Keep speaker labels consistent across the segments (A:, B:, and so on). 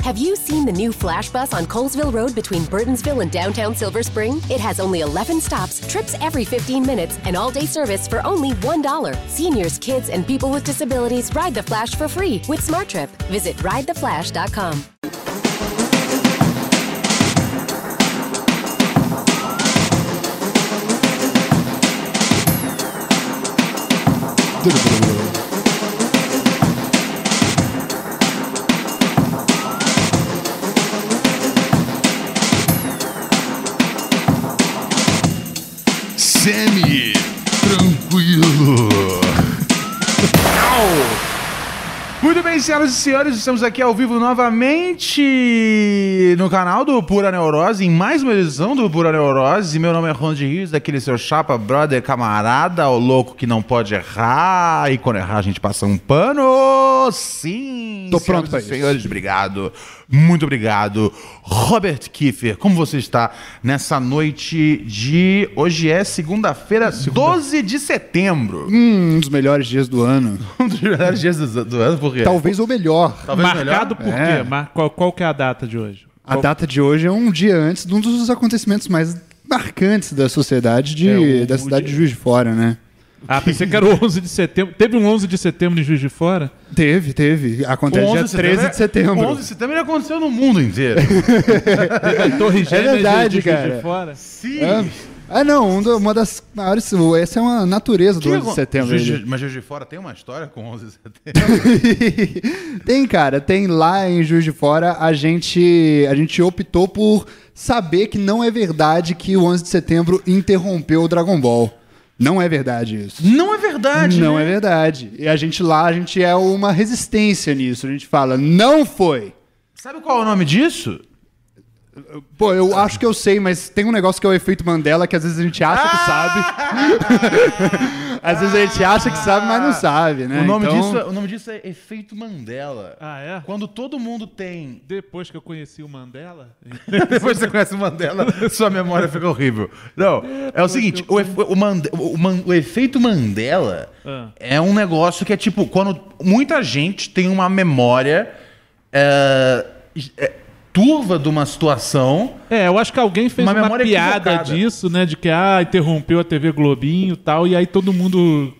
A: Have you seen the new Flash Bus on Colesville Road between Burtonsville and downtown Silver Spring? It has only 11 stops, trips every 15 minutes, and all day service for only $1. Seniors, kids, and people with disabilities ride the Flash for free with Smart Trip. Visit ridetheflash.com.
B: Semi tranquilo.
C: Muito bem, senhoras e senhores, estamos aqui ao vivo novamente no canal do Pura Neurose, em mais uma edição do Pura Neurose. Meu nome é Ronald Rios, daquele seu chapa, brother, camarada, o louco que não pode errar, e quando errar a gente passa um pano. Sim!
D: Tô
C: senhoras
D: pronto pra
C: e
D: isso.
C: Senhores, obrigado. Muito obrigado. Robert Kiefer, como você está nessa noite de... Hoje é segunda-feira, 12 de setembro.
D: Hum, um dos melhores dias do ano.
C: Um dos melhores dias do do ano, por quê?
D: Talvez o melhor.
C: Talvez melhor.
E: Marcado por quê?
D: É.
E: Mar- qual, qual que é a data de hoje?
D: A data de hoje é um dia antes de um dos acontecimentos mais marcantes da sociedade de,
E: É, o-
D: da
E: o
D: cidade
E: dia-
D: de Juiz de Fora, né?
E: Ah, pensei que era o 11 de setembro. Teve um 11 de setembro em Juiz de Fora?
D: Teve, teve. Acontece dia 13
E: é-
D: de setembro.
C: O 11 é de setembro aconteceu no mundo inteiro.
E: Teve a Torre Gêmea
D: É
E: de,
D: verdade,
E: de Juiz
D: cara.
E: de Fora?
C: Sim.
D: Ah, não, um do- uma das maiores. Essa é uma natureza do 11 de setembro.
C: Juiz de-
D: ele.
C: mas Juiz de Fora tem uma história com 11 de setembro.
D: tem, cara, tem lá em Juiz de Fora, a gente, a gente optou por saber que não é verdade que o 11 de setembro interrompeu o Dragon Ball. Não é verdade isso.
C: Não é verdade.
D: Não
C: né?
D: é verdade. E a gente lá, a gente é uma resistência nisso. A gente fala, não foi.
C: Sabe qual é o nome disso?
D: Pô, eu acho que eu sei, mas tem um negócio que é o efeito Mandela que às vezes a gente acha que sabe. às vezes a gente acha que sabe, mas não sabe, né?
C: o, nome
D: Então,
C: disso é, o nome disso é Efeito Mandela.
E: Ah, é?
C: Quando todo mundo tem.
E: Depois que eu conheci o Mandela,
C: Depois que você conhece o Mandela, sua memória fica horrível. Não, é o seguinte: o, efe- o Mande- o Man- o efeito Mandela
E: Ah.
C: é um negócio que é tipo, quando muita gente tem uma memória é, é, turva de uma situação.
E: É, eu acho que alguém fez
C: Uma
E: uma,
C: memória
E: piada
C: equivocada.
E: disso, né? De que, ah, interrompeu a TV Globinho e tal, e aí todo mundo.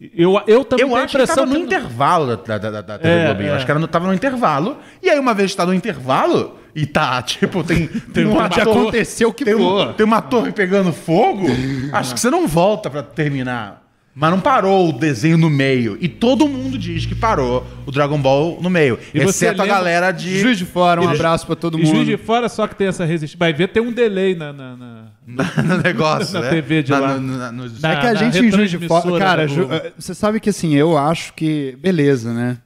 E: Eu, eu também
C: Eu
E: tenho a
C: acho que
E: impressão
C: tava no
E: que-
C: intervalo da, da, da, da TV
E: É,
C: Globinho. Eu
E: é.
C: Acho que ela não tava no intervalo. E aí, uma vez que tá no intervalo, e tá, tipo, tem, tem
E: um
C: uma
E: mate
C: torre-
D: aconteceu o que
C: tem, um-
D: for.
C: tem uma torre pegando fogo, acho que você não volta pra terminar. Mas não parou o desenho no meio. E todo mundo diz que parou o Dragon Ball no meio.
E: E você
C: exceto a
E: lembra-
C: galera de.
D: Juiz de Fora, um
C: Eles-
D: abraço pra todo
E: E
D: mundo.
E: Juiz de Fora só que tem essa resistência. Vai ver, tem um delay na. na, na-
C: no negócio.
E: Na
C: né?
E: TV de lá.
C: no- na- nos-
E: Na-
D: É que a
E: na
D: gente em Juiz de Fora.
E: retransmissora
D: Cara,
E: da
D: Ju-
E: Globo.
D: eh, você sabe que assim, eu acho que. Beleza, né?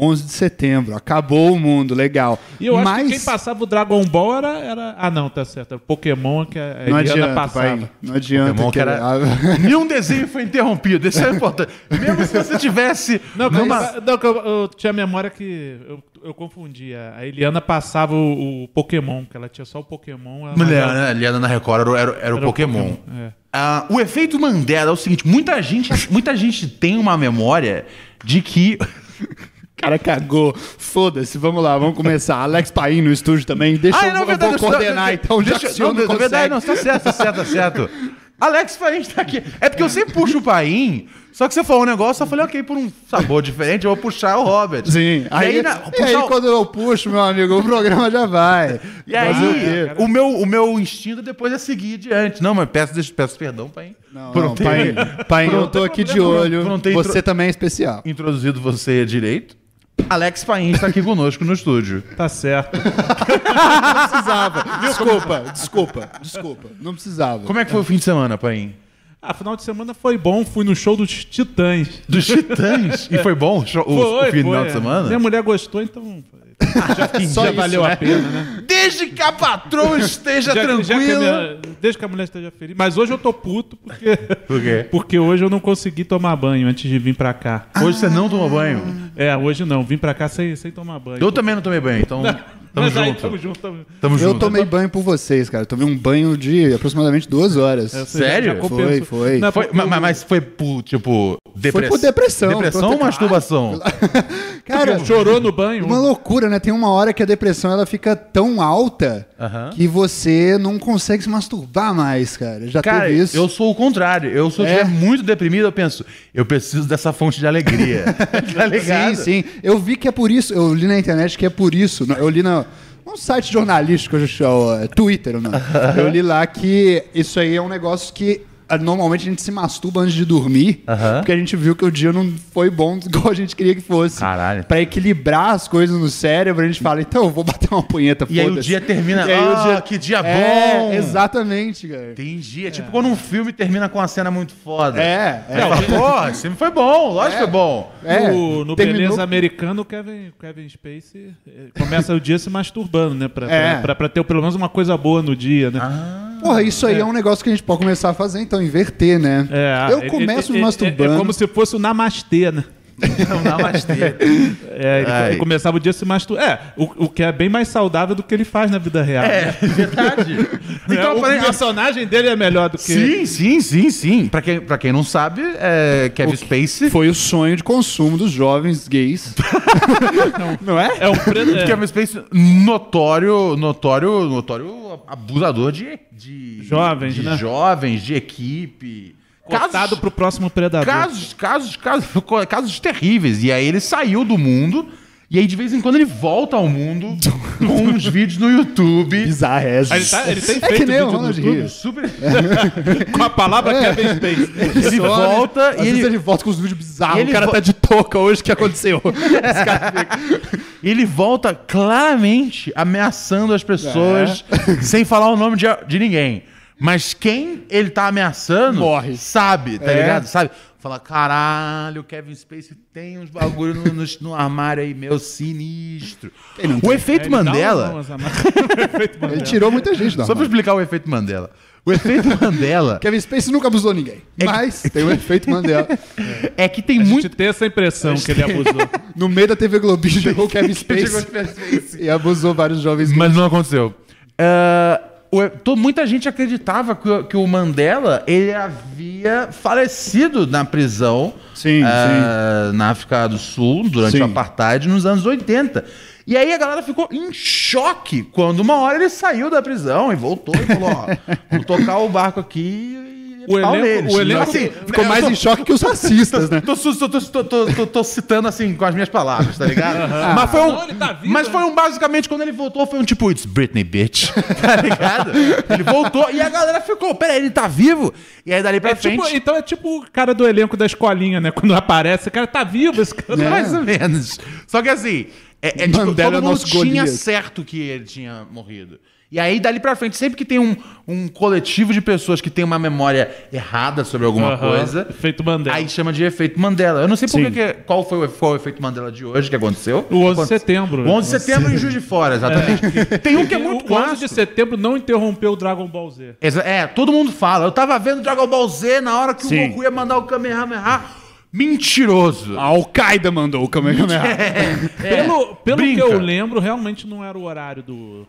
D: 11 de setembro, acabou o mundo, legal.
E: E eu acho
D: Mas...
E: que quem passava o Dragon Ball era. era- Ah, não, tá certo. Era Pokémon que a a Eliana
D: Não adianta,
E: passava.
D: pai. Não adianta.
C: Pokémon que era- Nenhum desenho foi interrompido. Isso é importante. Mesmo se você tivesse.
E: Não,
C: numa-
E: mas- é não, que eu, eu tinha memória que eu, eu confundia. A Eliana passava o, o Pokémon, que ela tinha só o Pokémon. ela-
C: Mulher,
E: ela-
C: né? Liana na Record era, o- era o- era o
E: Era o
C: Pokémon.
E: Pokémon, é.
C: Ah, o efeito Mandela é o seguinte: muita gente, muita gente tem uma memória de que.
D: O cara cagou. Foda-se, vamos lá, vamos começar. Alex Paim no estúdio também.
C: Ah,
D: Deixa eu, eu vou coordenar, então. Já que o
C: Deixa,
D: senhor
C: é, não,
D: não,
C: não,
D: consegue.
C: verdade, não, tá certo, tá certo, tá certo. Alex Paim tá aqui. É porque eu sempre puxo o Paim, só que você falou um negócio, eu falei, ok, por um sabor diferente, eu vou puxar o Robert.
D: Sim.
C: E
D: Aí,
C: aí, na-
D: e aí
C: puxar o-
D: quando eu puxo, meu amigo, o programa já vai.
C: E aí,
D: Fazer o quê?
C: o, meu, o meu instinto depois é seguir adiante. Não, mas peço, deixa- peço perdão, pai.
D: Não, não, Paim, Paim, eu tô aqui de
C: problema,
D: olho.
C: por não ter
D: Você
C: intro-
D: também é especial.
C: Introduzido você direito. Alex Paim está aqui conosco no estúdio.
E: Tá certo.
D: Precisava. Desculpa, desculpa, desculpa. Não precisava.
C: Como é que foi o fim de semana, Paim?
E: Ah, final de semana foi bom, fui no show dos Titãs. É.
C: Dos Titãs. E foi bom o, show- o- o final de semana?
E: Minha mulher gostou, então. Já,
D: Só
E: já
D: isso,
E: valeu
D: né?
E: a pena, né?
C: Desde que a patroa esteja
E: Já- já que a
C: tranquila.
E: minha- desde que a mulher esteja feliz. Mas hoje eu tô puto, porque.
C: Por quê? Ah.
E: Porque hoje eu não consegui tomar banho antes de vir pra cá.
C: Hoje você não tomou banho?
E: É, hoje não, vim pra cá sem, sem tomar banho.
C: Eu também não tomei banho, então Tamo
E: Mas aí,
C: junto.
E: tamo junto. Tamo...
C: Tamo junto.
D: Eu tomei banho por vocês, cara. Eu tomei um banho de aproximadamente duas horas.
C: É,
E: Ou seja,
C: Sério?
E: É, já compensou.
D: Foi, foi.
E: Não, é
C: Foi-
E: porque
C: ma- ma-
E: o-
C: mas, foi por, tipo, depressão.
D: por depressão, Ah,
C: Depressão
D: tô-
C: ou masturbação?
D: Cara,
E: Chorou no banho?
D: uma loucura, né? Tem uma hora que a depressão ela fica tão alta
C: Aham.
D: que você não consegue se masturbar mais, cara. Já
C: Cara,
D: teve isso.
C: eu sou o contrário. Eu sou
D: É.
C: é. muito deprimido, eu penso, eu preciso dessa fonte de alegria. tá ligado?
D: Sim, sim. Eu vi que é por isso. Eu li na internet que é por isso. Não, Eu li na. Um site jornalístico, eu chamo, é Twitter, ou não. Eu li lá que isso aí é um negócio que ah, normalmente a gente se masturba antes de dormir, porque a gente viu que o dia não foi bom igual a gente queria que fosse.
C: Caralho.
D: Pra equilibrar as coisas no cérebro, a gente fala, então eu vou bater uma punheta,
C: E aí o
D: foda-se.
C: dia termina,
D: E aí o
C: "Ah, que dia
D: É,
C: bom!"
D: Exatamente, cara.
C: Entendi. É tipo quando um filme termina com uma cena muito foda.
D: É,
C: Aí fala, porra, esse filme foi bom, lógico que foi bom.
D: É,
E: no no
D: terminou-
E: Beleza Americano, o Kevin, Kevin eh, Space começa o dia se masturbando, né? Pra, pra-
D: É.
E: pra- pra ter pelo menos uma coisa boa no dia, né?
C: Ah.
D: Porra, isso aí é. um negócio que a gente pode começar a fazer, então, inverter, né?
E: É,
D: eu
E: é- é-
D: começo me
E: é-
D: masturbando.
E: É, como se fosse o namastê, né?
C: Não dá mais tempo.
E: É, ele,
C: Ai.
E: ele começava o dia se masturbando. É, o, o que é bem mais saudável do que ele faz na vida real.
C: É,
E: né?
C: verdade.
E: É,
C: Então,
E: o
C: aparentemente-
E: personagem dele é melhor do que.
C: Sim, sim, sim, sim. Pra quem, pra quem não sabe, é Kevin Spacey.
D: Foi o sonho de consumo dos jovens gays. não. é?
E: É um preto. é.
C: Kevin Spacey, notório, notório, notório abusador de, de
E: Jovens,
C: de
E: né?
C: jovens, de equipe.
E: Cortado
C: Casos-
E: pro próximo predador.
C: casos, casos, casos, casos terríveis. E aí ele saiu do mundo. E aí, de vez em quando, ele volta ao mundo com uns vídeos no YouTube.
D: Bizarro, é.
E: Aí ele, tá, ele tem
D: É
E: feito
D: que nem
E: vídeo
D: o
E: no
D: Ronald
E: YouTube
D: Rios.
C: Super.
E: com a palavra é Kevin
D: É.
E: Space.
C: Ele
D: Some,
C: volta
D: às
C: e
D: vezes
C: ele,
D: ele volta com os vídeos bizarros.
C: e ele
D: o cara
C: vo-
D: tá de touca hoje, o que aconteceu? Esse cara fica-
C: ele volta claramente ameaçando as pessoas,
D: É.
C: sem falar o nome de, de ninguém. Mas quem ele tá ameaçando
D: Morre.
C: sabe, tá
D: É.
C: ligado? Sabe? Fala, caralho, o Kevin Spacey tem um uns bagulho no, no- no armário aí, meu sinistro. O efeito
E: Ele dá
C: Mandela.
E: umas amarras. Efeito
D: ele
E: Mandela.
D: tirou muita gente da
C: Só pra
D: armário.
C: explicar o efeito Mandela. O efeito Mandela
D: Kevin Spacey nunca abusou ninguém. Mas tem o efeito Mandela.
C: é que tem
E: A gente
C: muito.
E: tem essa impressão que ele abusou.
D: No meio da TV Globinho chegou o Kevin Spacey e abusou vários jovens gays.
C: Mas não aconteceu. Ah, o e- to- muita gente acreditava que, o- que o Mandela ele havia falecido na prisão
D: Sim,
C: ah, na África do Sul durante
D: Sim.
C: o apartheid nos anos 80. E aí a galera ficou em choque quando uma hora ele saiu da prisão e voltou e falou: ó, vou tocar o barco aqui e
E: O
C: pau
E: elenco-
C: neles. Assim,
E: o elenco-
D: Ficou
C: eu
D: mais
C: tô-
D: em choque que os racistas, né?
C: Tô, su- tô- tô- tô- tô- tô- tô citando assim com as minhas palavras, tá ligado? Mas foi um.
E: Não, ele tá vivo,
C: mas foi um basicamente quando ele voltou, foi um tipo, it's Britney bitch. Tá ligado? ele voltou e a galera ficou, peraí, ele tá vivo? E aí dali pra
E: É
C: frente.
E: tipo- então é tipo o cara do elenco da escolinha, né? Quando aparece, o cara tá vivo, esse cara.
D: É.
C: Mais ou menos. Só que assim, é, é tipo, todo
D: Mandela é
C: mundo
D: nosso
C: tinha
D: Golias.
C: certo que ele tinha morrido. E aí, dali pra frente, sempre que tem um, um coletivo de pessoas que tem uma memória errada sobre alguma
E: Aham.
C: coisa,
E: Efeito Mandela.
C: aí chama de efeito Mandela. Eu não sei por que
D: Sim.
C: que- qual foi o, qual o efeito Mandela de hoje que aconteceu.
E: O 11 de
C: Aconte-
E: setembro.
C: O 11 de setembro em Juiz de Fora, exatamente. Tem um que é muito
E: o 11 de
C: clássico.
E: setembro não interrompeu o Dragon Ball Z.
C: Exa- É, todo mundo fala. Eu tava vendo Dragon Ball Z na hora que o
D: Sim.
C: Goku ia mandar o Kamehameha. Mentiroso.
D: A Al-Qaeda mandou o Kamehameha.
C: É,
E: Tá. Pelo, pelo que
C: brinca.
E: eu lembro, realmente não era o horário do,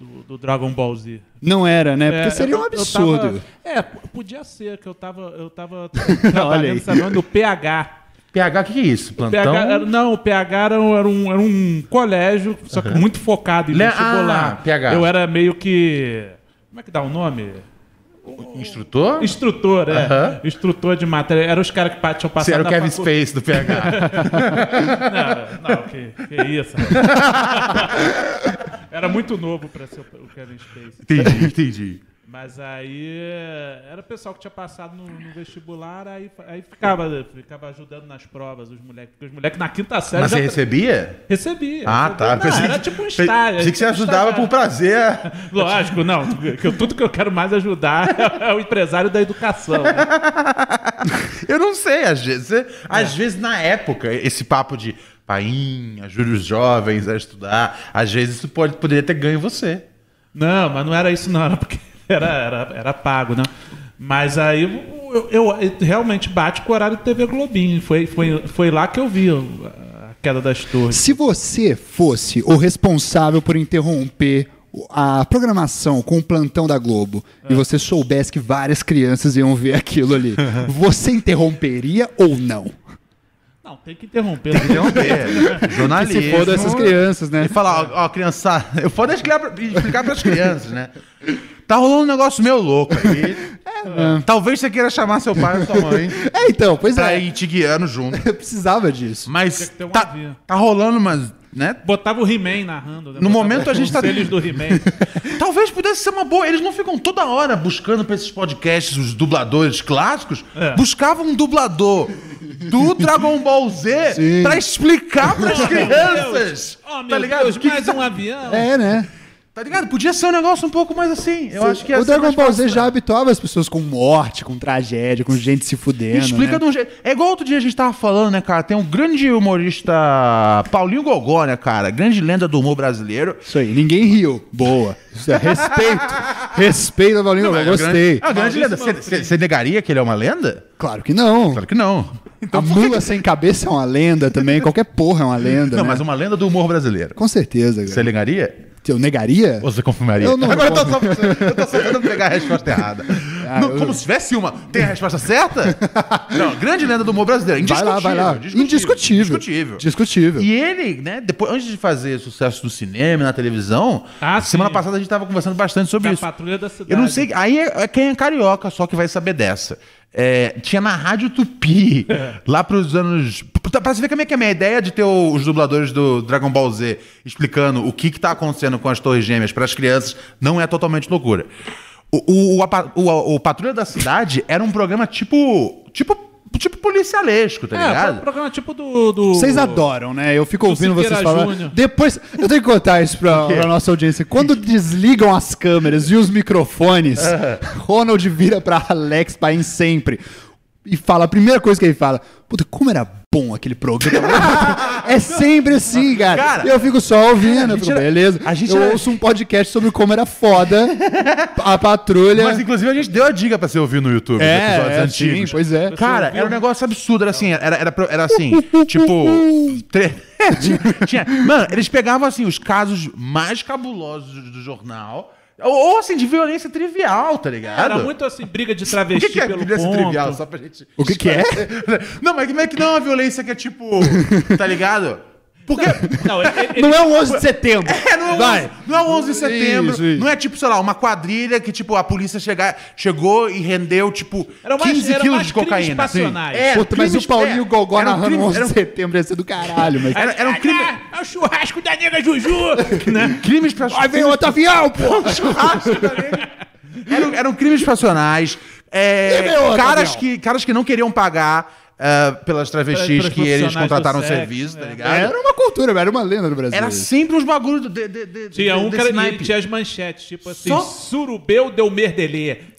E: do, do Dragon Ball Z.
D: Não era, né?
E: É,
D: Porque seria
E: eu-
D: um
E: eu tava-
D: absurdo.
E: é, p- podia ser que eu tava, eu tava trabalhando
D: aí.
E: sabendo do PH.
C: PH, o que, que é isso? Plantão?
E: PH era- não, o PH era um, era um, era um colégio, só que muito focado em
C: Le-
E: vestibular.
C: Ah, PH.
E: Eu era meio que. Como é que dá o nome?
C: Instrutor?
E: Instrutor, é.
C: Aham.
E: Instrutor de matéria. Era os caras que pa- tinham passado
C: Você era o
E: na
C: Kevin
E: facu-
C: Space do PH.
E: Não, não, que, que isso. rapaz. era muito novo pra ser o o Kevin Space.
C: entendi, entendi.
E: Mas aí é, era o pessoal que tinha passado no, no vestibular, aí, aí ficava, ficava ajudando nas provas os moleques. Porque os moleques na quinta série
C: Mas
E: já tá-
C: você recebia?
E: recebia.
C: Ah, tá.
E: Não,
C: Pensei
E: era
C: que-
E: tipo um
C: pensei-
E: estágio.
C: Pensei que você
E: um
C: ajudava por
E: estagiário.
C: prazer.
E: Lógico, não. que eu- Tudo que eu quero mais ajudar é o empresário da educação. né?
C: Eu não sei, às vezes.
E: É.
C: você- Às vezes, na época, esse papo de painha, ajude os jovens a estudar, às vezes isso pode, poderia ter ganho você.
E: Não, mas não era isso, não. Era porque era, era, era pago, né? Mas aí eu, eu- eu realmente bate com o horário de TV Globinho. Foi, foi, foi lá que eu vi a queda das torres.
D: Se você fosse o responsável por interromper o- a programação com o plantão da Globo e
C: É.
D: você soubesse que várias crianças iam ver aquilo ali, você interromperia ou não?
E: Não, tem que interromper. né?
C: Interromper.
D: Que
C: Jornalismo.
D: se foda essas crianças, né?
C: E falar, ó, ó, criançada, eu vou explicar, pra- explicar pras crianças, né? Tá rolando um negócio meio louco aí. É. Talvez você queira chamar seu pai ou sua mãe
D: É, então, pois
C: pra
D: é.
C: ir te guiando junto.
D: Eu precisava disso.
C: Mas
E: Tinha que ter um
C: tá,
E: aviso.
C: tá rolando, mas, né?
E: Botava o He-Man narrando. né?
C: No
E: Botava
C: momento a gente
E: os
C: tá-
E: Conselhos do He-Man.
C: Talvez pudesse ser uma boa. Eles não ficam toda hora buscando pra esses podcasts os dubladores clássicos.
E: É.
C: Buscavam um dublador do Dragon Ball Z
D: Sim.
C: pra explicar pras crianças.
E: Oh, meu
C: tá ligado?
E: Deus,
C: O que que
E: mais
C: tá-
E: um avião.
D: É, né?
C: Tá ligado? Podia ser um negócio um pouco mais assim. Eu acho que ia
D: o
C: ser
D: Dragon
C: mais
D: Ball
C: fácil.
D: Z já habituava as pessoas com morte, com tragédia, com gente se fudendo.
C: Explica
D: né?
C: de um jeito. É igual outro dia a gente tava falando, né, cara? Tem um grande humorista, Paulinho Gogó, né, cara? Grande lenda do humor brasileiro.
D: Isso aí, ninguém riu. Boa. Isso é respeito. respeito ao Paulinho, eu gostei.
C: É uma grande lenda. Você negaria que ele é uma lenda?
D: Claro que não.
C: Claro que não. Então
D: a mula sem cabeça é uma lenda também, qualquer porra é uma lenda.
C: Não,
D: né?
C: mas uma lenda do humor brasileiro.
D: Com certeza,
C: Você
D: cara.
C: negaria?
D: Eu negaria?
C: Ou você confirmaria?
D: Eu não
C: Agora eu tô, só, eu tô só tentando pegar a resposta errada. Não,
D: Ah, eu-
C: Como se tivesse uma. Tem a resposta certa? não, grande lenda do humor brasileiro.
D: Vai
C: Indiscutível.
D: lá, vai lá. Indiscutível.
C: Indiscutível.
D: Discutível.
C: E ele, né, depois, antes de fazer sucesso no cinema, e na televisão,
E: Ah,
C: semana
E: sim.
C: passada a gente tava conversando bastante sobre
E: Da
C: isso.
E: patrulha da cidade.
C: Eu não sei, aí é, é quem é carioca só que vai saber dessa. É, tinha na Rádio Tupi, lá pros anos... Pra pra você ver como é que é a minha ideia de ter o- os dubladores do Dragon Ball Z explicando o que que tá acontecendo com as torres gêmeas para as crianças não é totalmente loucura. O, o, o, apa- o- o Patrulha da Cidade era um programa tipo... tipo Tipo policialesco, tá
E: É, foi um
C: ligado?
E: programa tipo do... do-
D: Vocês adoram, né? Eu fico ouvindo vocês
E: Siqueira
D: falar.
E: Júnior.
D: Depois, eu tenho que contar isso pra, pra nossa audiência. Quando desligam as câmeras e os microfones, Ronald vira pra Alex Paim sempre e fala, a primeira coisa que ele fala, puta, como era bom aquele programa. é sempre assim, cara.
C: Cara,
D: eu fico só ouvindo, eu
C: gente
D: fico,
C: era-
D: beleza.
C: a gente
D: eu
C: era-
D: ouço um podcast sobre como era foda a patrulha.
C: Mas inclusive a gente deu a dica pra você ouvir no YouTube,
D: É,
C: os episódios
D: é,
C: antigos.
D: sim, pois é.
C: Cara, era um negócio absurdo, era assim, era, era, pro- era assim, tipo. tre- É, tinha, tinha- Mano, eles pegavam assim os casos mais cabulosos do, do jornal. Ou, ou, assim, de violência trivial, tá ligado?
E: Era muito assim, briga de
C: O
E: travesti
C: que, que é
E: pelo
C: violência
E: ponto.
C: trivial? Só pra gente.
D: o que que é?
C: Não, mas como é que não é uma violência que é tipo. Tá ligado? Porque.
E: Não, ele- ele-
D: Não é o 11 de setembro.
C: É, não é,
D: Vai.
C: 11, não é 11 de setembro,
D: Isso, isso.
C: não é tipo, sei lá, uma quadrilha que tipo a polícia chegar, chegou e rendeu tipo
E: Era mais-
C: 15
E: era
C: quilos
E: mais
C: de
E: crimes
C: cocaína.
E: passionais.
C: É,
D: Puta, mas
C: crimes-
D: o Paulinho
C: é,
D: Gogó
C: era um
D: narrando
C: crime-
D: 11 de
C: era um-
D: setembro ia ser do caralho, mas...
C: Era, era um crime,
E: Ah, é o churrasco da nega Juju! né?
C: crimes pra
D: Aí vem outro avião, pô!
C: eram, eram crimes passionais. é,
D: E meu outro
C: caras,
D: avião?
C: que, caras que não queriam pagar ah, pelas travestis
E: Pelos
C: que eles
E: profissionais
C: contrataram o
E: do sexo,
C: serviço, tá
E: é.
C: ligado?
D: Era uma cultura, era uma lenda no Brasil.
C: Era sempre uns bagulhos de, de, de,
E: Tinha
C: de-
E: um
C: né? desse
E: cara que
C: naipe.
E: tinha as manchetes, tipo assim,
C: Só-
E: surubeu deu merdelê.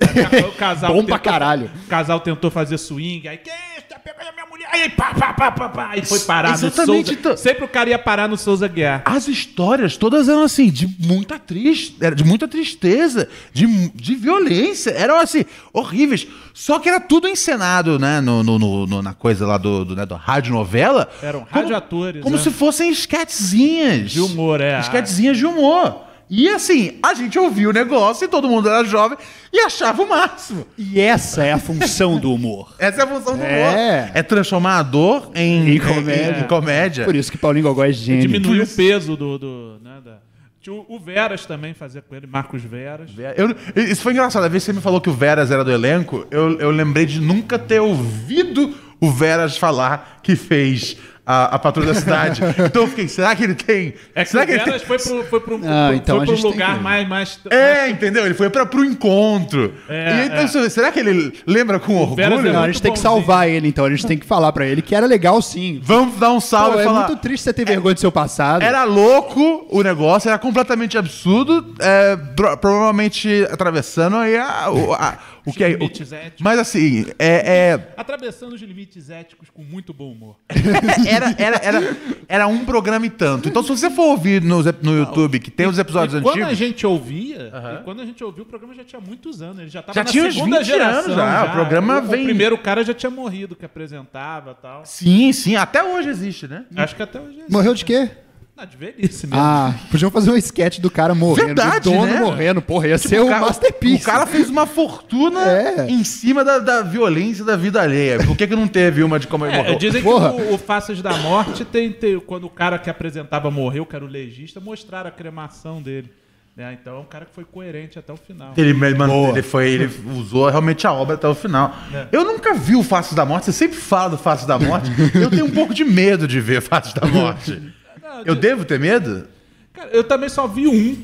E: O casal
D: Bom pra caralho.
E: O casal tentou fazer swing, aí, que isso, tá pegando a minha mulher, aí pá, pá, pá, pá, pá, aí foi parar
C: Exatamente,
E: no Souza.
C: então.
E: Sempre o cara ia parar no Souza Guiar.
C: as histórias todas eram assim, de muita triste, era de muita tristeza, de, mu- de violência, eram assim, horríveis. Só que era tudo encenado, né, no, no- no- no- na coisa lá do, do, né, do rádio novela.
E: Eram
C: Como-
E: radioatores,
C: Como
E: né?
C: se fossem esquetezinhas.
E: De humor, é.
C: Esquetezinhas de humor. E assim, a gente ouvia o negócio e todo mundo era jovem e achava o máximo.
D: E essa é a função do humor.
C: Essa é a função do
D: É.
C: humor. É transformar a dor em,
D: Em comédia.
C: em- em comédia.
D: Por isso que Paulinho Gogó é gênio.
E: Diminuiu o peso do. do né, da- Tinha o- o Veras também fazia com ele, Marcos Veras.
C: Vera- eu- isso foi engraçado. A vez que você me falou que o Veras era do elenco, eu, eu lembrei de nunca ter ouvido o Veras falar que fez a, a Patrulha da Cidade. então eu fiquei, será que ele tem.
E: É que
C: será
E: o Veras foi pro, foi pro,
D: Ah,
E: foi
D: então
E: pro
D: a gente tem
E: lugar
D: que-
E: mais, mais.
C: É, entendeu? Ele foi pra, pro encontro.
E: Então, É,
C: E então,
E: é.
C: você- será que ele lembra com
E: Veras
C: orgulho?
D: Não, a
E: muito
D: gente tem que
E: bonzinho.
D: salvar ele, então. A gente tem que falar pra ele que era legal, sim.
C: Vamos dar um salve
D: Pô,
C: e
D: é
C: falar.
D: muito triste você ter vergonha do seu passado.
C: Era louco o negócio, era completamente absurdo, é, dro- provavelmente atravessando aí a- o, a- o que é. o-
E: Limites éticos.
C: mas assim, é- é
E: Atravessando os limites éticos com muito bom humor.
C: É, era, era, era, era um programa e tanto. Então, se você for ouvir no, no YouTube, que tem os episódios
E: E Quando a
C: antigos.
E: gente ouvia, e quando a gente ouviu, o programa já tinha muitos anos. Ele já tava
C: Já
E: na
C: tinha uns
E: segunda
C: 20
E: geração.
C: anos já, o programa
E: o,
C: vem-
E: O primeiro cara já tinha morrido que apresentava e tal.
C: Sim, sim, até hoje existe, né?
E: Acho que até hoje é
D: Morreu de quê?
E: Ah, de velhice mesmo.
D: Ah, podiam fazer um sketch do cara morrendo,
C: Verdade,
D: do dono
C: né?
D: morrendo, porra, ia ser um
C: cara-
D: masterpiece.
C: O cara fez uma fortuna
D: É.
C: em cima da, da violência da vida alheia. Por que, que não teve uma de como ele
E: É,
C: morreu?
E: dizem
D: Porra.
E: que o, o Faces da Morte tem, tem- Quando o cara que apresentava morreu, que era o legista, mostraram a cremação dele. né? Então é um cara que foi coerente até o final.
C: Ele, ele man- ele foi, ele usou realmente a obra até o final.
E: É.
C: Eu nunca vi o Face da Morte, você sempre fala do Face da Morte. eu tenho um pouco de medo de ver Face da Morte. Eu devo ter medo?
E: Cara, eu também só vi um.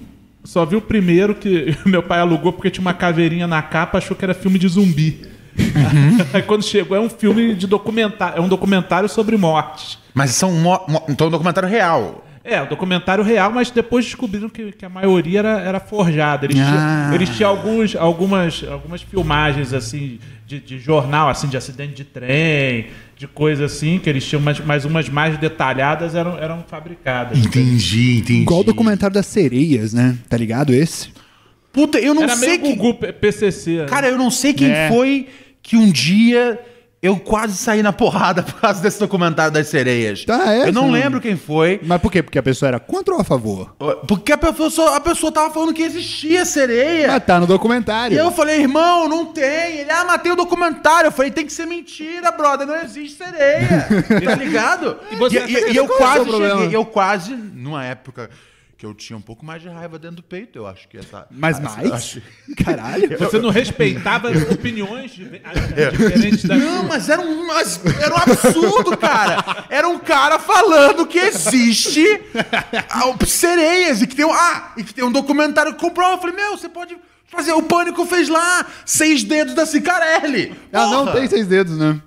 E: Só vi o primeiro que meu pai alugou porque tinha uma caveirinha na capa, achou que era filme de zumbi.
C: Uhum.
E: Aí quando chegou, é um filme de documentário. É um documentário sobre morte.
C: Mas são mo- mo- então é um documentário real.
E: É, um documentário real, mas depois descobriram que, que a maioria era, era forjada. Eles,
D: Ah.
E: tinham, eles tinham alguns, algumas, algumas filmagens assim de, de jornal, assim, de acidente de trem, de coisa assim, que eles tinham, mas, mas umas mais detalhadas eram, eram fabricadas.
C: Entendi, entendi.
D: Igual o documentário das sereias, né? Tá ligado esse?
C: Puta, eu não
E: Era
C: sei
E: meio
C: que.
E: Gugu P- PCC. né?
C: Cara, eu não sei quem
D: É.
C: foi que um dia eu quase saí na porrada por causa desse documentário das sereias.
D: Tá, é,
C: eu não
D: sim.
C: lembro quem foi.
D: Mas por quê? Porque a pessoa era contra ou a favor?
C: Porque a pessoa, a pessoa tava falando que existia sereia.
D: Mas tá no
C: E
D: documentário.
C: eu falei, irmão, não tem. Ele, ah, mas tem o documentário. Eu falei, tem que ser mentira, brother. Não existe sereia. tá ligado? E,
E: você
C: e- e eu
D: qual é o
C: quase
D: seu problema?
C: cheguei, eu quase, numa época que eu tinha um pouco mais de raiva dentro do peito, eu acho que essa.
D: Mas
C: essa-
D: mais?
C: acho-
D: Caralho.
E: Você não respeitava opiniões dive-
D: É.
C: É.
E: diferentes da
C: Não, mas era um, mas era um absurdo, cara. Era um cara falando que existe a- sereias e que, tem um, ah, e que tem um documentário que comprova. Eu falei, meu, você pode fazer. O Pânico fez lá seis dedos da Cicarelli.
D: Ela Ah, não
C: Porra!
D: tem seis dedos, né?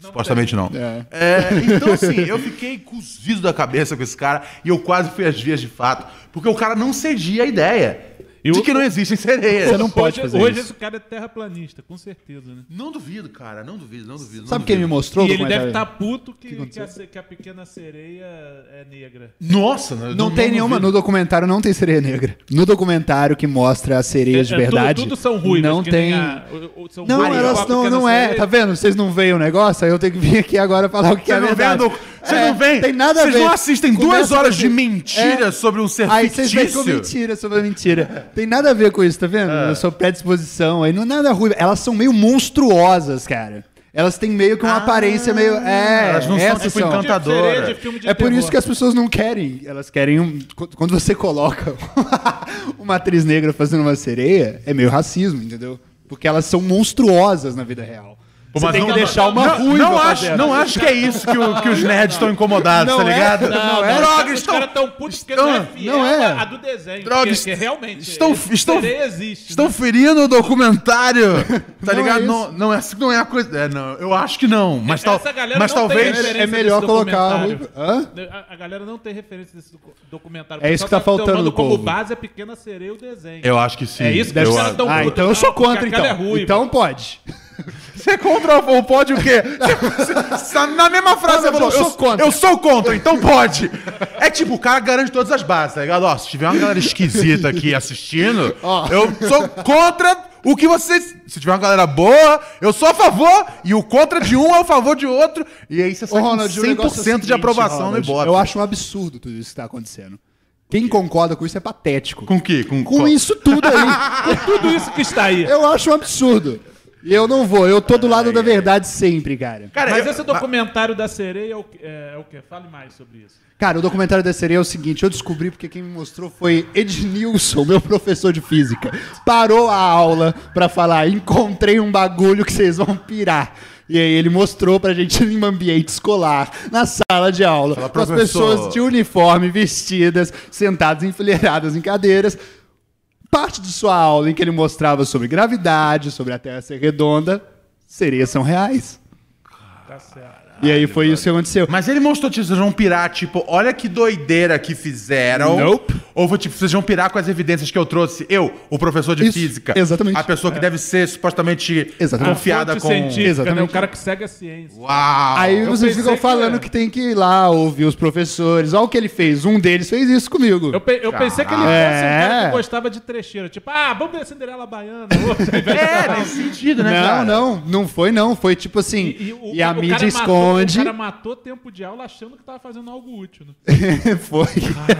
C: Supostamente não.
D: É.
C: É, então, assim, eu fiquei cozido da cabeça com esse cara e eu quase fui às vias de fato, porque o cara não cedia a ideia
E: E
C: de
E: o-
C: que não existem sereias.
D: Você não
E: hoje,
D: pode fazer
E: hoje
D: isso.
E: esse cara é terraplanista, com certeza, né?
C: Não duvido, cara, não duvido, não duvido. não
D: Sabe quem me
C: duvido.
D: mostrou é o
E: e ele deve
D: documentário?
E: estar puto que, que,
D: aconteceu?
E: a, se- que a pequena sereia é negra.
C: Nossa, não,
D: Não, tem nenhuma. No documentário não tem sereia negra. No documentário que mostra as sereias de
E: É, é, tudo-
D: verdade.
E: Tudo, são ruivas.
D: Não
E: que nem
D: tem.
E: a- o- o- são
D: Não,
E: ruivas, igual
D: elas
E: a
D: não,
E: pequena
D: não é.
E: sereia.
D: Tá vendo? Vocês não veem o negócio, aí eu tenho que vir aqui agora falar o que é
C: Você não vem,
D: verdade.
C: no- você
D: É,
C: não vem?
D: Tem nada a ver.
C: Vocês não assistem duas
D: Começa
C: horas
D: com- assim. É.
C: de mentira sobre um ser
D: Aí vocês veem que eu
C: fictício?
D: mentira sobre a mentira. Tem nada a ver com isso, tá vendo?
C: Ah.
D: Eu sou predisposição. Aí não é nada ruim. Elas são meio monstruosas, cara. Elas têm meio
E: Ah.
D: que uma aparência meio. É,
C: elas não são,
D: essas
C: tipo,
D: são.
C: encantadoras.
E: Sereia de filme de
D: É por
E: terror.
D: isso que as pessoas não querem. Elas querem um. Quando você coloca uma atriz negra fazendo uma sereia, é meio racismo, entendeu? Porque elas são monstruosas na vida real.
C: Pô,
D: você
C: mas
D: tem
C: não-
D: que deixar uma
C: não,
D: ruiva.
C: não
D: pra
C: acho,
D: dentro.
C: não acho que é isso que, o- que os nerds estão incomodados,
D: Não
C: tá
D: é,
C: ligado?
D: não
E: Não,
D: é.
C: Droga,
E: os
C: estão
E: caras estão putos porque não é
C: estão-
E: fiel
D: não é.
E: à- à do desenho.
C: Droga,
E: porque, porque
C: est-
E: realmente,
C: estão-
E: esse
C: estão-
E: sereia existe.
C: Estão
E: né?
C: ferindo o documentário. Tá
D: Não é
C: ligado?
D: isso.
C: não, não, é, assim- não é a coisa. É, não, eu acho que não. Mas, tal,
E: Essa galera
C: mas
E: não tem
C: talvez.
E: referência
D: É melhor
E: desse
D: colocar a
E: documentário.
D: ruiva. Hã?
E: A, a galera não tem referência desse docu- documentário.
D: É isso
E: Só
D: que tá faltando
E: tomando
D: no
E: um como
D: povo.
E: base a pequena sereia e o desenho.
C: Eu acho que sim.
E: É isso que
C: eu
E: os
C: acho.
E: caras tão-
D: Ah, então eu sou contra,
E: Porque a
D: então.
E: cara é ruiva.
D: Então pode.
C: Você contra ou pode o quê? Você- você- tá na mesma frase
D: Não,
C: você falou,
D: mas eu sou contra.
C: Eu sou contra, então pode. É tipo, o cara garante todas as bases, tá ligado? Ó, se tiver uma galera esquisita aqui assistindo,
D: Ó.
C: eu sou contra o que vocês. Se tiver uma galera boa, eu sou a favor, e o contra de um é o favor de outro. E aí você
D: Ô,
C: sai com
D: Ronald, o
C: 100%
D: negócio é o seguinte,
C: de aprovação no
D: Ronald,
C: Ibope.
D: Eu acho um absurdo tudo isso que tá acontecendo. Quem concorda com isso é patético.
C: Com o quê? Com,
D: Com isso tudo aí,
E: Tudo isso que está aí.
D: eu acho um absurdo. E eu não vou, eu tô do lado da verdade sempre, cara.
C: Cara,
E: Mas
C: eu-
E: esse documentário da sereia é o, que- é, é o quê? Fale mais sobre isso.
D: Cara, o documentário da sereia é o seguinte, eu descobri porque quem me mostrou foi Ednilson, meu professor de física. Parou a aula pra falar, encontrei um bagulho que vocês vão pirar. E aí ele mostrou pra gente em um ambiente escolar, na sala de aula,
C: Fala,
D: com as
C: professor.
D: pessoas de uniforme, vestidas, sentadas enfileiradas em cadeiras. Parte de sua aula em que ele mostrava sobre gravidade, sobre a Terra ser redonda, sereias são reais.
E: Tá certo.
D: e aí foi isso que aconteceu.
C: Mas ele mostrou, tipo, vocês vão pirar, tipo, olha que doideira que fizeram.
D: Nope.
C: Ou, foi, tipo, vocês vão pirar com as evidências que eu trouxe. Eu, o professor de
D: Isso,
C: física.
D: exatamente.
C: A pessoa que deve ser supostamente
D: Exatamente.
C: confiada
E: É. Fonte
C: com...
E: científica,
D: Exatamente.
E: né? O cara que segue a ciência.
C: Uau!
D: Aí
E: eu
D: vocês
E: pensei
D: ficam
E: que
D: falando
E: era.
D: que, tem que ir lá ouvir os professores. Olha o que ele fez. Um deles fez isso comigo.
E: Eu, pe- eu pensei que ele fosse um cara
D: É.
E: que gostava de trecheira. Tipo, ah, vamos ver Cinderela Baiana. outro, ao invés de-
C: É, nesse sentido, né,
D: não,
C: cara?
D: não, não foi não. Foi tipo assim, e, a
E: o
D: mídia
E: cara
D: esconde.
E: Matou, o cara matou tempo de aula achando que tava fazendo algo útil, né?
D: foi.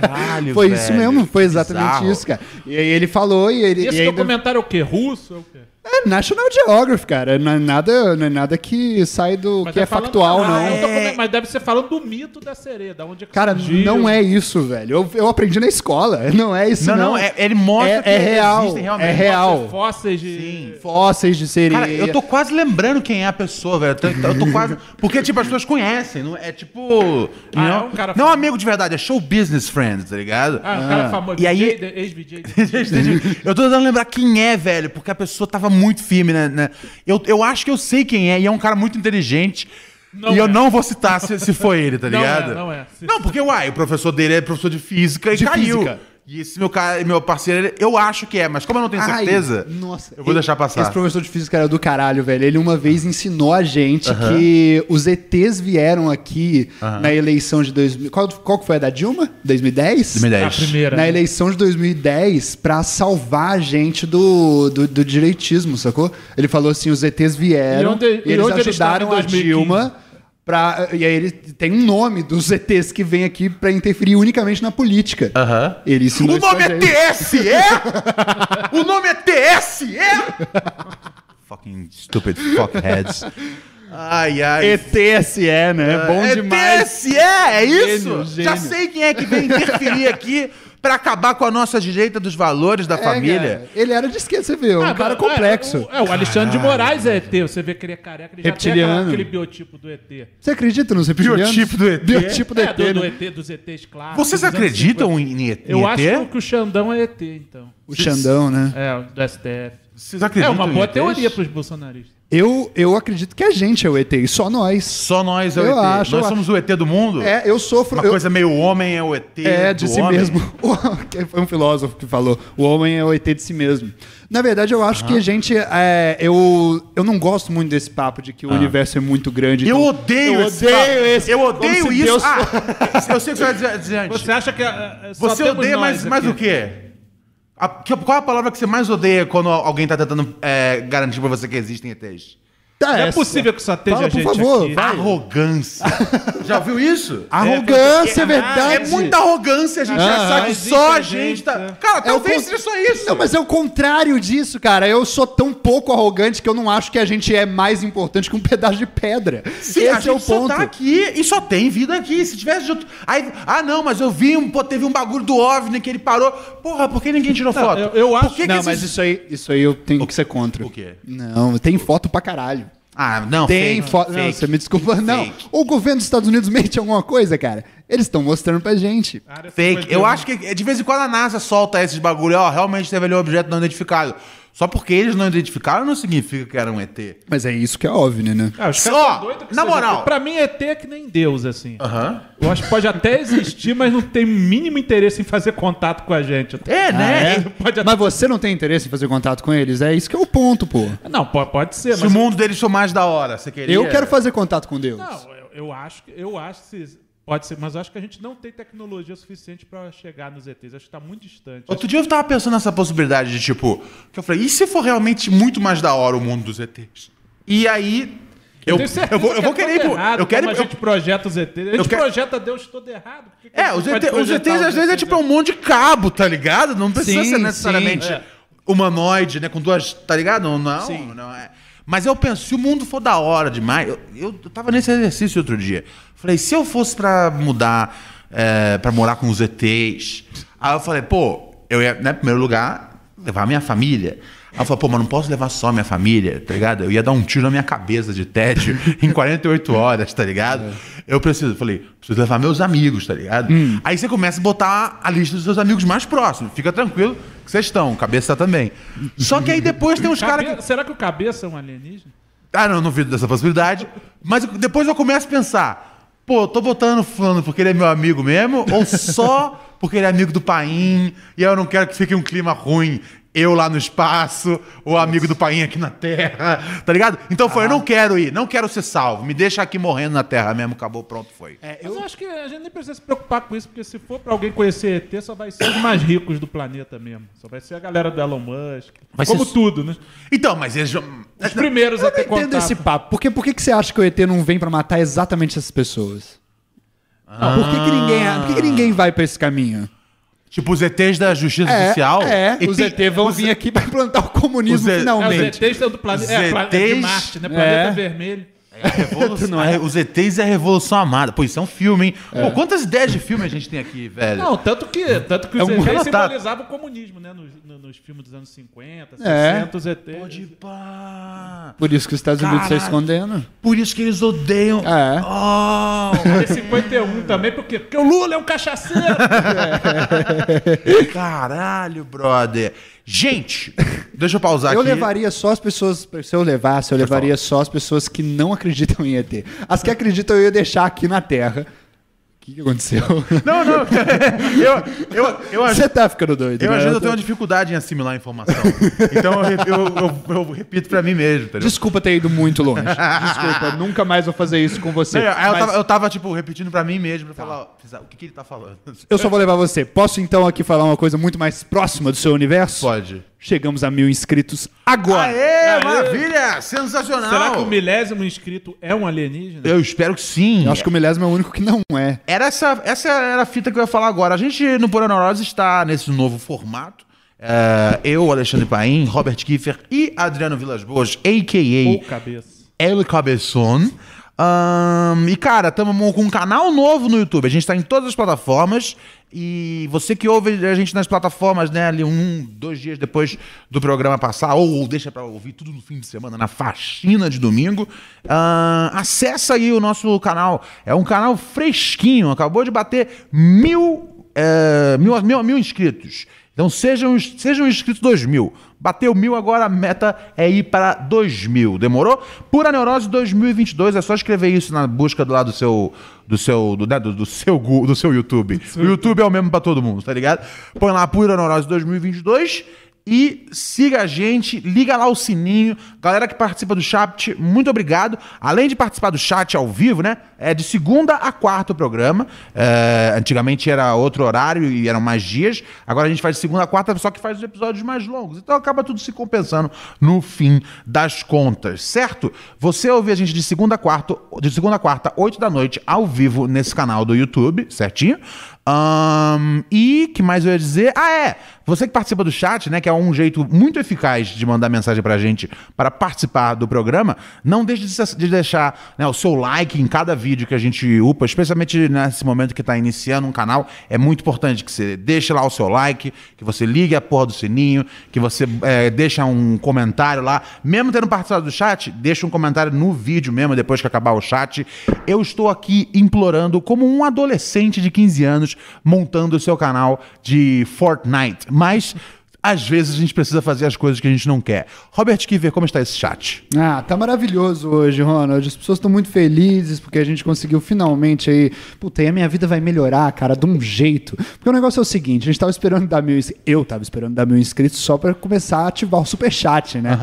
C: Caralho,
D: foi isso
C: velho,
D: mesmo, foi
C: que
D: exatamente
C: bizarro.
D: isso, cara. E aí ele falou e ele.
E: E esse
D: e ainda-
E: documentário é o quê? Russo? É o quê?
D: É National Geographic, cara. Não é nada, não é nada que sai do que é
E: falando-
D: factual,
E: Ah,
D: não.
E: é um documentário- Mas deve ser falando do mito da sereia, da onde é que
D: Cara,
E: surgiu.
D: não é isso, velho. Eu, eu aprendi na escola. Não é isso,
C: Não,
D: não.
C: não, é- ele mostra
D: é,
C: que
D: é real,
C: existem realmente.
D: é real.
E: Fósseis de... Sim.
D: Fósseis de sereia.
C: Cara, eu tô quase lembrando quem é a pessoa, velho. Eu tô- Eu tô quase. Porque, tipo, as pessoas conhecem. Não é tipo.
E: Ah,
C: não
E: é um cara-
C: não é um amigo de verdade, é show business friends, tá ligado?
E: Ah, um cara famoso.
C: E aí-
E: DJ, Ex-VJ.
C: eu tô tentando lembrar quem é, velho, porque a pessoa tava muito firme, né? né? Eu, eu acho que eu sei quem é, e é um cara muito inteligente.
E: Não
C: e eu
E: é.
C: não vou citar se, se foi ele, tá
E: Não é,
C: ligado?
E: não é. Se-
C: Não, porque, uai, o professor dele é professor de física e
D: De
C: caiu.
D: física.
C: E esse meu, cara, meu parceiro, ele- eu acho que é, mas como eu não tenho
D: Ai,
C: certeza,
D: nossa.
C: eu vou
D: Ele-
C: deixar passar.
D: Esse professor de física era do caralho, velho. Ele uma vez ensinou a gente que os ETs vieram aqui na eleição de 2000. Qual, qual que foi a da Dilma? 2010?
C: 2010.
E: A primeira. né?
D: Na eleição de 2010 pra salvar a gente do, do, do direitismo, sacou? Ele falou assim: os ETs vieram
E: E
D: e,
E: onde- e
D: eles
E: onde eles
D: ajudaram
E: estavam em
D: a
E: 2015?
D: Dilma. Pra, e aí ele tem um nome dos ETs que vem aqui pra interferir unicamente na política.
C: Aham.
D: Ele ensinou
C: O
D: isso
C: nome
D: pra
C: é
D: gente.
C: TSE? o nome é TSE? fucking stupid fuckheads. Ai, ai.
D: É ETSE, né? É bom
C: é
D: demais.
C: TSE, é isso?
D: Gênio, gênio.
C: Já sei quem é que vem interferir aqui pra acabar com a nossa direita dos valores da
D: É,
C: família.
D: cara, ele era de esquerda, você viu.
C: Ah,
D: um cara
E: mas-
D: complexo.
E: É, o, é, o Alexandre de Moraes é ET. Você vê que ele é careca. Ele já tem
D: Reptiliano.
E: aquela- aquele biotipo do ET.
D: Você acredita nos reptilianos?
C: Biotipo do ET.
D: Biotipo do
E: é,
D: ET.
E: do,
D: né?
E: do ET, dos ETs clássicos.
C: Vocês
E: dos anos
C: acreditam
E: 50.
C: em, em ET?
E: Eu acho que o Xandão é ET, então.
D: O Xandão, né?
E: É, do STF.
C: Vocês acreditam
E: é uma boa
C: em ETs?
E: teoria pros bolsonaristas.
D: Eu, eu acredito que a gente é o ET, e só nós.
C: Só nós é o
D: Eu
C: ET.
D: acho, eu
C: nós
D: acho.
C: somos o ET do mundo?
D: É, eu sofro.
C: Uma
D: eu-
C: coisa meio homem é o ET
D: é,
C: do
D: de si
C: homem.
D: mesmo. Que Foi um filósofo que falou: o homem é o ET de si mesmo. Na verdade, eu acho
C: Ah.
D: que a gente. é, eu, eu não gosto muito desse papo de
C: Ah.
D: que o universo é muito grande.
C: Eu
D: então-
C: odeio,
D: eu
C: esse
D: odeio
C: papo.
D: esse.
C: Eu
D: como
C: odeio
D: se
C: isso.
D: Deus-
C: Ah, eu sei o que você vai dizer, dizer antes.
E: Você
C: Você,
E: acha que. é, é, só temos
C: odeia
E: nós
C: mais, mais
E: aqui.
C: o quê? A- que- qual é a palavra que você mais odeia quando alguém tá tentando é, garantir pra você que existem ETs?
D: Tá,
E: Não é
D: essa.
E: possível que só esteja
D: Fala, por
E: gente
D: favor,
E: aqui.
D: vai.
C: Arrogância. Já viu isso?
D: Arrogância, é
C: É
D: verdade.
C: muita arrogância a gente
D: Ah,
C: achar que
E: existe
C: só a
E: gente,
C: gente tá...
E: né?
C: Cara,
D: É o
C: talvez
D: con-
C: seja só isso.
D: Não, mas é o contrário disso, cara. Eu sou tão pouco arrogante que eu não acho que a gente é mais importante que um pedaço de pedra.
C: Sim,
D: Esse
C: a gente
D: é o
C: só
D: ponto.
C: tá aqui e só tem vida aqui. Se tivesse de outro... Aí, ah, não, mas eu vi um... Pô, teve um bagulho do OVNI que ele parou. Porra, por que ninguém tirou foto?
E: eu- eu acho-
C: Por que
D: não,
C: que
D: mas
C: esses-
D: isso aí, isso aí eu tenho que ser contra.
C: o quê?
D: Não, tem foto pra caralho.
C: Ah, não,
D: Tem
C: fake,
D: foto. Não,
C: fake.
D: você me desculpa. Não,
C: Fake.
D: o governo dos Estados Unidos mente alguma coisa, cara. Eles estão mostrando pra gente.
E: Área
C: Fake.
E: 51.
C: Eu acho que é de vez em quando a NASA solta esses bagulho, ó, realmente teve ali um objeto não identificado. Só porque eles não identificaram não significa que era um ET.
D: Mas é isso que é óbvio, né?
E: Ah, os
C: Só,
E: caras são doidos que
C: na
E: seja-
C: moral.
E: Pra mim, ET é que nem Deus, assim.
C: Aham.
E: Eu acho que pode até existir, mas não tem mínimo interesse em fazer contato com a gente. Ah,
C: É, né?
E: Ele pode até-
D: Ah, Mas você não tem interesse em fazer contato com eles? É isso que é o ponto, pô.
E: Não, po- pode ser,
C: Se o
E: mas.
C: mundo deles for mais da hora, você queria?
D: Eu quero fazer contato com Deus.
E: Não, eu, eu acho que. Eu acho que se- pode ser, mas eu acho que a gente não tem tecnologia suficiente pra chegar nos ETs. Acho que tá muito distante.
C: Outro dia eu tava pensando nessa possibilidade de tipo, que eu falei, e se for realmente muito mais da hora o mundo dos ETs? E aí eu,
E: tenho certeza
C: eu vou, eu
E: que
C: vou
E: é
C: querer
E: todo
C: ir pro,
E: errado
C: eu quero
E: como
C: ir
E: a
C: pro-
E: gente projeta os ETs. A gente
C: quero-
E: projeta Deus todo errado. Por que que a
C: É,
E: gente
C: os,
E: pode
C: ET, os
E: projetar
C: ETs às vezes é
E: ETs?
C: tipo um monte de cabo, tá ligado? Não precisa
D: Sim,
C: ser necessariamente
D: sim.
E: É.
C: humanoide, né? Com duas, tá ligado? Não, não, não é. Mas eu penso, se o mundo for da hora demais. Eu, eu, eu tava nesse exercício outro dia. Falei, se eu fosse pra mudar, é, pra morar com os ETs. Aí eu falei, pô, eu ia, né, em primeiro lugar, levar a minha família. Aí eu falei, pô, mas não posso levar só a minha família, tá ligado? Eu ia dar um tiro na minha cabeça de tédio em 48 horas, tá ligado? Eu preciso, falei, preciso levar meus amigos, tá ligado? Aí você começa a botar a lista dos seus amigos mais próximos. Fica tranquilo que vocês estão, cabeça também. Só que aí depois tem uns
E: Cabe-
C: caras que.
E: Será que o cabeça é um alienígena?
C: Ah, não, não duvido dessa possibilidade. Mas depois eu começo a pensar: pô, tô votando no fulano porque ele é meu amigo mesmo? Ou só porque ele é amigo do Paim e eu não quero que fique um clima ruim? Eu lá no espaço, o amigo do Paim aqui na Terra, tá ligado? Então foi, eu não quero ir, não quero ser salvo. Me deixa aqui morrendo na Terra mesmo, acabou, pronto, foi.
E: Mas eu... acho que é- a gente nem precisa se preocupar com isso, porque se for pra alguém conhecer ET, só vai ser os mais ricos do planeta mesmo. Só vai ser a galera do Elon Musk.
C: Vai
E: como
C: ser-
E: tudo, né?
C: Então, mas eles...
E: Os primeiros a
D: Eu não
E: ter
D: entendo
E: contato.
D: esse papo. Porque por que, que você acha que o ET não vem pra matar exatamente essas pessoas?
C: Ah.
D: Por, que, que ninguém, por que, que ninguém vai pra esse caminho?
C: Tipo, os ETs da Justiça
D: É,
C: Social...
D: é
C: E
D: os
C: tem-
D: ET vão vir aqui pra implantar o comunismo
C: Os E-
E: É, os
D: finalmente.
E: ETs são do planeta. É, planeta de
C: ETs?
E: Marte, né? Planeta
D: É.
E: Vermelho.
C: Revolução- a- é Os ETs e a Revolução Amada. Pô, isso é um filme, hein? Pô, quantas ideias de filme a gente tem aqui, velho?
E: Não, tanto que, tanto que
C: É
E: os
C: um
E: ETs
C: relatato.
E: simbolizavam o comunismo, né? Nos, no- nos filmes dos anos 50, 60,
D: É.
E: os ETs.
C: Pode pá.
D: Por isso que os Estados Unidos estão
C: Caralho.
D: escondendo.
C: Por isso que eles odeiam.
D: É.
C: Oh,
E: Área 51 também, por quê? Porque o Lula é um cachaceiro.
C: caralho, brother. Gente, deixa eu pausar
D: Eu
C: aqui.
D: levaria só as pessoas. Se eu levasse, eu levaria só as pessoas que não acreditam em ET. As que acreditam eu ia deixar aqui na Terra. O que, que aconteceu?
C: Não, não. Eu, eu, eu, acho-
D: Você tá ficando doido.
C: eu
D: né?
C: ajudo, um eu
D: tô-
C: tenho uma dificuldade em assimilar a informação. Então eu, re- eu- eu- eu repito pra mim mesmo, tá ligado?
D: Desculpa ter ido muito longe. Desculpa, nunca mais vou fazer isso com você.
C: Não, eu, eu
D: Mas
C: tava, eu tava, tipo, repetindo pra mim mesmo, pra falar, ó, o que, que ele tá falando?
D: eu só vou levar você. Posso então aqui falar uma coisa muito mais próxima do seu universo?
C: Pode.
D: Chegamos a mil inscritos agora.
C: Aê, maravilha! Sensacional!
E: Será que o milésimo inscrito é um alienígena?
C: Eu espero que sim.
D: Eu acho que o milésimo é o único que não é.
C: Era essa, essa era a fita que eu ia falar agora. A gente no Pura Neurose está nesse novo formato. É, eu, Alexandre Paim, Robert Kiefer e Adriano Vilas Boas,
E: Ou
C: a.k.a.
E: cabeça?
C: El Cabeçon. Ahn, e, cara, estamos com um canal novo no YouTube. A gente está em todas as plataformas. E você que ouve a gente nas plataformas, né, ali um, dois dias depois do programa passar, ou deixa para ouvir tudo no fim de semana, na faxina de domingo, ahn, acessa aí o nosso canal. É um canal fresquinho, acabou de bater mil, é, mil, mil, mil inscritos. Então sejam, sejam inscritos 2000. Bateu mil, agora a meta é ir para 2000. Demorou? Pura Neurose 2022. É só escrever isso na busca do lado do seu. Do seu, do, né, do, do seu, Gu- do seu YouTube. O YouTube é o mesmo para todo mundo, tá ligado? Põe lá Pura Neurose 2022 e siga a gente, liga lá o sininho. Galera que participa do chat, muito obrigado. Além de participar do chat ao vivo, né? É de segunda a quarta o programa. É, antigamente era outro horário e eram mais dias. Agora a gente faz de segunda a quarta, só que faz os episódios mais longos. Então acaba tudo se compensando no fim das contas, certo? Você ouve a gente de segunda a quarta, de segunda a quarta, 8 da noite, ao vivo nesse canal do YouTube, certinho? Ahn, e que mais eu ia dizer? Ah, é! Você que participa do chat, né? Que é um jeito muito eficaz de mandar mensagem pra gente para participar do programa. Não deixe de, se- de deixar né, o seu like em cada vídeo que a gente upa, especialmente nesse momento que tá iniciando um canal. É muito importante que você deixe lá o seu like, que você ligue a porra do sininho, que você é, deixa um comentário lá. Mesmo tendo participado do chat, deixa um comentário no vídeo mesmo, depois que acabar o chat. Eu estou aqui implorando como um adolescente de 15 anos montando o seu canal de Fortnite. Mas às vezes a gente precisa fazer as coisas que a gente não quer. Robert Kiver, como está esse chat?
D: Ah, tá maravilhoso hoje, Ronald. As pessoas estão muito felizes porque a gente conseguiu finalmente aí. Puta, e a minha vida vai melhorar, cara, de um jeito. Porque o negócio é o seguinte: a gente tava esperando dar mil inscritos. Eu tava esperando dar mil inscritos só pra começar a ativar o superchat, né?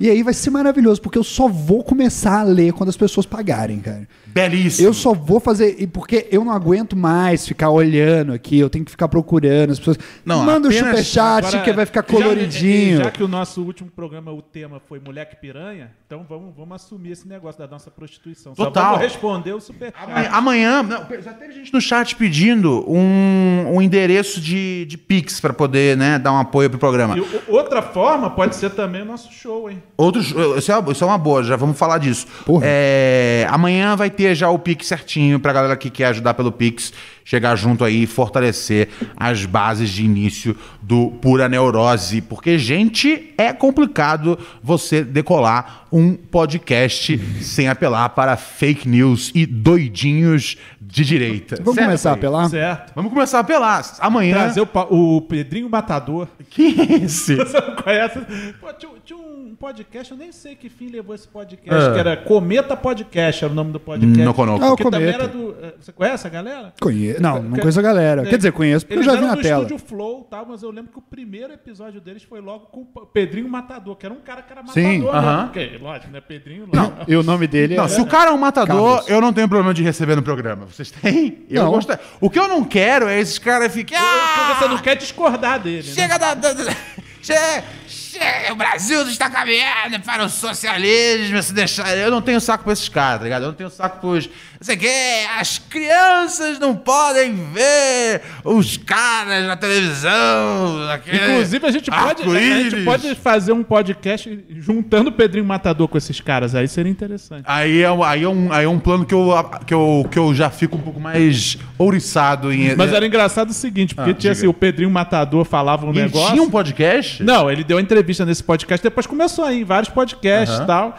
D: E aí vai ser maravilhoso, porque eu só vou começar a ler quando as pessoas pagarem, cara.
C: Belíssimo.
D: Eu só vou fazer. e Porque eu não aguento mais ficar olhando aqui, eu tenho que ficar procurando as pessoas.
C: Não,
D: Manda o
C: apenas-
D: superchat
E: Agora,
D: que vai ficar
E: já-
D: coloridinho.
E: Já, que o nosso último programa, o tema foi Moleque Piranha, então vamos, vamos assumir esse negócio da nossa prostituição. Só
C: Total.
E: vamos responder o superchat.
C: Amanhã, não, já teve gente no chat pedindo um, um endereço de, de Pix para poder né, dar um apoio pro programa.
E: E o- outra forma pode ser também o nosso show, hein?
C: Outros, isso é, isso é uma boa, já vamos falar disso.
D: Porra.
C: É, amanhã vai ter já o Pix certinho pra galera que quer ajudar pelo Pix. chegar junto aí e fortalecer as bases de início do Pura Neurose. Porque, gente, é complicado você decolar um podcast sem apelar para fake news e doidinhos de direita.
D: Vamos
C: Certo,
D: começar a
C: Felipe?
D: apelar?
E: Certo.
C: Vamos começar a apelar. Amanhã.
E: Trazer o, pa- o Pedrinho Matador.
C: Que esse?
E: Você não conhece? Pô, tinha, tinha um podcast, eu nem sei que fim levou esse
C: É.
E: podcast, que era Cometa Podcast, era o nome do podcast.
C: Não conosco.
D: Ah, o
E: Que também
D: Cometa.
E: era do. eh, Você conhece a galera?
D: Conhe... Não, não
E: Que-
D: conheço a galera.
E: É,
D: Quer dizer, conheço porque eu
E: eles
D: já vi
E: eram
D: na
E: do
D: tela.
E: estúdio Flow, e tal, mas eu lembro que o primeiro episódio deles foi logo com o Pa- Pedrinho Matador, que era um cara que era matador.
D: Sim,
E: né?
C: aham.
E: Porque, lógico, né? Pedrinho não.
D: E o nome dele
C: Não,
D: é...
C: se o cara é um matador,
D: Carlos.
C: eu não tenho problema de receber no programa. Vocês têm? Eu
D: Não.
C: gosto. O que eu não quero é esses caras fiquem. Ah,
E: Você não quer discordar dele. né?
C: chega da. da, da che- che- o Brasil está caminhando para o socialismo, se deixar. Eu não tenho saco pra esses caras, tá ligado? Eu não tenho saco pros. Não sei o quê. As crianças não podem ver os caras na televisão. aquele
E: Inclusive, a gente, pode, a gente
C: arco-íris.
E: pode fazer um podcast juntando o Pedrinho Matador com esses caras. Aí seria interessante.
C: Aí é, um- aí, é um, aí é um plano que eu, que, eu, que eu já fico um pouco mais ouriçado em.
D: é.
E: Mas era engraçado o seguinte, porque
C: Ah,
E: tinha assim,
C: diga.
E: o Pedrinho Matador falava um
C: Ele
E: negócio.
C: tinha um podcast?
E: Não, ele deu entrevista nesse podcast, depois começou aí, em vários podcasts e tal.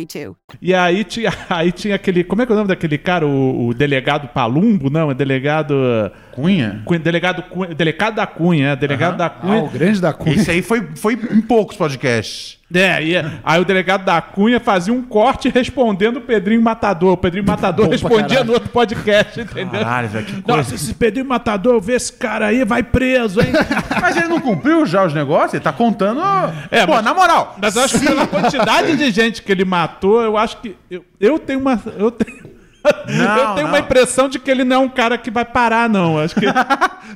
E: E aí tinha, aí tinha aquele. Como é que é o nome daquele cara? O, o delegado Palumbo? Não, é delegado.
C: Cunha?
E: Cunha- Delegado Cunha, delegado da Cunha, é, delegado da
D: Ah,
E: Cunha.
D: o grande da Cunha.
C: Esse aí foi, foi em poucos um podcasts.
E: É, e, aí o delegado da Cunha fazia um corte respondendo o Pedrinho Matador. O Pedrinho Matador
D: Bom pra
E: respondia
D: caralho.
E: no outro podcast, entendeu?
C: Caralho, velho, que coisa.
E: Nossa, esse Pedrinho Matador, eu ver esse cara aí, vai preso, hein?
C: Mas ele não cumpriu já os negócios? Ele tá contando.
E: É,
C: Pô,
E: mas-
C: na moral.
E: Mas eu acho que pela quantidade de gente que ele matou, eu acho que. Eu, eu tenho uma. Eu tenho, eu
C: Não,
E: tenho
C: não.
E: uma impressão de que ele não é um cara que vai parar, não. Acho que.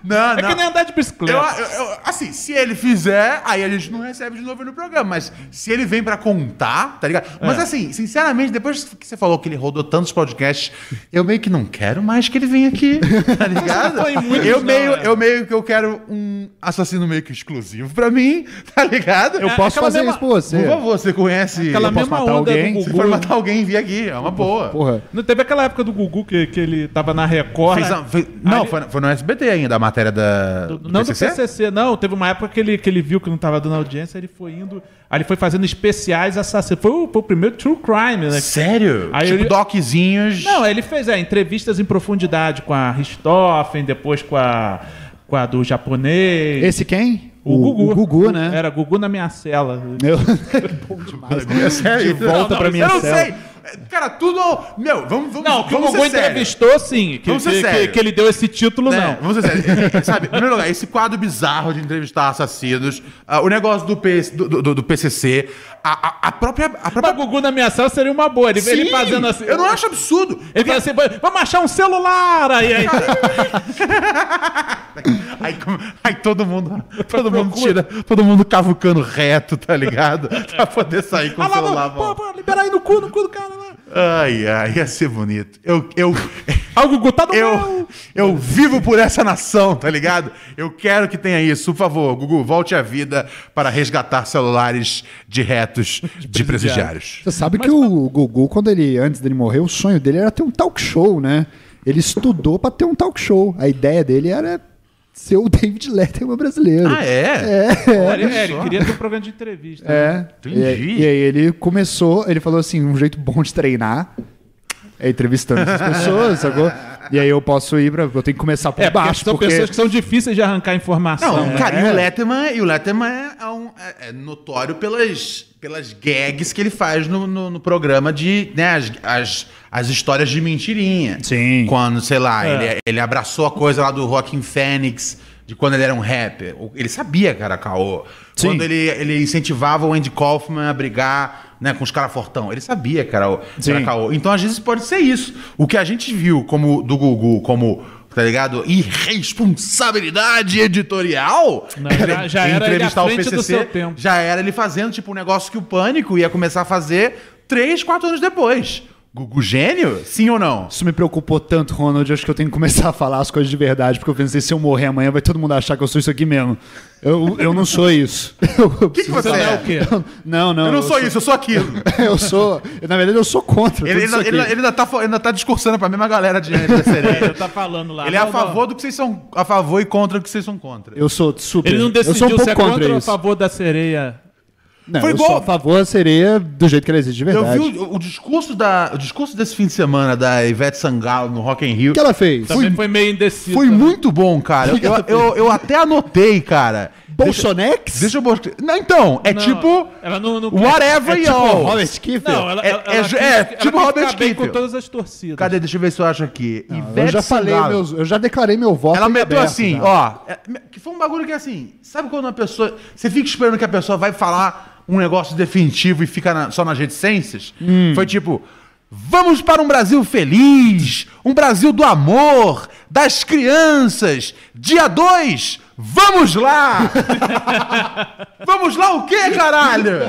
C: Não,
E: É
C: não.
E: que nem andar de
C: Eu-
E: bicicleta.
C: eu- eu- assim, se ele fizer, aí a gente não recebe de novo no programa. Mas se ele vem pra contar, tá ligado?
E: É.
C: Mas assim, sinceramente, depois que você falou que ele rodou tantos podcasts, eu meio que não quero mais que ele venha aqui, tá ligado?
E: Foi muitos,
C: eu,
E: não,
C: meio,
E: né?
C: eu meio que eu quero um assassino meio que exclusivo pra mim, tá ligado?
D: Eu posso
E: É, aquela
D: fazer
E: mesma-
D: isso por você.
C: Por favor, você conhece.
E: Aquela
D: eu posso
E: mesma
D: matar
E: onda
D: alguém?
E: do
C: Se for
E: Gugu.
C: matar alguém, vir aqui. É uma boa.
D: Porra.
E: Não teve aquela época do Gugu que, que ele tava na Record.
C: Fez
E: né?
C: a- fez- não,
E: Ali-
C: foi, foi no SBT ainda a matéria da.
E: Do- não do PCC, não. Teve uma época que ele, que ele viu que não tava dando audiência, ele foi indo. Aí ele foi fazendo especiais assassinos. Foi o, foi o primeiro true crime, né?
C: Sério?
E: Aí
C: tipo
E: ele-
C: doczinhos.
E: Não, ele fez é, entrevistas em profundidade com a Richthofen, depois com a, com a do japonês.
D: Esse quem?
E: O, Gugu.
D: O Gugu, né?
E: Era Gugu na minha cela.
D: Meu... que bom demais.
C: É sério?
D: De volta pra minha
C: Eu não
D: cela.
C: sei. É, Cara, tudo. Meu, vamos. vamos
E: Não, que o
C: vamos
E: Gugu
C: ser é sério.
E: entrevistou, sim. Que,
C: Vamos ser
E: que- que-
C: sério.
E: que ele deu esse título,
C: É,
E: não.
C: Vamos ser sérios. Sabe, em primeiro lugar, esse quadro bizarro de entrevistar assassinos, ah, o negócio do, PS do, do- do PCC, a, a- a própria. A própria...
E: Mas Gugu na minha cela seria uma boa. Ele, ele
C: Sim,
E: fazendo assim.
C: Eu não acho absurdo.
E: Ele fazendo assim, "Vai- vamos achar um celular aí. aí.
C: Aí, com- aí todo mundo, todo mundo tira, todo mundo cavucando reto, tá ligado? Pra poder sair com o
E: lá,
C: celular.
E: mano. Ah, Pô, pô, libera aí no cu, no cu do cara lá.
C: Ai, ai, ia ser bonito. Eu, eu,
E: Algo Gugu, tá no
C: eu,
E: meu.
C: eu vivo por essa nação, tá ligado? Eu quero que tenha isso. Por favor, Gugu, volte à vida para resgatar celulares de retos de presidiários.
D: Você sabe que o Gugu, quando ele, antes dele morrer, o sonho dele era ter um talk show, né? Ele estudou pra ter um talk show. A ideia dele era ser o David Letterman brasileiro.
C: Ah, é?
E: Olha, é, ele queria ter um programa de entrevista. É.
C: Entendi.
D: E, e aí ele começou, ele falou assim, um jeito bom de treinar é entrevistando essas pessoas, sacou? E aí eu posso ir pra... Eu tenho que começar por
E: É, porque
D: baixo,
E: são
D: porque...
E: pessoas que são difíceis de arrancar informação.
C: Não,
E: né?
C: cara, e o Letterman, e o Letterman é, é um- é- é notório pelas, pelas gags que ele faz no, no- no programa de, né, as, as, as histórias de mentirinha.
D: Sim.
C: Quando, sei lá, ele, é ele abraçou a coisa lá do Rockin' Fênix, de quando ele era um rapper. O- Ele sabia que era caô.
D: Sim.
C: Quando ele, ele incentivava o Andy Kaufman a brigar né, com os caras fortão. Ele sabia que era, o- que era
D: Sim.
C: caô. Então, às vezes, pode ser isso. O que a gente viu como do Gugu, como, tá ligado? Irresponsabilidade editorial.
E: Não, já- já era ele à
C: Entrevistar o
E: frente do
C: PCC,
E: seu tempo.
C: Já era ele fazendo, tipo, um negócio que o Pânico ia começar a fazer três, quatro anos depois. Gugu gênio? Sim ou não?
D: Isso me preocupou tanto, Ronald. Acho que eu tenho que começar a falar as coisas de verdade, porque eu pensei, se eu morrer amanhã, vai todo mundo achar que eu sou isso aqui mesmo. Eu, eu não sou isso. O
C: que você
E: Então
C: é?
E: é o quê?
D: Não, não.
C: Eu não sou isso, eu sou aquilo.
D: Eu sou. Na verdade, eu sou contra.
C: Ele,
D: tudo isso
C: ele, ele-
D: aqui.
C: ele ainda, tá, fa- ainda tá discursando pra mesma galera de antes da
E: É,
C: sereia.
E: ele tá falando lá.
C: Ele é a
E: Não, não.
C: favor do que vocês são. A favor e contra o que vocês são contra.
D: Eu sou super.
E: Ele não
D: eu sou
E: decidiu
D: um pouco
E: se é
D: contra,
E: contra ou a
D: isso.
E: favor da sereia.
D: Não,
C: Foi
D: eu
C: igual-
D: sou a favor da sereia do jeito que ela existe, de
C: Eu
D: verdade.
C: vi um- o, o discurso da, o discurso desse fim de semana da Ivete Sangalo no Rock in Rio.
D: O que ela fez?
E: Também foi meio indeciso.
C: Foi
E: também.
C: muito bom, cara. Eu, eu, eu- eu até anotei, cara.
D: Bolsonex?
C: Deixa eu mostrar. Não, então, é
E: Não,
C: tipo.
E: ela não- não-
C: whatever
E: é
D: Tipo,
C: y'all.
D: Robert Kiefer?
E: Não, ela,
C: É-
E: ela-
C: é
E: ela
C: ju-
E: quis-
C: é,
E: ela
C: tipo
E: quis
C: Robert
E: ficar bem com
C: Kiffel.
E: todas as torcidas.
C: Cadê? Deixa eu ver se eu acho aqui.
D: Eu
C: Ivete
D: já falei,
C: Sangalo.
D: meus, eu já declarei meu voto.
C: Ela
D: em
C: meteu
D: aberto,
C: assim,
D: já.
C: ó. é, me- Que foi um bagulho que é assim. Sabe quando uma pessoa. Você fica esperando que a pessoa vai falar um negócio definitivo e fica na- só nas reticências?
D: Hum.
C: Foi tipo. Vamos para um Brasil feliz, um Brasil do amor, das crianças. Dia 2, vamos lá! vamos lá o quê, caralho?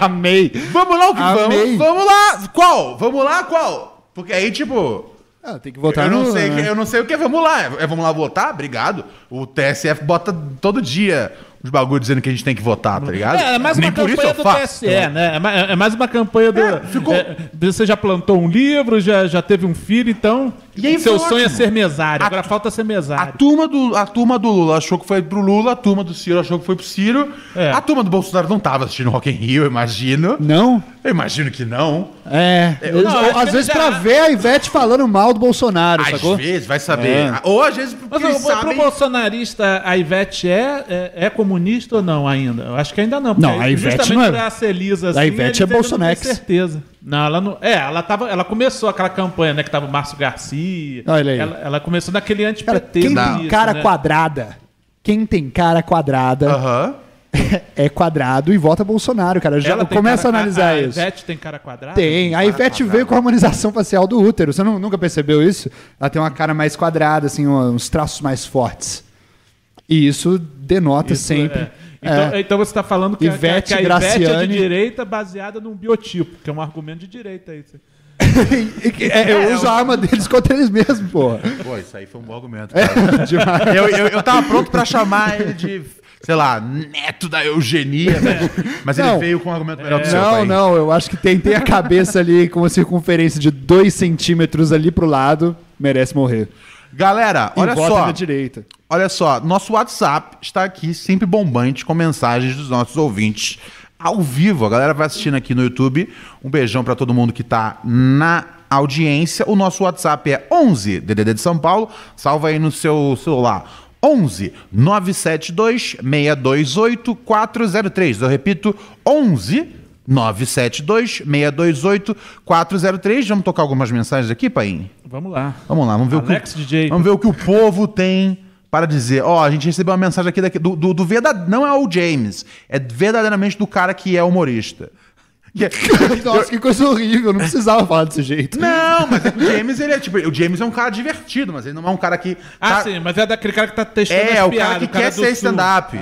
D: Amei.
C: Vamos lá o que
D: Amei.
C: vamos? Vamos lá! Qual? Vamos lá qual? Porque aí, tipo,
D: Ah, tem que votar
C: eu, não
D: no-
C: sei,
D: né?
C: eu não sei o que é, vamos lá. É, vamos lá votar? Obrigado. O TSF bota todo dia os bagulho dizendo que a gente tem que votar, tá ligado?
E: É, é mais uma
C: Nem por isso
E: campanha
C: eu
E: do
C: faço.
E: TSE, né? É ma- É mais uma campanha do.
C: ficou-
E: é, você já plantou um livro, já, já teve um filho, então.
C: E aí
E: seu
C: foi
E: sonho é
C: ótimo.
E: ser mesário.
C: A-
E: Agora falta ser
C: A
E: mesário.
C: turma, do, a turma do Lula achou que foi pro Lula, a turma do Ciro achou que foi pro Ciro.
E: É.
C: A turma do Bolsonaro não tava assistindo Rock in Rio, eu imagino.
D: Não?
C: Eu imagino que não.
D: É. eles-
E: não,
D: ou-
E: acho que
D: às vezes
E: já-
D: pra ver a Ivete falando mal do Bolsonaro,
C: Às
D: sacou?
C: vezes, vai saber.
D: É.
C: Ou às vezes porque
E: Mas
C: eles
E: o- pro
C: sabem...
E: bolsonarista, a Ivete é, é, é comunista ou não ainda? Eu acho que ainda não. porque
D: Não, a Ivete
E: justamente
D: não é-
E: pra ser lisa,
D: A Ivete
E: eles
D: é
E: ainda não têm
D: bolsonex.
E: certeza. Não, ela não. É, ela, tava, ela começou aquela campanha, né? Que tava o Márcio Garcia.
D: Olha aí.
E: Ela, ela começou naquele
D: Cara,
E: anti-PT.
D: quem tem
E: bonito,
D: cara
E: né?
D: quadrada, quem tem cara quadrada
C: Aham.
D: é quadrado e vota Bolsonaro, cara. Já
E: Ela tem
D: começa a
E: cara- Ah,
D: analisar
E: a
D: isso.
E: Ivete tem cara quadrada?
D: Tem. A Ivete veio com a harmonização facial do útero. Você não- nunca percebeu isso? Ela tem uma cara mais quadrada, assim, um- uns traços mais fortes. E isso denota
E: Isso,
D: sempre.
E: é. Então,
D: É.
E: então você está falando que, a- que a-
D: Ivete
E: que a, Ivete é de
D: Graciane.
E: direita baseada num biotipo, que é um argumento de direita isso.
D: É, eu uso a arma deles contra eles mesmos, pô.
C: Pô, isso aí foi um bom argumento,
D: É,
C: cara. eu, eu, eu tava pronto pra chamar ele de, sei lá, neto da eugenia, né? Mas ele
D: Não. É.
C: veio com um
E: É.
C: argumento melhor do seu
D: Não,
C: pai.
D: não, eu acho que tem, tem a cabeça ali com uma circunferência de 2 centímetros ali pro lado, merece morrer.
C: Galera,
D: E
C: olha
D: vota
C: só.
D: na direita.
C: Olha só, nosso WhatsApp está aqui sempre bombante com mensagens dos nossos ouvintes ao vivo. A galera vai assistindo aqui no YouTube. Um beijão para todo mundo que tá na audiência. O nosso WhatsApp é 11 DDD de São Paulo. Salva aí no seu celular. 11 972 628 403. Eu repito, 11 972 628 403. Vamos tocar algumas mensagens aqui, Paim?
E: Vamos lá.
C: Vamos lá, vamos ver
E: Alex
C: o que
E: DJ.
C: Vamos ver o que o povo tem para dizer. Ó, a gente recebeu uma mensagem aqui daqui- do, do, do verdade, não é o James, é verdadeiramente do cara que é humorista. Que é-
D: Nossa, que coisa horrível, não precisava falar desse jeito.
C: Não, mas o James, ele é tipo. O James é um cara divertido, mas ele não é um cara que.
E: Ah,
C: cara-
E: sim, mas é daquele cara que tá testando
C: É,
E: as
C: é o cara
E: piadas.
C: que quer
E: do
C: ser
E: sul. Ah,
C: stand-up.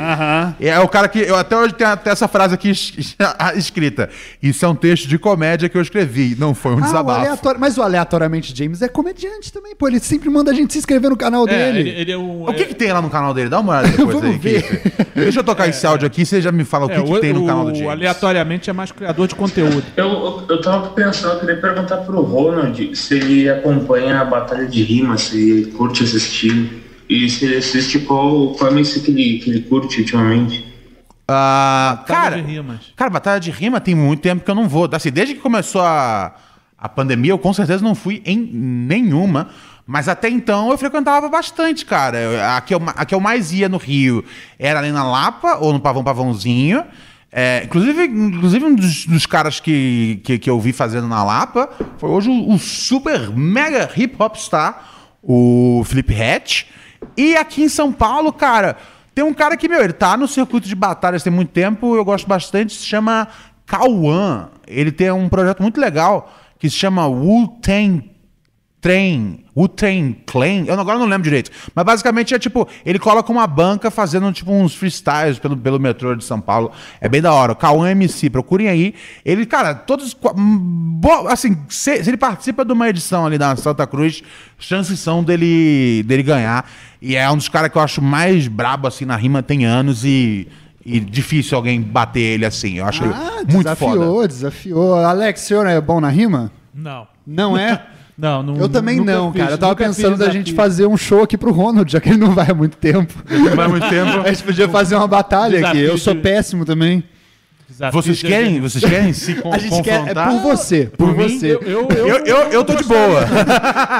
C: É o cara que. Eu até hoje tenho até essa frase aqui es- escrita. Isso é um texto de comédia que eu escrevi. Não foi um
D: Ah, o
C: desabafo.
D: aleatório- mas o aleatoriamente James é comediante também, pô. Ele sempre manda a gente se inscrever no canal
E: É,
D: dele.
E: ele, ele é um.
C: O que, que tem lá no canal dele? Dá uma olhada depois
D: Vamos
C: aí,
D: ver.
C: Kiffer. Deixa eu tocar esse áudio aqui, você já me fala o
E: é,
C: que, que tem no canal do James.
E: Aleatoriamente é mais criador de conteúdo.
F: Eu, eu, eu tava pensando, eu queria perguntar pro Ronald se ele acompanha a Batalha de Rimas, se ele curte assistir. E se ele assiste qual, qual é a música que ele, que ele curte ultimamente.
C: Ah,
E: Batalha
C: cara,
E: de rimas.
C: cara, batalha de rima tem muito tempo que eu não vou. Assim, desde que começou a, a pandemia, eu com certeza não fui em nenhuma. Mas até então eu frequentava bastante, cara. Eu- A que eu, ma- a que eu mais ia no Rio era ali na Lapa ou no Pavão Pavãozinho. É, inclusive, inclusive, um dos, dos caras que, que, que eu vi fazendo na Lapa foi hoje o, o super mega hip hop star, o Felipe Hatch. E aqui em São Paulo, cara, tem um cara que, meu, ele tá no circuito de batalhas tem muito tempo, eu gosto bastante, se chama Cauã. Ele tem um projeto muito legal que se chama Wu-Tang Train, o Train Clan, eu agora não lembro direito, mas basicamente é tipo, ele coloca uma banca fazendo tipo uns freestyles pelo, pelo metrô de São Paulo, é bem da hora, o Cauã MC, procurem aí, ele, cara, todos, qua- hum, bo- assim, se, se ele participa de uma edição ali da Santa Cruz, chances são dele, dele ganhar, e é um dos caras que eu acho mais brabo, assim, na rima tem anos e, e difícil alguém bater ele assim, eu acho
D: Ah,
C: muito
D: desafiou,
C: foda.
D: desafiou. Alex, o senhor é bom na rima?
E: Não.
D: Não é?
E: Não, não.
D: Eu também
E: nunca
D: não,
E: fiz,
D: cara. Eu tava
E: nunca fiz
D: pensando da gente
E: desafio.
D: fazer um show aqui pro Ronald, já que ele não vai há muito tempo.
C: Não vai muito tempo.
D: A gente podia fazer uma batalha aqui.
E: Desafio
D: Eu sou
E: de-
D: péssimo também.
E: Desafio
C: Vocês
E: de-
C: querem, vocês querem se con
D: A gente quer. É
C: confrontar?
D: por você. Por,
C: mim?
D: você.
E: Eu,
C: Eu,
E: eu,
C: eu, eu tô de boa.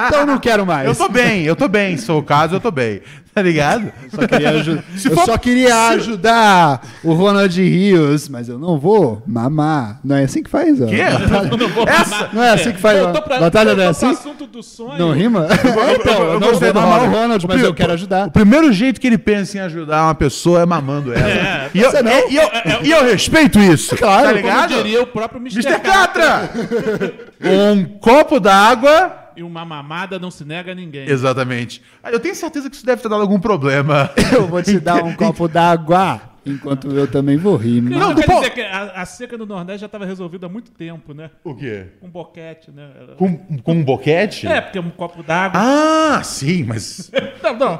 D: Então não quero mais.
C: Eu tô bem, eu tô bem. Se for o caso, eu tô bem. Tá ligado?
D: Só queria aju-
C: Se
D: eu
C: for-
D: só queria ajudar o Ronald Rios, mas eu não vou mamar. Não é assim que faz, ó.
C: Quê? Essa?
D: Não é assim que faz, ó.
E: Voltou pra-
D: Batalha não é
E: voltou pro
D: assim?
E: assunto do sonho.
D: Não rima? É, então, eu não
C: gostei
D: vou
C: da
D: mamar o
C: Mauro.
D: Ronald, mas
C: pri-
D: eu quero ajudar.
C: O primeiro jeito que ele pensa em ajudar uma pessoa é mamando ela.
E: É,
C: e, eu, é,
D: você não?
C: e- e eu, e eu respeito isso.
D: Claro,
C: tá
D: como
E: Como
C: ligado?
E: diria o próprio Mr.
C: Mr.
E: Catra.
C: Catra! um copo d'água.
E: E uma mamada não se nega a ninguém.
C: Exatamente. Ah, Eu tenho certeza que isso deve ter dado algum problema.
D: Eu vou te dar um copo d'água, enquanto eu também vou rir.
E: Não,
D: Não,
E: quer
C: pô-
E: dizer que a, a seca do Nordeste já estava resolvida há muito tempo, né?
C: O quê?
E: Com boquete, né? Era-
C: Com, com um boquete?
E: É, porque é um copo d'água.
C: Ah, sim, mas
E: Não, não.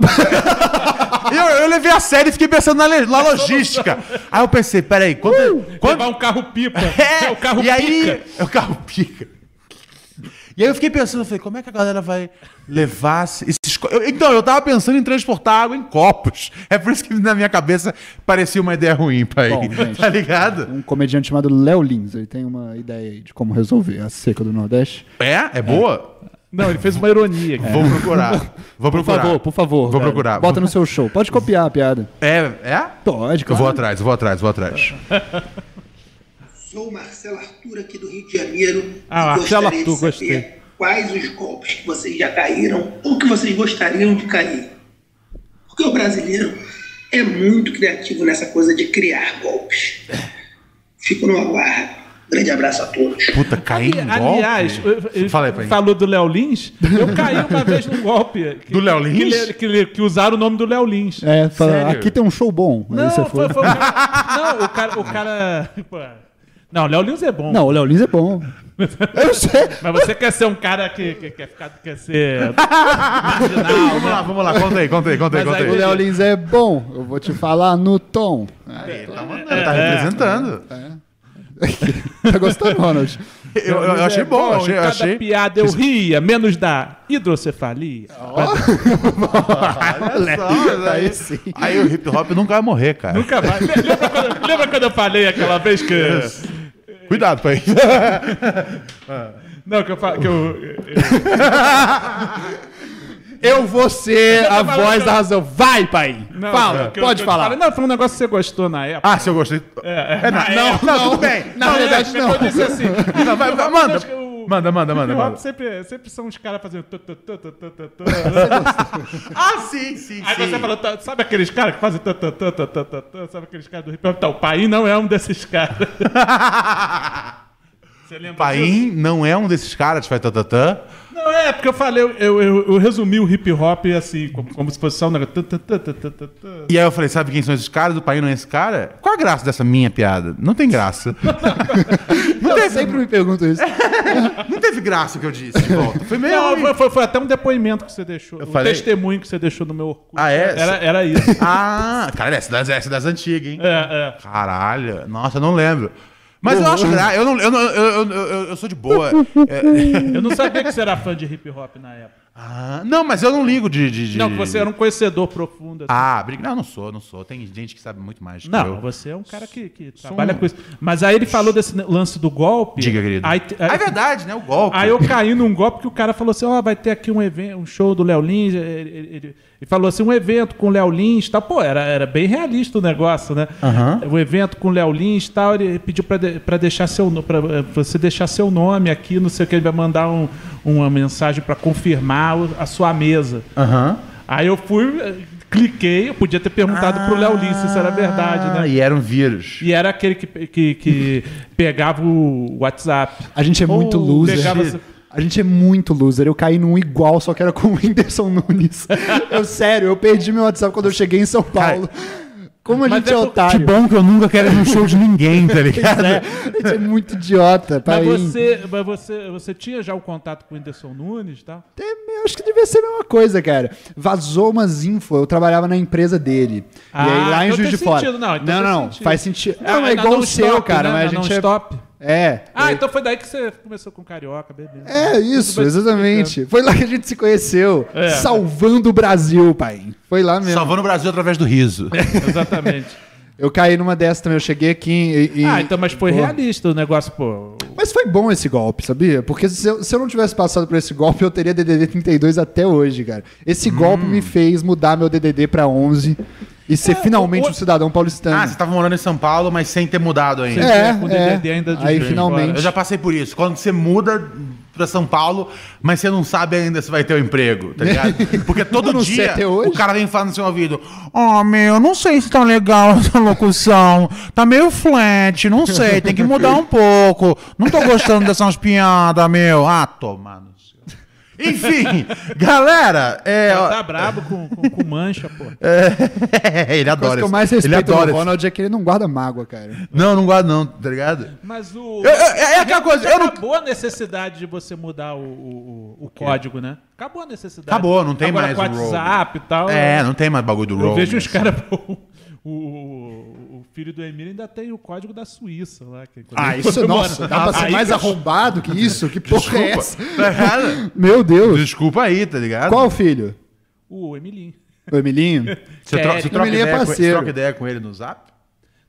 C: Eu, eu levei a série e fiquei pensando na, le- na logística. Aí eu pensei, peraí, quando. quando...
E: Levar um carro pipa.
C: É,
E: o carro
C: e aí,
E: pica.
C: é o carro pica. E aí eu fiquei pensando, eu falei, como é que a galera vai levar esses... co- Eu- então, eu tava pensando em transportar água em copos. É por isso que na minha cabeça parecia uma ideia ruim, pai.
D: Bom, gente.
C: tá ligado?
D: um comediante chamado Léo Lins, ele tem uma ideia aí de como resolver a seca do Nordeste.
C: É? É boa?
E: Não, ele fez uma ironia. aqui.
C: Vou procurar. Vou
D: Por
C: procurar.
D: favor, por favor.
C: Vou
D: velho.
C: procurar.
D: Bota no seu show. Pode copiar a piada.
C: É? É?
D: Pode,
C: Eu
D: claro.
C: vou atrás, eu vou atrás, eu vou atrás.
G: Sou Marcelo Arthur aqui do Rio de Janeiro.
E: Ah,
G: E
E: Marcelo
G: gostaria de
E: Arthur,
G: saber
E: gostei.
G: Quais os golpes que vocês já caíram ou que vocês gostariam de cair? Porque o brasileiro é muito criativo nessa coisa de criar golpes. Fico no aguardo. Grande abraço a todos.
C: Puta, caí em Um golpe?
E: Aliás, eu- eu-
C: Fala aí pra mim.
E: falou do Léo Lins. Eu caí uma vez num golpe. que-
C: Do Léo
E: Que,
C: Lins?
E: le- que, le- que usaram o nome do Léo Lins.
D: É, fala,
C: Sério?
D: aqui tem um show bom. Aí
E: Não,
D: você
E: foi,
D: foi.
E: foi o cara. Não, o cara. O cara pô, não, o Léo Lins é bom.
D: Não, o Léo Lins é bom. Eu sei.
E: Mas você quer ser um cara que, que- quer ficar. Quer ser. né?
C: Vamos lá, vamos lá, conta aí, conta aí, conta aí,
E: Mas
C: conta
E: aí-
D: O
C: aí.
D: Léo Lins é bom. Eu vou te falar no tom.
E: É,
C: Tá mandando, tá representando.
D: Tá gostando, Ronald?
C: Eu, eu- eu achei bom,
E: Bom,
C: achei,
E: em cada
C: achei.
E: piada eu ria, menos da hidrocefalia.
C: Ah,
D: Aí sim.
C: Aí o hip hop nunca vai morrer, cara. É,
E: Nunca vai. Lembra quando, lembra quando eu falei aquela vez que.
C: Cuidado, pai.
E: Ah. Não, que eu falei. Que eu,
D: Eu vou ser a
E: tá falando
D: voz
E: que
D: da
E: eu-
D: razão. Vai, pai!
E: não,
D: Fala,
E: que eu-
D: pode
E: que eu te
D: falar.
E: falei. Não, foi um negócio que você gostou na época.
C: Ah, se eu gostei. É, não, não, não, tudo bem.
D: Na verdade,
E: Eu
D: não.
E: disse assim.
C: Não, vai, vai, manda, manda, manda, manda,
E: hip-hop
C: manda.
E: Sempre, sempre são os caras fazendo. tu, tu, tu, tu, tu, tu, tu.
C: Ah, sim, sim,
E: Aí você falou, tá, sabe aqueles caras que fazem. tu, tu, tu, tu, tu, tu, tu, Sabe aqueles caras do hip hop? Tá, o pai não é um desses caras. Você lembra? disso?
C: Paim não é um desses caras de faz tatatã.
E: Não, é, porque eu falei, eu, eu, eu resumi o hip hop assim, como, como se fosse só um negócio. tã, tã, tã, tã, tã, tã.
C: E aí eu falei, sabe quem são esses caras? O Paim não é esse cara? Qual a graça dessa minha piada? Não tem graça. não,
D: Eu
C: teve,
D: sempre me pergunto isso.
C: não teve graça o que eu disse de volta. Foi meio...
E: Não, foi, foi- foi até um depoimento que você deixou. um
C: falei-
E: testemunho que você deixou no meu Orkut.
C: Ah, é?
E: Era, era isso.
C: Ah, cara, essa das, essa das antigas, hein?
E: É, é.
C: Caralho, nossa, eu não lembro. Mas eu acho graça. Eu, não, eu, não- eu, eu, eu, eu sou de boa. É-
E: Eu não sabia que você era fã de hip hop na época.
C: Ah, não, mas eu não ligo de. de, de-
E: Não, que você era um conhecedor profundo. assim.
C: Ah, briga. Não, não sou, não sou. Tem gente que sabe muito mais. que
E: Não,
C: eu.
E: você é um cara que, que trabalha com isso. Mas aí ele falou desse ne- lance do golpe.
C: Diga, querido.
E: Aí, te-
C: Ah, é verdade, né? O golpe.
E: Aí eu caí num golpe que o cara falou assim: ó, vai ter aqui um evento, um show do Léo Lins. Ele, ele- ele- ele falou assim: um evento com o Léo Lins e tal. Pô, era, era bem realista o negócio, né? O evento com o Léo Lins e tal. Ele pediu pra, de- pra deixar seu no- pra, eh, pra você deixar seu nome aqui, não sei o que. Ele vai mandar um- uma mensagem pra confirmar o- a sua mesa. Aí eu fui, eh, cliquei, eu podia ter perguntado pro Léo Lins se isso era verdade,
C: Ah,
E: né?
C: E era um vírus.
E: E era aquele que, que, que pegava o WhatsApp.
D: A gente é muito loser.
E: pegava essa-
D: A gente é muito loser. Eu caí num igual, só que era com o Whindersson Nunes. Eu, sério, eu perdi meu WhatsApp quando eu cheguei em São Paulo. Como a
E: Mas
D: gente
E: é
D: é,
E: por-
D: otário.
C: bom que eu nunca quero ir no show de ninguém, tá ligado?
D: né? A gente é muito idiota.
C: tá
D: Pai.
E: Mas você, mas você, você tinha já o contato com o Whindersson Nunes, tá?
D: É, eu acho que devia ser a mesma coisa, cara. Vazou umas info, eu trabalhava na empresa dele. e aí
E: Ah,
D: lá em
E: então
D: Juiz de
E: tem
D: Fora.
E: sentido, não, então
D: não,
E: tem
D: não,
E: sentido.
D: faz sentido.
E: Ah,
D: Não, é
E: na
D: igual o seu,
E: Non-Stop,
D: cara,
E: né?
D: mas a
E: Na
D: gente é...
E: Non-Stop.
D: É.
E: Ah, então foi daí que você começou com carioca, beleza.
D: É isso, exatamente. Foi lá que a gente se conheceu.
E: É.
D: Salvando o Brasil, pai. Foi lá mesmo.
C: Salvando o Brasil através do riso.
E: Exatamente.
D: Eu caí numa dessa também. Eu cheguei aqui em. em-
E: ah, então, mas foi
D: Pô.
E: realista o negócio, pô.
D: Mas foi bom esse golpe, sabia? Porque se eu, se eu não tivesse passado por esse golpe, eu teria DDD 32 até hoje, cara. Esse
E: Hum.
D: golpe me fez mudar meu DDD pra 11 e ser finalmente
E: É, o-
D: um cidadão paulistano.
C: ah, você tava morando em São Paulo, mas sem ter mudado ainda.
E: Você
D: É,
E: tinha com o DDD ainda de
D: Aí,
E: Juiz de
D: finalmente.
E: Fora.
C: Eu já passei por isso. Quando você muda pra São Paulo, mas você não sabe ainda se vai ter um emprego, tá ligado? Porque todo
D: Eu Né? não sei
C: dia
D: até hoje.
C: o cara vem falar no seu ouvido: Ó, meu, não sei se tá legal essa locução. Tá meio flat, não sei, tem que mudar um pouco. Não tô gostando dessas piadas, meu. Ah, toma no seu. Enfim, galera, é.
E: Ela
C: ó,
E: Tá brabo com, com, com mancha, pô.
C: é, ele
D: A coisa
C: adora.
D: que eu
C: isso.
D: mais
C: ele
D: respeito
C: adora.
D: do
C: isso.
D: Ronald é que ele não guarda mágoa, cara.
C: Não, não guarda, não, tá ligado?
E: Mas o.
C: Eu- eu- é aquela coisa, eu não-
E: Acabou a necessidade de você mudar o, o, o- o código, né? Acabou a necessidade.
C: Acabou, não tem
E: Agora,
C: mais
E: com
C: o roaming.
E: WhatsApp e tal.
C: É, não tem mais bagulho do assim.
E: Eu
C: Ronald.
E: vejo os caras. O, o, o filho do Emílio ainda tem o código da Suíça lá. Que quando
C: Ah,
E: ele
D: Isso,
E: foi
D: nossa,
E: morar-
D: dá pra ser
E: Aí
D: mais
E: que eu-
D: arrombado que isso? Que porra é essa?
C: Tá ligado?
D: Meu Deus.
C: Desculpa aí, tá ligado?
D: Qual filho?
E: O Emilinho.
D: O Emilinho?
C: Você, tro
E: É,
C: você
E: ele
C: troca,
D: também é
C: ideia com, você
D: parceiro.
C: troca ideia com ele no zap?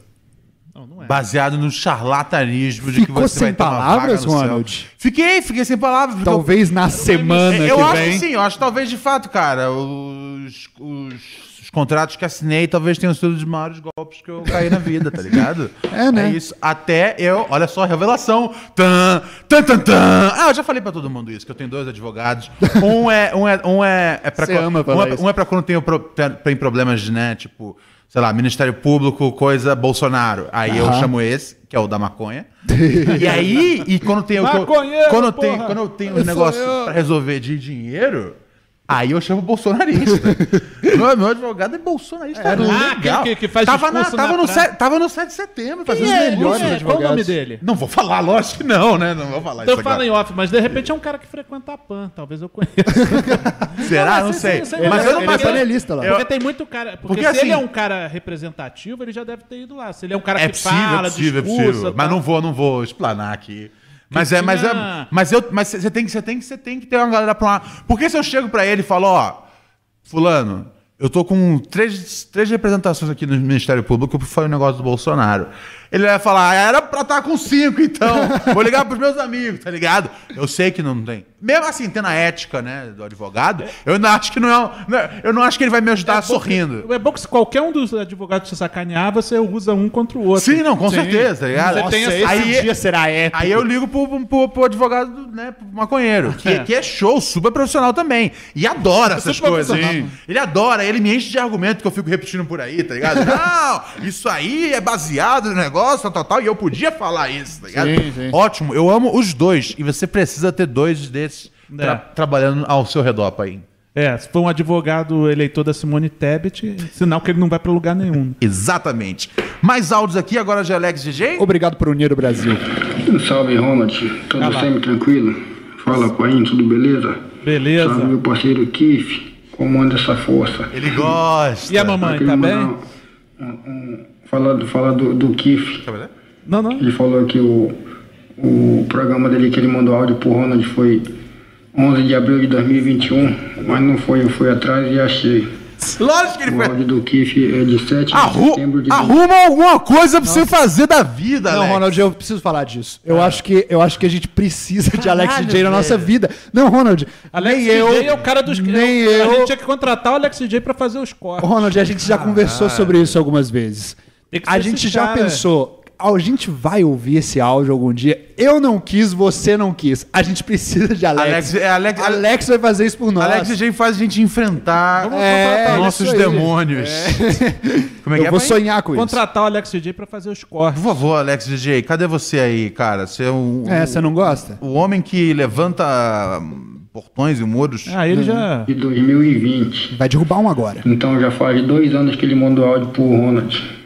E: Não, não é.
C: Baseado no charlatanismo de que
D: Ficou
C: você vai
D: sem
C: ter uma
D: palavras,
C: vaga no céu.
D: Ronald?
C: Fiquei, fiquei sem palavras. porque eu-
D: Talvez na semana
C: eu
D: que
C: acho
D: vem.
C: que sim, eu acho que talvez de fato, cara, os, os- os contratos que assinei talvez tenham sido dos maiores golpes que eu caí na vida, tá ligado?
D: É, né?
C: isso. Até eu, olha só a revelação. Tan, tan, tan, tan. Ah, eu já falei pra todo mundo isso, que eu tenho dois advogados. Um é, um é, um é, é pra
D: Você
C: quando-
D: ama
C: um
D: falar
C: é-
D: isso.
C: um é pra quando tem, o pro- tem- tem problemas, né, tipo, sei lá, Ministério Público, coisa, Bolsonaro. Aí eu
D: Aham.
C: chamo esse, que é o da maconha. e aí, e quando tem o que eu-
E: Maconheiro,
C: quando tem,
E: porra!
C: quando eu tenho um negócio pra resolver de dinheiro, aí eu chamo bolsonarista. meu, meu advogado é bolsonarista.
E: Ah,
C: legal.
E: aquele que- que faz
C: tava, na,
E: discurso
C: tava,
E: na
C: no
E: praça.
C: set, tava no 7 de setembro, fazendo os
E: Quem é?
C: melhores.
E: Quem é? Qual o nome
D: advogados.
E: dele?
C: Não vou falar, lógico que não, né? Não vou falar
E: Eu
C: isso
E: falo em
C: agora.
E: off, mas de repente é um cara que frequenta a PAN, talvez eu conheça.
C: Será?
E: Não,
C: Não
E: mas sim,
C: sei.
E: sim, sim,
C: Mas
E: ele
C: eu não
E: é-
D: ele é
C: passei-
D: panelista lá.
C: Eu-
E: Porque tem muito cara. Porque,
C: Porque,
E: se
C: assim-
E: ele é um cara representativo, ele já deve ter ido lá. Se ele é um cara
C: É
E: que
C: possível,
E: fala,
C: é possível, é
E: discursa. tá?
C: possível. Mas
E: tal.
C: não vou, não vou explanar aqui. Mas é, mas é,
E: tinha-
C: mas eu, mas você tem que, você tem que, você tem que ter uma galera pra lá. Porque se eu chego pra ele e falo, ó, fulano, eu tô com três, três representações aqui no Ministério Público porque foi um negócio do Bolsonaro. Ele vai falar, "Ah, era pra estar com cinco, então. Vou ligar pros meus amigos, tá ligado? Eu sei que não tem. Mesmo assim, tendo a ética, né, do advogado, eu não acho que não é, um- não é- eu não acho que ele vai me ajudar sorrindo.
E: É bom que se qualquer um dos advogados te sacanear, você usa um contra o outro.
C: Sim, não, com certeza, tá ligado?
E: Você tem essa-
C: aí,
D: será épico.
C: Aí eu ligo pro, pro, pro advogado, né, pro maconheiro, que,
E: É.
C: que é show, super profissional também. E adora essas
E: Super
C: coisas.
E: profissional.
C: Sim. Ele adora, ele me enche de argumento que eu fico repetindo por aí, tá ligado? Não, isso aí é baseado no negócio, tal, tal, tal, e eu podia falar isso, tá ligado?
D: Sim, sim.
C: Ótimo, eu amo os dois, e você precisa ter dois desses tra-
E: É.
C: trabalhando ao seu redor, pai.
E: É, se for um advogado eleitor da Simone Tebet, sinal que ele não vai pra lugar nenhum.
C: Exatamente. Mais áudios aqui, agora de Alex DJ.
D: Obrigado por unir o Brasil.
F: Salve, Ronald. Tudo
E: Ah lá.
F: sempre tranquilo? Fala, Painho, tudo beleza? Salve,
E: Beleza.
F: meu parceiro Kiff. Comanda essa força.
C: Ele gosta.
E: E a mamãe, tá bem?
F: um- um- falar do, falar do, do Kiff.
C: Tá vendo?
E: Não, não.
F: Ele falou que o, o programa dele que ele mandou áudio pro Ronald foi 11 de abril de 2021, mas não foi, eu fui atrás e achei.
C: Lógico que ele
F: O
C: foi.
F: áudio do Kiff é de 7 de
C: Arru-
F: setembro de
C: arruma alguma coisa pra você fazer da vida,
D: Não,
C: Alex.
D: Ronald, eu preciso falar disso. Eu, acho, que, eu acho que a gente precisa de Alex
C: Caralho,
D: DJ na nossa
C: velho.
D: vida. Não, Ronald,
E: Alex
D: nem
E: DJ
D: eu,
E: é o cara dos
D: nem
E: A
D: eu.
E: gente tinha que contratar o Alex DJ pra fazer os cortes.
D: Ronald, a gente já conversou sobre isso algumas vezes.
E: Tem que ser
D: A gente
E: esse
D: já
E: cara.
D: pensou, a gente vai ouvir esse áudio algum dia. Eu não quis, você não quis. A gente precisa de Alex.
C: Alex- é, Alex-
D: Alex vai fazer isso por nós.
C: Alex DJ faz a gente enfrentar
D: É,
C: nossos
D: isso aí.
C: demônios. Como é que
D: eu
C: é,
D: vou
C: pai?
D: sonhar com isso.
E: Contratar o Alex DJ pra fazer os cortes.
C: Por favor, Alex DJ, cadê você aí, cara? Você é um,
D: É, você não gosta?
C: o homem que levanta hum, portões e muros.
E: Ah, ele já.
F: de 2020.
D: Vai derrubar um agora.
F: Então já faz dois anos que ele mandou áudio pro Ronald.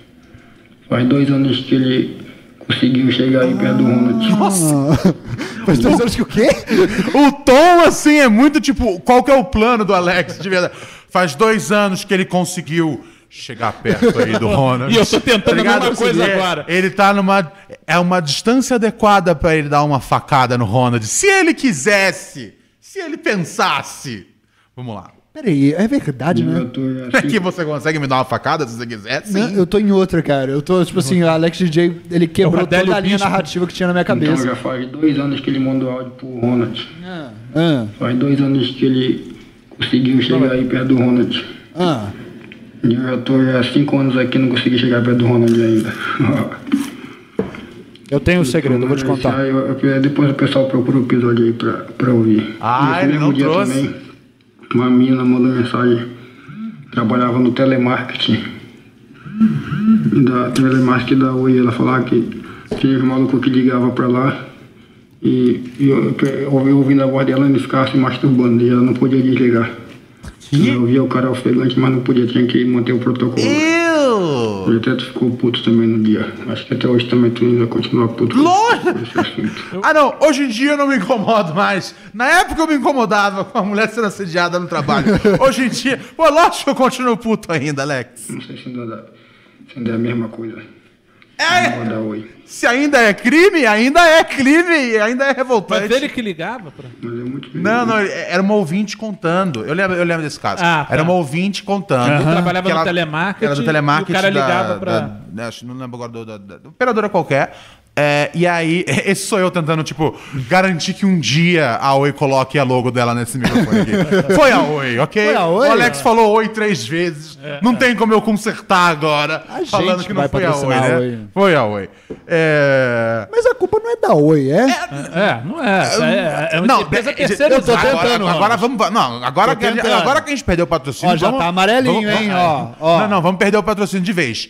F: Faz dois anos que ele conseguiu chegar aí perto do Ronald.
D: Ah. Faz dois anos que o quê?
C: O tom, assim, é muito tipo, qual que é o plano do Alex, de verdade? Faz dois anos que ele conseguiu chegar perto aí do Ronald.
E: E eu tô tentando a
C: ligado?
E: mesma coisa
C: Ele-
E: agora.
C: Ele tá numa. É uma distância adequada pra ele dar uma facada no Ronald. Se ele quisesse, se ele pensasse. Vamos lá.
D: Peraí, é verdade, né?
F: tô, eu
C: É que você consegue me dar uma facada se você quiser?
D: Não,
C: Sim.
D: eu tô em outra, cara. Eu tô, tipo assim, o Alex DJ, ele
E: É o
D: quebrou
E: Adélio
D: toda a linha
E: Bispo.
D: narrativa que tinha na minha
F: Então
D: cabeça.
F: já faz dois anos que ele mandou áudio pro Ronald.
D: Ah,
F: Faz dois anos que ele conseguiu chegar aí perto do Ronald.
D: ah.
F: E eu já tô já há cinco anos aqui e não consegui chegar perto do Ronald ainda.
D: Eu tenho um segredo, eu vou te contar.
F: Aí Então, eu- eu- depois o pessoal procura o episódio aí pra, pra ouvir.
C: Ah,
F: Nesse
C: ele
F: mesmo
C: não
F: um dia
C: trouxe.
F: uma menina mandou mensagem. Trabalhava no telemarketing. Da telemarketing da Oi. Ela falava que tinha um maluco que ligava pra lá. E, e eu, eu- eu ouvindo a voz dela, eles ficavam se masturbando. E ela não podia desligar. Eu ouvia o cara ofegante, mas não podia. Tinha que manter o protocolo.
C: Eu!
F: Ele até ficou puto também no dia. Acho que até hoje também tu ainda continua puto. com-
C: Lógico!
F: com esse assunto.
C: Ah, não, hoje em dia eu não me incomodo mais. Na época eu me incomodava com a mulher sendo assediada no trabalho. Hoje em dia, pô, lógico que eu continuo puto ainda, Alex.
F: Não sei se ainda, dá- se ainda é a mesma coisa.
C: É,
F: Vou dar oi.
C: se ainda é crime, ainda é crime e ainda é revoltante.
E: Mas ele que ligava pra...
F: Mas é muito perigoso.
C: Não, não, ele- era uma ouvinte contando. Eu lembro, eu lembro desse caso.
E: Ah, tá.
C: Era uma ouvinte contando.
E: Ele trabalhava
C: Que
E: no telemarketing
C: Era do telemarketing.
E: e o cara
C: da-
E: ligava pra-
C: da- da- acho- não lembro agora, do- da, da- da operadora qualquer. É, e aí, esse sou eu tentando, tipo, garantir que um dia a Oi coloque a logo dela nesse microfone aqui. Foi a Oi, ok?
D: Foi a Oi?
C: O Alex falou Oi três vezes.
E: É.
C: Não tem como eu consertar agora.
D: A gente
C: falando que não
D: vai
C: foi a Oi,
D: patrocinar
C: né?
D: a Oi.
C: Foi a Oi. É...
D: Mas a culpa não é da Oi, é?
E: É, não é. É, é uma empresa né?
C: de- de-
E: terceirizada.
C: eu tô tentando,
E: Agora-
C: Agora,
E: agora-
C: vamos. Não, agora,
D: Tô
C: que a-
D: tentando.
C: agora que a gente perdeu o patrocínio.
D: Ó, já
C: vamos- Ah, é.
D: tá amarelinho, hein, ó, ó.
C: Não, não, vamos perder o patrocínio de vez.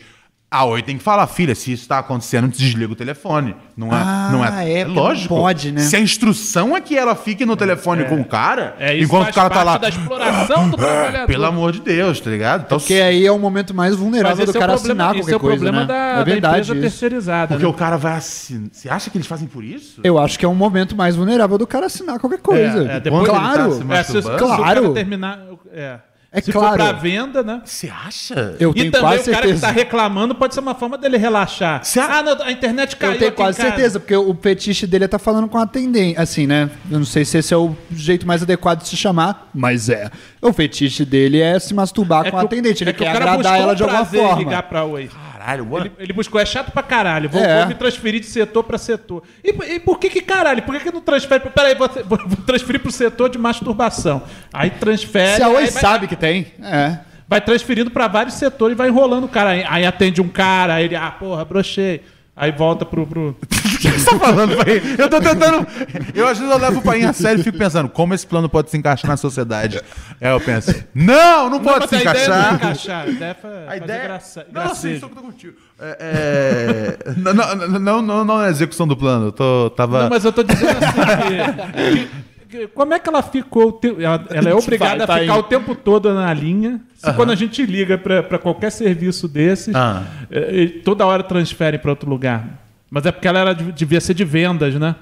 C: A Oi tem que falar, filha, se isso tá acontecendo, desliga o telefone. Não é,
D: Ah,
C: não
D: é,
C: é,
D: porque não
C: lógico.
D: pode, né?
C: Se a instrução é que ela fique no telefone com o cara,
E: É, isso
C: enquanto o
E: faz
C: cara tá
E: parte
C: lá, É, tá
E: da exploração do trabalhador.
C: pelo amor de Deus, tá ligado? Então,
D: Porque aí é o momento mais vulnerável do cara assinar
E: esse
D: qualquer
E: é o
D: coisa,
E: problema
D: né?
E: da,
D: é
E: da
D: verdade
E: empresa
D: isso.
E: terceirizada.
C: porque
E: né?
C: o cara vai assinar. Você acha que eles fazem por isso?
D: Eu acho que é um momento mais vulnerável do cara assinar qualquer coisa.
E: é, depois
C: ele tá
E: É,
C: se
D: claro.
E: se, se
C: masturbando?
E: o cara
D: Claro.
E: terminar... É,
D: É
E: se
D: claro.
E: for pra venda, né?
C: Você acha?
D: Eu
E: e
D: tenho
E: também
D: quase
E: o cara que
D: certeza.
E: tá reclamando pode ser uma forma dele relaxar.
C: Se a-
E: Ah, não, a internet caiu
D: Eu tenho
E: aqui em
D: quase
E: casa.
D: certeza, porque o petiche dele tá falando com a atendente, assim, né? Eu não sei se esse é o jeito mais adequado de se chamar, mas é. O fetiche dele é se masturbar
E: É
D: com a
E: que o-
D: atendente, ele
E: é que
D: quer
E: o cara
D: agradar
E: buscou
D: ela
E: um
D: de alguma
E: prazer em
D: forma.
E: ligar pra Oi.
C: Caralho, what?
E: Ele, ele buscou, é chato pra caralho. Vou,
D: É.
E: vou me transferir de setor pra setor. E, por- e por que que caralho? Por que que não transfere? pra- Peraí, vou, vou vou transferir pro setor de masturbação. Aí transfere.
D: Se a
E: aí
D: Oi
E: vai-
D: sabe que tem, é.
E: Vai transferindo pra vários setores e vai enrolando o cara. Aí, aí atende um cara, aí ele, ah, porra, brochei. Aí volta pro. pro...
C: O que você tá falando, Paim? Eu tô tentando. Eu às vezes eu levo o Paim a sério e fico pensando, como esse plano pode se encaixar na sociedade? Aí eu penso, não, não pode
E: Mas
C: se
E: a ideia não é
C: encaixar.
E: encaixar. A ideia é fa-
C: A
E: fazer
C: ideia.
E: graça.
C: Não, assim,
E: gracejo.
C: isso que eu tô contigo. É, é, não, não, não, não, não, não é execução do plano. Eu tô, tava.
E: Não, mas eu tô dizendo assim que, que- como é que ela ficou o tempo. Ela, ela é obrigada
D: Vai, tá
E: a ficar
D: aí.
E: o tempo todo na linha. Se quando a gente liga pra pra qualquer serviço desses,
C: Ah.
E: eh, eh, toda hora transfere pra outro lugar. Mas é porque ela era, de- devia ser de vendas, né?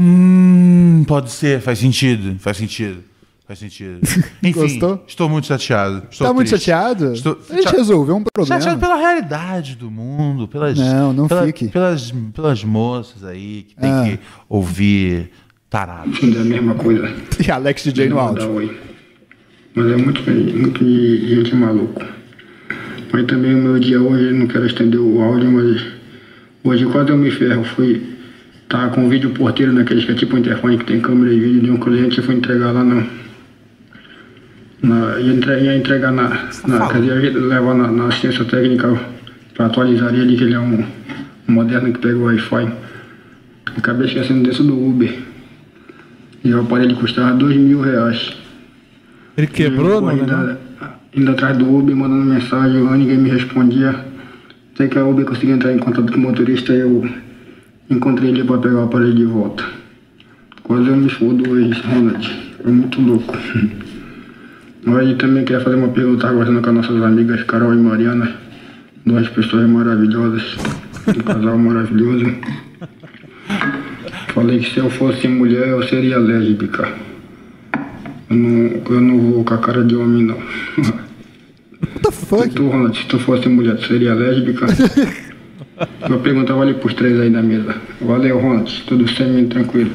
C: Hum, pode ser, faz sentido, faz sentido. Faz sentido. Enfim,
D: Gostou?
C: estou muito chateado. Estou
D: tá muito
C: triste.
D: chateado?
C: Estou-
D: A gente
C: chate-
D: resolveu um
C: Chateado
D: problema.
C: pela realidade do mundo, pelas,
D: Não, não
C: pela-
D: fique.
C: pelas, pelas moças aí que tem
D: Ah.
C: que ouvir tarado.
F: Ainda é a mesma coisa.
D: E Alex DJ no
F: Vou dar
D: áudio.
F: oi. Mas é muito, muito de gente maluco. Mas também o meu dia hoje, não quero estender o áudio, mas hoje quase eu me ferro. Fui. Tava com um vídeo porteiro naqueles que é tipo um interfone que tem câmera e vídeo de um cliente e fui entregar lá no. Na, ia, entre- ia entregar na. na quer dizer, ia levar na, na assistência técnica pra atualizar ele, que ele é um, um moderno que pega o Wi-Fi. Acabei esquecendo disso do Uber. E o aparelho custava dois mil reais.
E: Ele quebrou,
F: Pô,
E: não, né?
F: ainda, ainda atrás do Uber, mandando mensagem, lá ninguém me respondia. Até que a Uber conseguiu entrar em contato com o motorista e eu encontrei ele para pegar o aparelho de volta. Quase eu me fodo hoje, Ronald. É muito louco. Mas eu também queria fazer uma pergunta agora com as nossas amigas Carol e Mariana. Duas pessoas maravilhosas. Um casal maravilhoso. Falei que se eu fosse mulher eu seria lésbica. Eu não, eu não vou com a cara de homem, não.
D: What the fuck?
F: Tu, Ronald, se tu fosse mulher, tu seria lésbica? Uma pergunta vale pros três aí na mesa. Valeu, Ronald. Tudo semi tranquilo.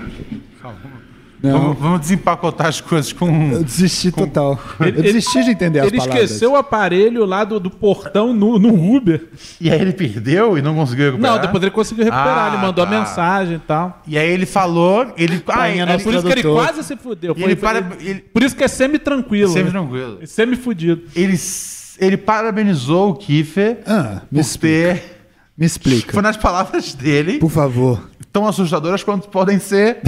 D: Não,
C: Vamos, vamos desempacotar as coisas com. um-
D: eu desisti total.
E: Ele-
D: eu desisti de entender as
E: Ele
D: palavras.
E: esqueceu o aparelho lá do, do portão no, no Uber.
C: E aí ele perdeu e não conseguiu recuperar.
E: Não, depois ele conseguiu recuperar.
C: Ah,
E: ele mandou
C: tá.
E: a mensagem e tal. É
C: E aí ele falou. Ele. Ah,
D: Rainha
C: ele,
D: Nossa
E: Por isso que ele
D: tradutor.
E: quase se fudeu.
C: E
E: Foi-
C: ele
E: foi-
C: para- ele-
E: Por isso que é semi-tranquilo.
C: sempre
E: né?
C: tranquilo.
E: Semi-fudido.
C: Ele, s- ele parabenizou o Kiefer
D: Ah, me
C: por ter.
D: Me explica.
C: Foi nas palavras dele,
D: Por favor.
C: tão assustadoras quanto podem ser.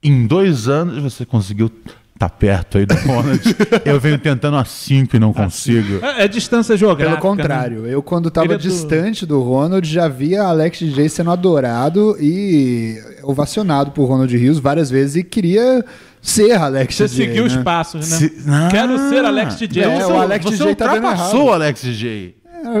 C: em dois anos você conseguiu. Tá perto aí do Ronald. Eu venho tentando há cinco e não consigo.
E: É, é distância geográfica.
D: Pelo contrário, eu quando
E: Ele
D: tava
E: é do-
D: distante do Ronald, já via Alex DJ sendo adorado e ovacionado por Ronald Rios várias vezes e queria ser Alex
E: Você
D: DJ.
E: seguiu
D: né?
E: os passos, né?
C: Se- Ah.
E: Quero ser Alex DJ.
D: É,
E: Você-
D: o Alex
C: você
D: DJ tá dando
C: ultrapassou
D: errado. É,
C: o Alex DJ.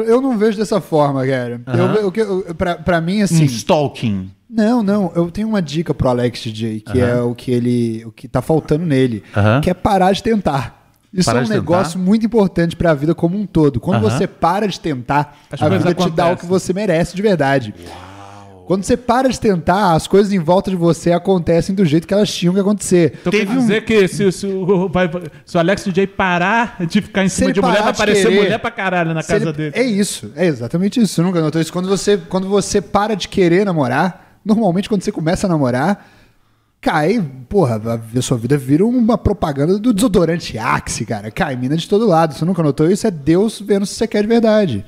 D: Eu não vejo dessa forma, cara. Eu, ve- o que eu- pra, pra mim,
C: Um
D: assim.
C: stalking.
D: Não, não. Eu tenho uma dica pro Alex DJ, que é o que ele. o que tá faltando nele,
C: Aham.
D: que é parar de tentar. Isso
C: Parar
D: é um
C: de tentar?
D: negócio muito importante pra vida como um todo. Quando
C: Aham.
D: você para de tentar,
E: As
D: a
E: coisas
D: vida te dá o
E: acontecem.
D: que você merece de verdade. Quando você para de tentar, as coisas em volta de você acontecem do jeito que elas tinham que acontecer.
E: Então quer
C: Teve um-
E: dizer que se, se o, vai- se o Alex DJ parar de ficar em
D: Se
E: cima
D: ele
E: de mulher,
D: parar
E: vai
D: de
E: aparecer
D: querer,
E: mulher pra caralho na
D: Se
E: casa
D: ele-
E: dele.
D: É isso, é exatamente isso. Você nunca notou isso. Quando você, quando você para de querer namorar, normalmente quando você começa a namorar, cai, porra, a, a sua vida vira uma propaganda do desodorante Axe, cara. Cai mina de todo lado. Você nunca notou isso? É Deus vendo se você quer de verdade.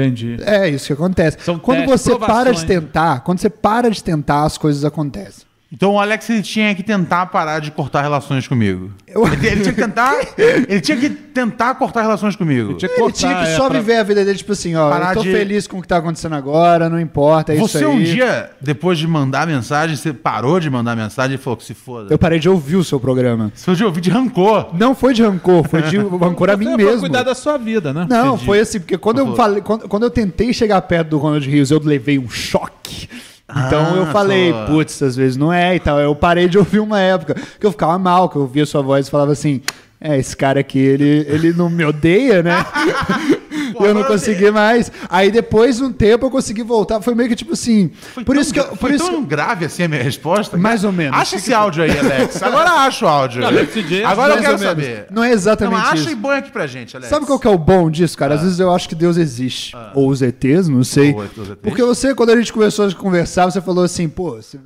E: Entendi.
D: É isso que acontece.
E: São
D: quando
E: testes,
D: você para de
E: provações. né?
D: tentar, quando você para de tentar, as coisas acontecem.
C: Então o Alex ele tinha que tentar parar de cortar relações comigo.
D: Eu-
C: Ele, ele tinha que tentar. ele tinha que tentar cortar relações comigo.
E: Tinha que
D: Ele
E: cortar,
D: tinha que
E: é,
D: só
E: pra-
D: viver a vida dele, tipo assim, ó,
C: Parar
D: eu tô
C: de-
D: feliz com o que tá acontecendo agora, não importa, é
C: Você
D: isso aí.
C: um dia, depois de mandar mensagem, você parou de mandar mensagem e falou que se foda.
D: Eu parei de ouvir o seu programa.
C: Seu de ouvir de rancor.
D: Não foi de rancor, foi de rancor a mim
E: Você
D: mesmo.
E: Foi cuidar da sua vida, né?
D: Não,
C: Entendi.
D: foi assim, porque quando eu
C: Por favor.
D: falei, quando, quando eu tentei chegar perto do Ronald Rios, eu levei um choque. Então
C: Ah,
D: eu falei,
C: só.
D: putz, às vezes não é e tal. Eu parei de ouvir uma época que eu ficava mal, que eu ouvia sua voz e falava assim: é, esse cara aqui, ele, ele não me odeia, né? eu não consegui mais. Aí depois de um tempo eu consegui voltar. Foi meio que tipo assim.
C: Foi
D: por
C: tão
D: isso que eu.
C: gra-
D: Por
C: foi
D: isso que
C: tão grave assim a minha resposta?
D: Mais ou menos.
C: Acha esse áudio aí, Alex. Agora acha o áudio.
E: Alex DJ,
C: Agora eu
D: mais
C: quero
D: ou menos.
C: saber.
D: Não é exatamente
C: Não, acha
D: isso.
C: e põe aqui pra gente, Alex.
D: Sabe qual que é o bom disso, cara? Às vezes eu acho que Deus existe. Ou os ETs, não sei.
C: Ah. Ou os ETs.
D: Porque você, quando a gente começou a conversar, você falou assim, pô. você-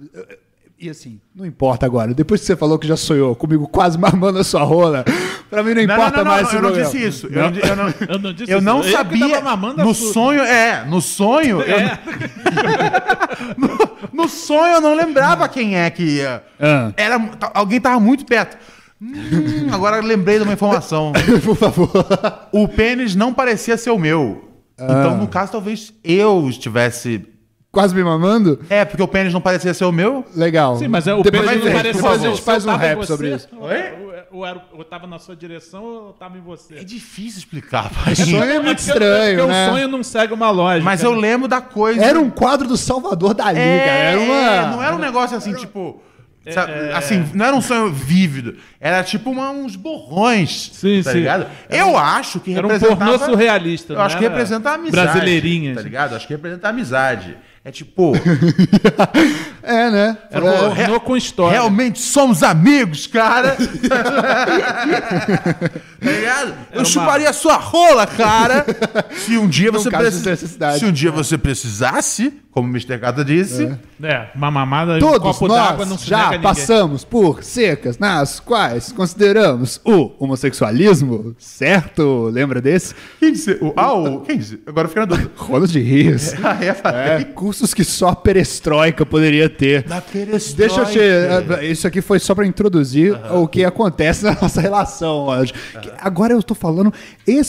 D: E assim, não importa agora. Depois que você falou que já sonhou comigo quase mamando a sua rola, pra mim não
C: Não, não,
D: importa
C: não, não,
D: mais esse
C: eu não
D: programa.
C: disse isso. Eu não, eu não,
E: Eu não disse
C: eu
E: isso.
C: não
E: Eu que
C: sabia.
E: tava mamando a
C: no
E: sua.
C: sonho, é, no sonho. eu
E: É.
C: não- no, no sonho eu não lembrava quem é que ia.
D: Ah.
C: Era, t- alguém tava muito perto. Hum, agora eu lembrei de uma informação.
D: Por favor. Ah.
C: O pênis não parecia ser o meu. Então, no caso, talvez eu estivesse.
D: Quase me mamando?
C: É, porque o pênis não parecia ser o meu?
D: Legal.
E: Sim, mas é o
D: Depois
E: Pedro
D: a gente-
E: não parece
D: Depois
E: ser
D: a
E: o seu,
D: gente faz um
E: tava em
D: rap
E: você?
D: sobre isso.
E: Ou, ou é, era- ou tava na sua direção ou tava em
C: É
E: você?
C: difícil explicar, pai.
D: Sonho é muito
E: porque eu- é
D: estranho,
E: porque
D: né?
E: o sonho não segue uma lógica. né?
C: Mas eu lembro da coisa.
D: Era um quadro do Salvador Dali,
C: É,
D: cara. Era uma...
C: é, não era um negócio assim, tipo.
E: É,
C: sabe, Assim, não era um sonho vívido. Era tipo uma- uns borrões.
E: Sim,
C: tá
E: sim.
C: Ligado? Eu acho que
E: era um
C: representava.
E: pornô surrealista,
C: Eu
E: não
C: acho que
E: era
C: representa a amizade.
E: brasileirinha,
C: Tá
E: assim.
C: ligado? Acho que representa a amizade. É tipo.
D: É, né?
E: Era um pornô com história.
C: Realmente somos amigos, cara. tá ligado? Eu
E: uma-
C: chuparia a sua rola, cara. Se um dia
D: Num
C: você
D: caso de
C: precis-
D: necessidade.
C: Se um dia você precisasse, como o Mr. Cata disse. né,
E: É, uma mamada e um
D: Todos
E: copo d'água não
D: nós
E: se
D: já
E: nega a ninguém.
D: passamos por secas nas quais consideramos o homossexualismo, certo? Lembra desse?
C: Quem disse? O, ah, o, quem disse? Agora fica na dúvida.
D: Ronald Rios.
C: Ah, é, falei.
D: É, cursos que só a perestroika poderia ter.
C: Da
D: Deixa
C: perestroika.
D: eu te. eh, Isso aqui foi só pra introduzir o que acontece na nossa relação, Ronald. Que Agora eu tô falando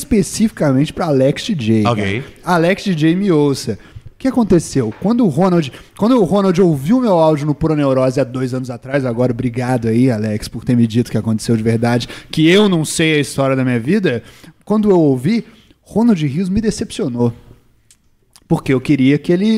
D: especificamente pra Alex DJ. cara.
C: Ok.
D: Alex DJ me ouça. O que aconteceu? Quando o Ronald, quando o Ronald ouviu meu áudio no Pura Neurose há dois anos atrás, agora obrigado aí, Alex, por ter me dito que aconteceu de verdade, que eu não sei a história da minha vida. Quando eu ouvi, Ronald Rios me decepcionou. Porque eu queria que ele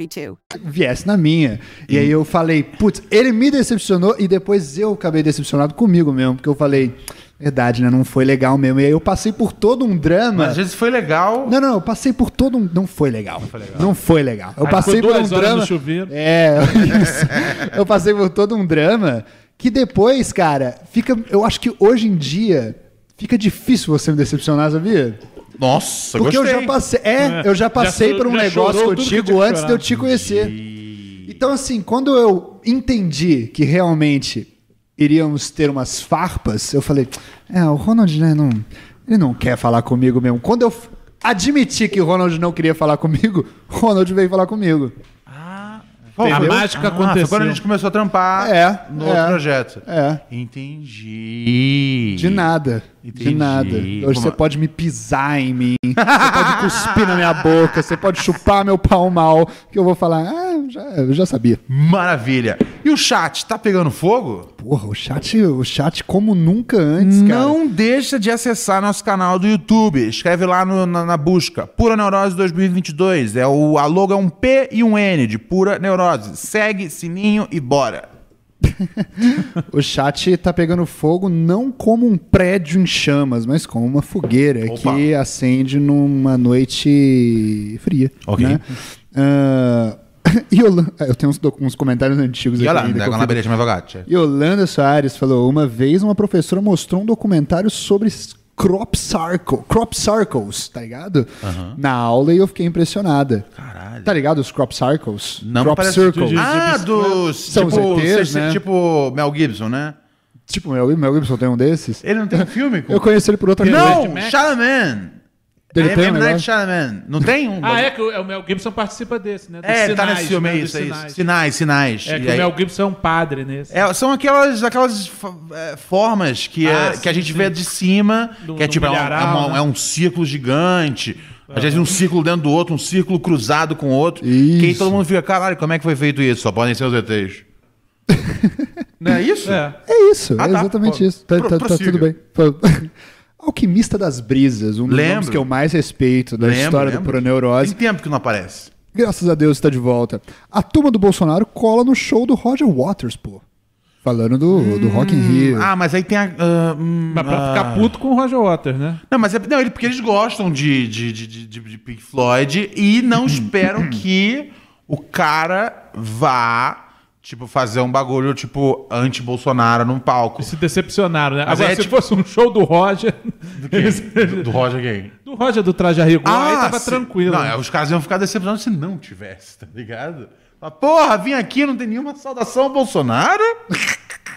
D: viesse na minha. E aí eu falei, putz, ele me decepcionou e depois eu acabei decepcionado comigo mesmo, porque eu falei, verdade, né? Não foi legal mesmo. E aí eu passei por todo um drama.
C: Mas às vezes foi legal.
D: Não, não, eu passei por todo um. Não foi legal. Não foi legal. Eu
E: Aí
D: passei
E: ficou
D: por um
E: duas horas
D: drama.
E: no chuveiro.
D: É, isso. Eu passei por todo um drama que depois, cara, fica. Eu acho que hoje em dia fica difícil você me decepcionar, sabia?
C: Nossa,
D: Porque
C: gostei.
D: eu já passei. É,
E: É.
D: eu já passei
E: Já
D: por um
E: chorou
D: negócio
E: tudo que tinha
D: contigo
E: que
D: antes de eu
E: chorar.
D: te conhecer. Então, assim, quando eu entendi que realmente iríamos ter umas farpas, eu falei, é, o Ronald, né, não, ele não quer falar comigo mesmo. Quando eu f- admiti que o Ronald não queria falar comigo, o Ronald veio falar comigo.
C: Pô,
E: Ah, A
C: entendeu?
E: mágica
C: Ah, foi
E: aconteceu.
C: Quando a gente começou a trampar
D: É,
C: no
D: é,
C: projeto.
D: é.
C: Entendi.
D: De nada.
C: Entendi.
D: De nada.
C: Como-
D: Hoje você pode me pisar em mim, você pode cuspir na minha boca, você pode chupar meu pau mal, que eu vou falar, ah, já, eu já sabia.
C: Maravilha. E o chat, tá pegando fogo?
D: Porra, o chat, o chat como nunca antes, cara.
C: Não deixa de acessar nosso canal do YouTube. Escreve lá no- na, na busca. Pura Neurose 2022. É o, a logo é um P e um N de Pura Neurose. Segue, sininho e bora.
D: O chat tá pegando fogo não como um prédio em chamas, mas como uma fogueira
C: Opa.
D: que acende numa noite fria.
C: Ok.
D: né? Ah, e Yolan- eu tenho uns, doc- uns comentários antigos
C: E
D: aqui.
C: olha lá,
D: ainda que eu
C: com
D: fico-
C: la berete mais vogate.
D: Yolanda Soares falou: uma vez uma professora mostrou um documentário sobre s- crop circle, crop circles, tá ligado? Na aula e eu fiquei impressionada.
C: Caralho.
D: Tá ligado os crop circles?
C: Não
D: crop
C: parece-
D: circles.
C: Ah, dos.
D: São
C: tipo,
D: os ETs,
C: cê- cê-
D: né?
C: tipo Mel Gibson, né?
D: Tipo, o Mel, Mel Gibson tem um desses?
C: Ele não tem filme com.
D: Eu conheci ele por outra coisa.
C: Não, Shalaman.
D: Ele
C: é
D: tem um
C: M. Night
D: negócio?
C: Shyamalan. Não tem um?
E: Ah, é que o o Mel Gibson participa desse, né? Dos
C: É, tá
E: sinais,
C: nesse filme,
E: né?
C: é
E: Dos
C: isso, é isso.
E: sinais.
C: Sinais, sinais.
E: É que
C: E
E: o
C: aí-
E: Mel Gibson é um padre nesse.
C: É, são aquelas, aquelas fa- é, formas que,
E: Ah,
C: é- que a gente
E: sim,
C: vê de cima,
E: Do-
C: que é
E: do
C: tipo, é um-
E: milharal,
C: é, uma-
E: né? É.
C: é um círculo gigante. Às vezes um círculo dentro do outro, um círculo cruzado com o outro.
D: Isso.
C: Que aí todo mundo fica, caralho, como é que foi feito isso? Só podem ser os ETs. Não é isso?
E: É.
D: É isso,
C: Ah,
D: é
C: tá.
D: exatamente
C: Pô,
D: isso. Tá,
C: pro-
D: tá- tá
C: prossiga.
D: tudo bem. Foi- Alquimista das Brisas, um dos
C: Lembro.
D: nomes que eu mais respeito da
C: Lembro,
D: história do
C: lembro.
D: Pura Neurose.
C: Tem tempo que não aparece.
D: Graças a Deus está de volta. A turma do Bolsonaro cola no show do Roger Waters, pô. Falando do, do Rock in Rio.
C: Ah, mas aí tem a. ah, hum,
E: Mas pra
C: ah.
E: ficar puto com o Roger Waters, né?
C: Não, mas é não, ele, porque eles gostam de, de, de, de, de- de Pink Floyd e não esperam que o cara vá, tipo, fazer um bagulho, tipo, anti-Bolsonaro num palco.
E: Se decepcionaram, né?
C: Mas
E: Agora,
C: é
E: se
C: tipo-
E: fosse um show do Roger. Do,
C: Do, do Roger Gay.
E: do Roger do Traje a Rigor, aí tava
C: se-
E: tranquilo. né?
C: Não, é, os caras iam ficar decepcionados se não tivesse, tá ligado? Mas, porra, vim aqui, não tem nenhuma Ah, saudação ao Bolsonaro?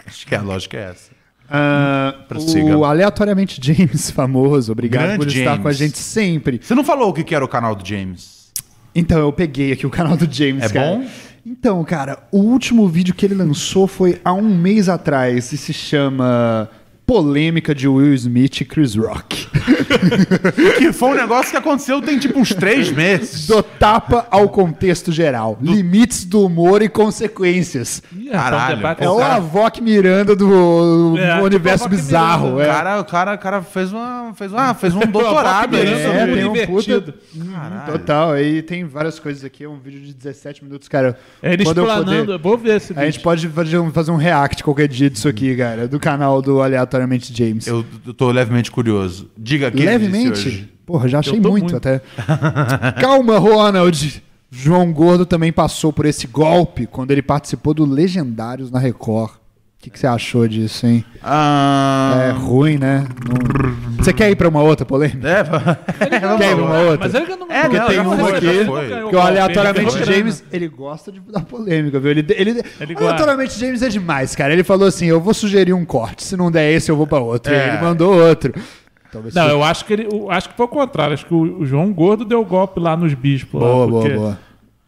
C: Acho que é, a lógica é essa.
D: Ah,
C: prossiga.
D: o aleatoriamente James famoso, obrigado
C: Grande
D: por estar
C: James.
D: com a gente sempre.
C: Você não falou o que que era o canal do James?
D: Então eu peguei aqui o canal do James,
C: É
D: cara.
C: bom?
D: Então, cara, o último vídeo que ele lançou foi há um mês atrás e se chama polêmica de Will Smith e Chris Rock.
C: que foi um negócio que aconteceu tem tipo uns três meses.
D: Do tapa ao contexto geral. Limites do humor e consequências.
C: Caralho.
D: É o Avoc Miranda do, do
C: É, tipo
D: universo
C: Avoc
D: bizarro.
C: Miranda. O
D: é.
C: cara, o cara, o cara fez, uma, fez, uma, fez um doutorado.
D: É,
C: aí sobre-
D: tem um puta...
C: Divertido.
D: Uhum,
C: Caralho.
D: Total, aí tem várias coisas aqui, é um vídeo de 17 minutos, cara.
E: É ele
D: Quando eu
E: explanando,
D: poder-
E: é bom ver esse
D: A gente pode fazer um, fazer um react qualquer dia disso aqui, cara, do canal do Aleatoriamente James.
C: Eu eu tô levemente curioso. Diga aqui.
D: Levemente? Porra, já achei muito, até. Calma, Ronald! João Gordo também passou por esse golpe quando ele participou do Legendários na Record. O que, que você achou disso, hein?
C: Ah.
D: É ruim, né? Não- Você quer ir pra uma outra polêmica?
C: É,
D: quer ir pra uma outra?
E: Mas ele que não
D: É, Porque
E: não,
D: tem
E: já
D: uma
E: foi, já
D: aqui
E: foi. Ganhou
D: que o
E: golpe,
D: aleatoriamente
E: ganhou
D: James, ele gosta de dar polêmica, viu? Ele, ele,
E: gosta.
D: aleatoriamente James é demais, cara. Ele falou assim: eu vou sugerir um corte, se não der esse, eu vou pra outro. E
E: É.
D: ele mandou outro. Talvez
E: Não,
D: seja-
E: eu acho que ele. eu acho que foi o contrário. Acho que o, o João Gordo deu golpe lá nos bispos. lá,
D: Boa, boa,
E: porque-
D: boa.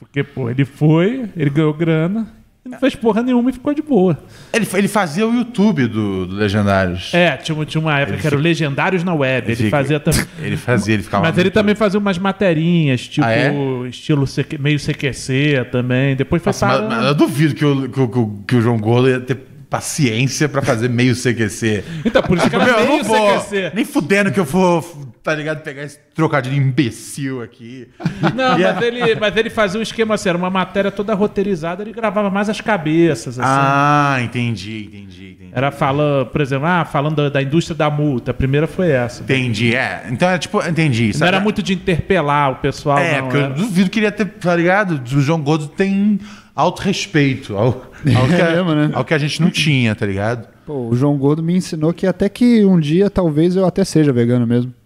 E: Porque, pô, ele foi, ele ganhou grana, e não fez porra nenhuma e ficou de boa.
C: Ele, ele fazia o YouTube do, do Legendários.
E: É, tinha, tinha uma época que era o Legendários na Web. Ele
C: Fica-
E: fazia também.
C: Ele fazia, ele ficava.
E: Mas ele também fazia umas materinhas, tipo,
C: Ah, é?
E: estilo CQ, meio CQC também. Depois foi
C: Nossa, mas-
E: parando.
C: mas eu duvido que o, que, o- que o- que o João Gordo ia ter paciência pra fazer meio CQC.
E: Então, por isso que era
C: Meu, eu
E: meio
C: não vou,
E: CQC.
C: Nem fudendo que eu vou, tá ligado, pegar esse trocadilho imbecil aqui.
D: Assim.
E: Não,
C: Yeah.
E: mas, ele, mas ele fazia um esquema assim, era uma matéria toda roteirizada, ele gravava mais as cabeças, assim.
C: Ah, entendi, entendi, entendi.
E: Era falando, por exemplo, ah, falando da, da indústria da multa. A primeira foi essa.
C: Entendi, é. Então é tipo, entendi.
E: Não
C: sabe?
E: era muito de interpelar o pessoal,
C: É,
E: Ah, não,
C: porque
E: era-
C: eu duvido que ele ia ter, tá ligado? O João Gordo tem alto respeito ao, ao, que,
D: É mesmo, né?
C: ao que a gente não tinha, tá ligado?
D: Pô, o João Gordo me ensinou que até que um dia talvez eu até seja vegano mesmo.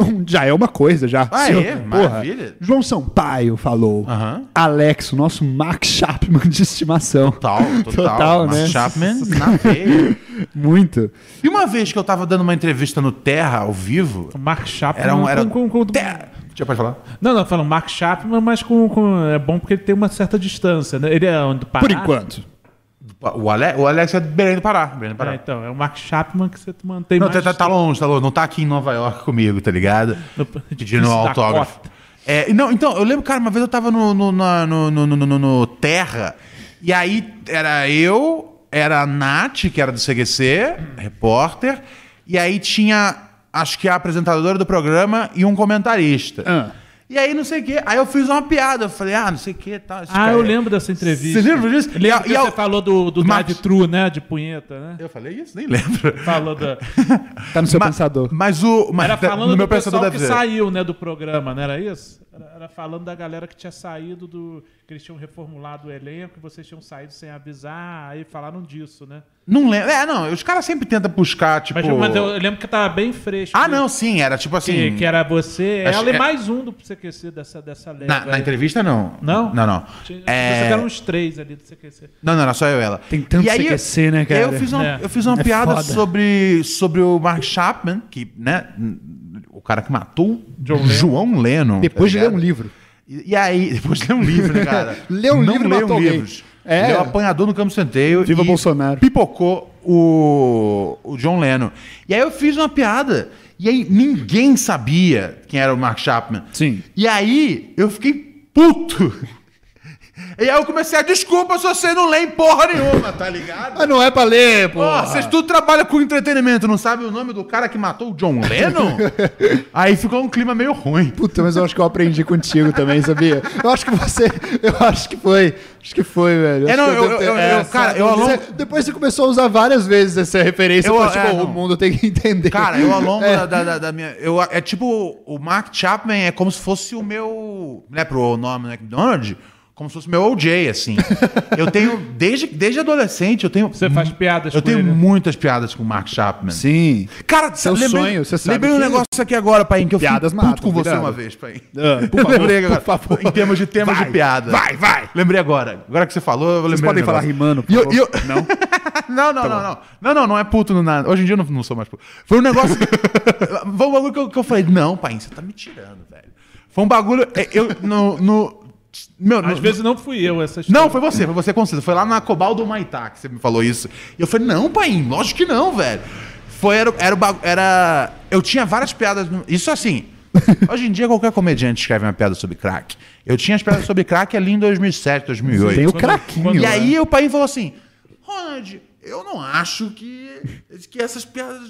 D: Um- Já é uma coisa, já.
C: Ah,
D: Se eu-
C: é? Maravilha.
D: João Sampaio falou. Alex, o nosso Max Chapman de estimação.
C: Total, total. Max
D: né?
C: Chapman na veia.
D: Muito.
C: E uma vez que eu tava dando uma entrevista no Terra ao vivo.
E: Mark Chapman.
C: Era um. Era...
E: com- com- com-
C: Já pode falar?
E: Não, não, falando Mark Chapman, mas com, com- é bom porque ele tem uma certa distância, né? Ele é onde do Pará.
C: Por enquanto. O Alex, o Alex é de Belém do Pará. Belém do Pará.
E: É, então, é o Mark Chapman que você mantém
C: não,
E: mais...
C: tá, tá longe, tá longe. Não tá aqui em Nova York comigo, tá ligado? Pedindo
E: difícil da
C: autógrafo. É, e não, então, eu lembro, cara, uma vez eu tava no, no, na- no, no, no- no- no Terra, e aí era eu, era a Nath, que era do CQC, repórter, e aí tinha, acho que a apresentadora do programa e um comentarista.
E: Ah.
C: E aí, não sei o quê. Aí eu fiz uma piada. Eu falei, ah, não sei o quê. Tá,
E: Ah, eu lembro dessa entrevista.
C: Você lembra disso?
E: Lembro que
C: e
E: você
C: ao-
E: falou do, do
C: Mark-
E: drive-thru, né? De punheta, né?
C: Eu falei isso? Nem lembro.
E: Falou da...
D: Tá no seu pensador.
C: Mas o. Mas
E: Era falando
C: no
E: do
C: meu pensador
E: pessoal
C: deve
E: que
C: ser.
E: saiu, né, do programa, não era isso? Era, era falando da galera que tinha saído do... Que eles tinham reformulado o elenco, que vocês tinham saído sem avisar, aí falaram disso, né?
C: Não lembro. É, não, os caras sempre tentam buscar, tipo.
E: Mas, mas eu lembro que tava bem fresco.
C: Ah, não, sim, era tipo assim.
E: Que, que era você,
C: Acho-
E: ela e
C: é-
E: mais um do CQC dessa, dessa leva.
C: Na, na
E: aí.
C: entrevista, não.
E: Não?
C: Não, não.
E: Tinha- Você um
C: É,
E: eram uns três ali do CQC.
C: Não, não, não, só eu e ela.
D: Tem tanto
C: E aí,
D: CQC, né, cara?
C: Eu fiz uma,
E: É.
C: eu fiz uma
D: É
C: piada
D: foda.
C: sobre, sobre o Mark Chapman, que, né, o cara que matou
E: John Lennon.
C: João Lennon.
D: Depois de
C: tá
D: ler
C: ligado?
D: um livro.
C: E, e aí, depois de ler um livro, né, cara?
D: Leu um
C: Não
D: livro e
C: leiam
D: matou alguém. É.
C: Leu Apanhador no Campo Centeio.
D: Viva
C: e
D: Bolsonaro.
C: Pipocou o, o John Lennon. E aí eu fiz uma piada. E aí ninguém sabia quem era o Mark Chapman.
D: Sim.
C: E aí eu fiquei puto. E aí eu comecei a desculpa se você não lê em porra nenhuma, tá ligado?
D: Mas não é pra ler, pô.
C: Pô, vocês tudo trabalham com entretenimento, não sabe o nome do cara que matou o John Lennon? aí ficou um clima meio ruim.
D: Puta, Então, mas eu acho que eu aprendi contigo também, sabia? Eu acho que você. Eu acho que foi. Acho que foi, velho.
C: É,
D: Acho
C: não,
D: que
C: eu- eu- eu- cara, eu ao
D: Você-
C: longo-
D: Depois você começou a usar várias vezes essa referência.
C: Eu-
D: Eu, tipo,
C: é,
D: o
C: não.
D: mundo tem que entender.
C: Cara, eu ao longo
D: É.
C: da, da- da- da minha. Eu, é tipo, o Mark Chapman é como se fosse o meu. Né, pro nome do McDonald's, como se fosse o meu OJ, assim. eu tenho, desde, desde adolescente, eu tenho.
E: Você faz piadas
C: Eu
E: com
C: tenho
E: ele.
C: muitas piadas com o Mark Chapman.
D: Sim.
C: Cara,
D: Seu
C: lembrei,
D: sonho, você sabe
C: lembrei um
D: que- é.
C: negócio aqui agora, Paim, que eu
D: Piadas
C: fiquei puto
D: matam,
C: com você
D: cuidado.
C: uma vez, Paim.
D: Ah, por favor,
C: lembrei agora.
D: por favor.
C: Em termos de temas de piada.
D: Vai, vai.
C: Lembrei agora. Agora que você falou, eu lembrei
D: Vocês
C: do
D: podem falar
C: negócio.
D: rimando, por
C: E eu-
D: favor.
C: e eu-
D: Não? Tá
C: Não, não, não, não. Não, não, não é puto no nada. Hoje em dia eu não, não sou mais puto. Foi um negócio. Foi um bagulho que eu, que eu falei, não, pai, você tá me tirando, velho. Foi um bagulho. é, Eu. No. no meu,
E: Às
C: no-
E: vezes não fui eu essa história.
C: Não, foi você, foi você com certeza. Foi lá na Cobal do Maitá que você me falou isso. E eu falei, não, pai, lógico que não, velho. Foi, era, era, o bagu- era- Eu tinha várias piadas. no- Isso assim. Hoje em dia, qualquer comediante escreve uma piada sobre crack. Eu tinha as piadas sobre crack ali em 2007, 2008.
D: Tem o craquinho,
C: E
D: né?
C: aí, o pai falou assim: Ronald, eu não acho que, que essas piadas.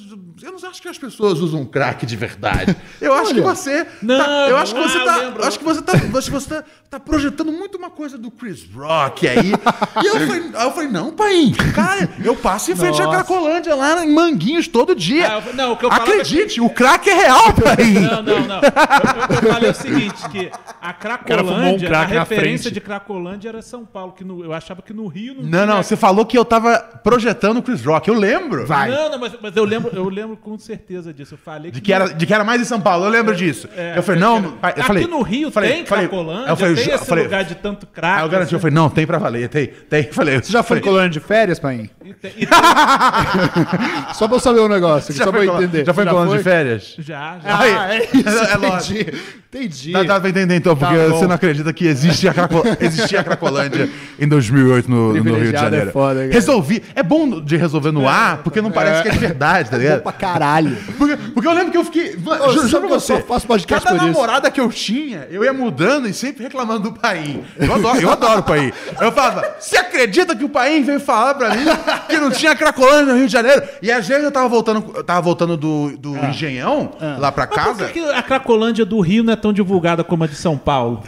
C: Eu não acho que as pessoas usam crack de verdade. Eu acho que
B: Olha.
C: você.
B: Não,
C: tá- eu acho que
B: ah,
E: é,
C: você
B: eu
C: tá.
B: lembro.
C: eu acho que você tá. eu Acho que você tá, tá projetando muito uma coisa do Chris Rock aí. e eu falei, aí eu falei, não, pai, cara, eu passo em frente à
E: Nossa.
C: Cracolândia lá em Manguinhos todo dia.
E: Ah, eu- não, o que eu falava-
C: Acredite, o crack é real, pai.
E: Não, não, não. Eu, eu- eu falei o seguinte, que a
C: cara fumou um
E: Cracolândia, a
C: crack na
E: referência
C: frente.
E: de Cracolândia era São Paulo, que no- eu achava que no Rio não
C: Não, não, você falou que eu tava projetando o Chris Rock, eu lembro.
E: Não, não, mas, mas eu, lembro, eu lembro com certeza disso. Eu falei
C: De que, era, de que era mais em São Paulo, eu lembro disso.
E: É,
C: eu falei,
E: é
C: não,
E: que era-
C: pai, eu
E: Aqui
C: falei,
E: no Rio
C: falei,
E: tem
C: falei,
E: Cracolândia,
C: eu falei,
E: tem
C: eu
E: esse
C: falei-
E: lugar de tanto crack.
C: Aí eu garanti, eu
E: assim.
C: falei, não, tem pra valer, tem, tem. Eu Falei,
D: Você já foi em colônia de férias, Paim? só pra eu saber um negócio,
C: Já
D: só pra
C: foi em
D: eu
C: colo-
D: entender.
C: já foi em colônia de férias?
E: Já,
D: já. Ah, é isso, entendi. Entendi.
C: Dá, dá pra entender, então,
D: Tá
C: porque
D: bom.
C: você não acredita que existe a Craco- existia a Cracolândia em 2008 no, no Rio de
D: Privilegiado é
C: Janeiro.
D: foda, cara.
C: Resolvi. É bom de resolver no ar, porque não parece que é de verdade, tá ligado?
D: Bom pra caralho.
C: Porque, porque eu lembro que eu fiquei.
D: Ô,
C: Ju,
D: sabe
C: juro
D: que
C: pra
D: eu
C: você,
D: só faço podcast
C: cada
D: por isso?
C: namorada que eu tinha, eu ia mudando e sempre reclamando do Paim. Eu adoro, eu adoro o Paim. Eu falava, você acredita que o Paim veio falar pra mim que não tinha Cracolândia no Rio de Janeiro? E às vezes eu tava voltando, eu tava voltando do, do Engenhão lá pra
E: Mas
C: casa.
E: Por que que a Cracolândia do Rio não é tão divulgada como a de São Paulo?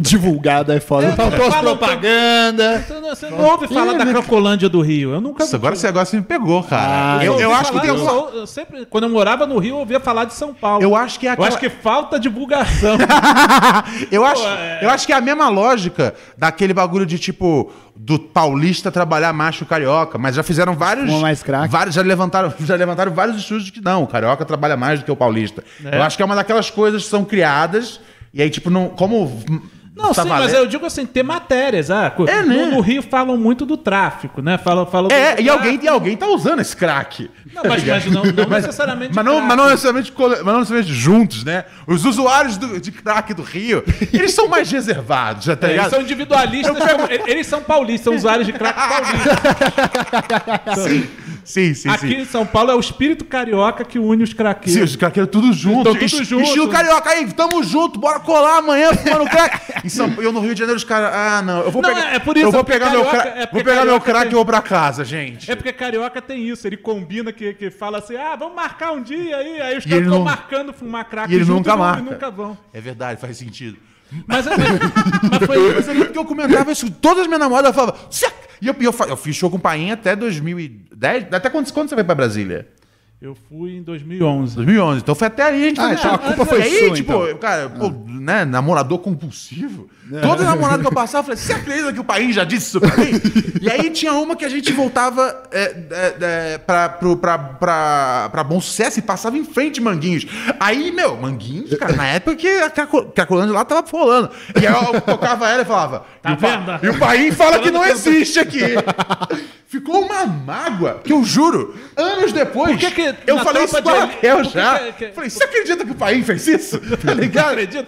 D: Divulgada é foda. Faltou as
E: Falam tanto-
C: né?
D: propaganda.
E: Então, não, Você não ouve falar da Cracolândia do Rio. Eu nunca.
C: Nossa, agora você agora você me pegou,
E: Ah,
C: cara. eu eu
E: ouvi
C: acho que
E: falar,
C: tem
E: eu
C: alguma
E: só- eu sempre, quando eu morava no Rio, eu ouvia falar de São Paulo.
C: Eu acho que é aquela- Tá
E: Eu acho que falta divulgação.
C: eu, acho,
E: é.
C: eu acho que é a mesma lógica daquele bagulho de tipo do paulista trabalhar macho carioca, mas já fizeram vários.
D: Fuma mais crack.
C: vários já levantaram, já levantaram vários estudos de que não, o carioca trabalha mais do que o paulista.
E: É.
C: Eu acho que é uma daquelas coisas que são criadas e aí tipo não, como
E: Não, sim, mas eu digo assim, ter matérias. Ah, co-
C: É,
E: no,
C: né?
E: no Rio falam muito do tráfico, né? Falam, falam
C: É,
E: do
C: e alguém, e alguém tá usando esse crack.
E: Não, mas- mas não- não necessariamente
C: Mas não,
E: crack.
C: mas não necessariamente, cole- mas não necessariamente juntos, né? Os usuários do- de crack do Rio, eles são mais reservados, já tá
E: É,
C: ligado?
E: eles são individualistas, como- e- eles são paulistas, são usuários de crack paulista.
C: Sim, sim, sim.
E: Aqui em São Paulo é o espírito carioca que une os craqueiros.
C: Sim, os craqueiros tudo junto.
E: Tão Então, tudo
C: Es-
E: junto.
C: Estilo carioca aí, tamo junto, bora colar amanhã fumando crack. Em São, eu no Rio de Janeiro, os caras. Ah, não. Eu vou
E: Não,
C: pegar.
E: é por isso,
C: eu vou
E: porque
C: pegar meu
E: carioca-
C: crack.
E: é porque
C: vou pegar meu
E: carioca
C: crack
E: tem-
C: e vou pra casa, gente.
E: É porque carioca tem isso, ele combina que, que fala assim, ah, vamos marcar um dia aí, aí os
C: E
E: caras
C: ele
E: estão
C: não-
E: marcando fumar crack
C: e ele
E: junto
C: nunca
E: não-
C: marca.
E: nunca vão.
C: É verdade, faz sentido.
E: Mas, mas, mas foi
C: Mas eu lembro que eu comentava isso com todas as minhas namoradas, eu falava. "Cê ac-" E eu, e eu, fa- eu fiz show com o Painha até 2010. Até quando, quando você veio pra Brasília?
E: Eu fui em 2011.
C: 2011. Então foi até aí a gente
D: Ah,
C: foi-
D: então a culpa
C: e
D: foi
C: aí,
D: sua,
C: tipo,
D: então. É.
C: cara, pô, né, namorador compulsivo. Toda namorada que eu passava, eu falei, você acredita que o país já disse isso pra mim? e aí tinha uma que a gente voltava é, é, é, pra, pro, pra, pra, pra Bom Sucesso e passava em frente de Manguinhos. Aí, meu, Manguinhos, cara, na época que a Craco- Cracolândia lá tava rolando. E aí eu tocava ela e falava,
E: Tá
C: e, o pa,
E: vendo?
C: e o país fala que não existe aqui. Ficou uma mágoa, que eu juro, anos depois,
E: Por que que
C: eu
E: na
C: falei isso
E: tropa
C: com a
E: de-
C: Raquel
E: por que
C: já.
E: que- que-
C: Falei, você acredita que o Paim fez isso? Tá ligado?
E: Acredito.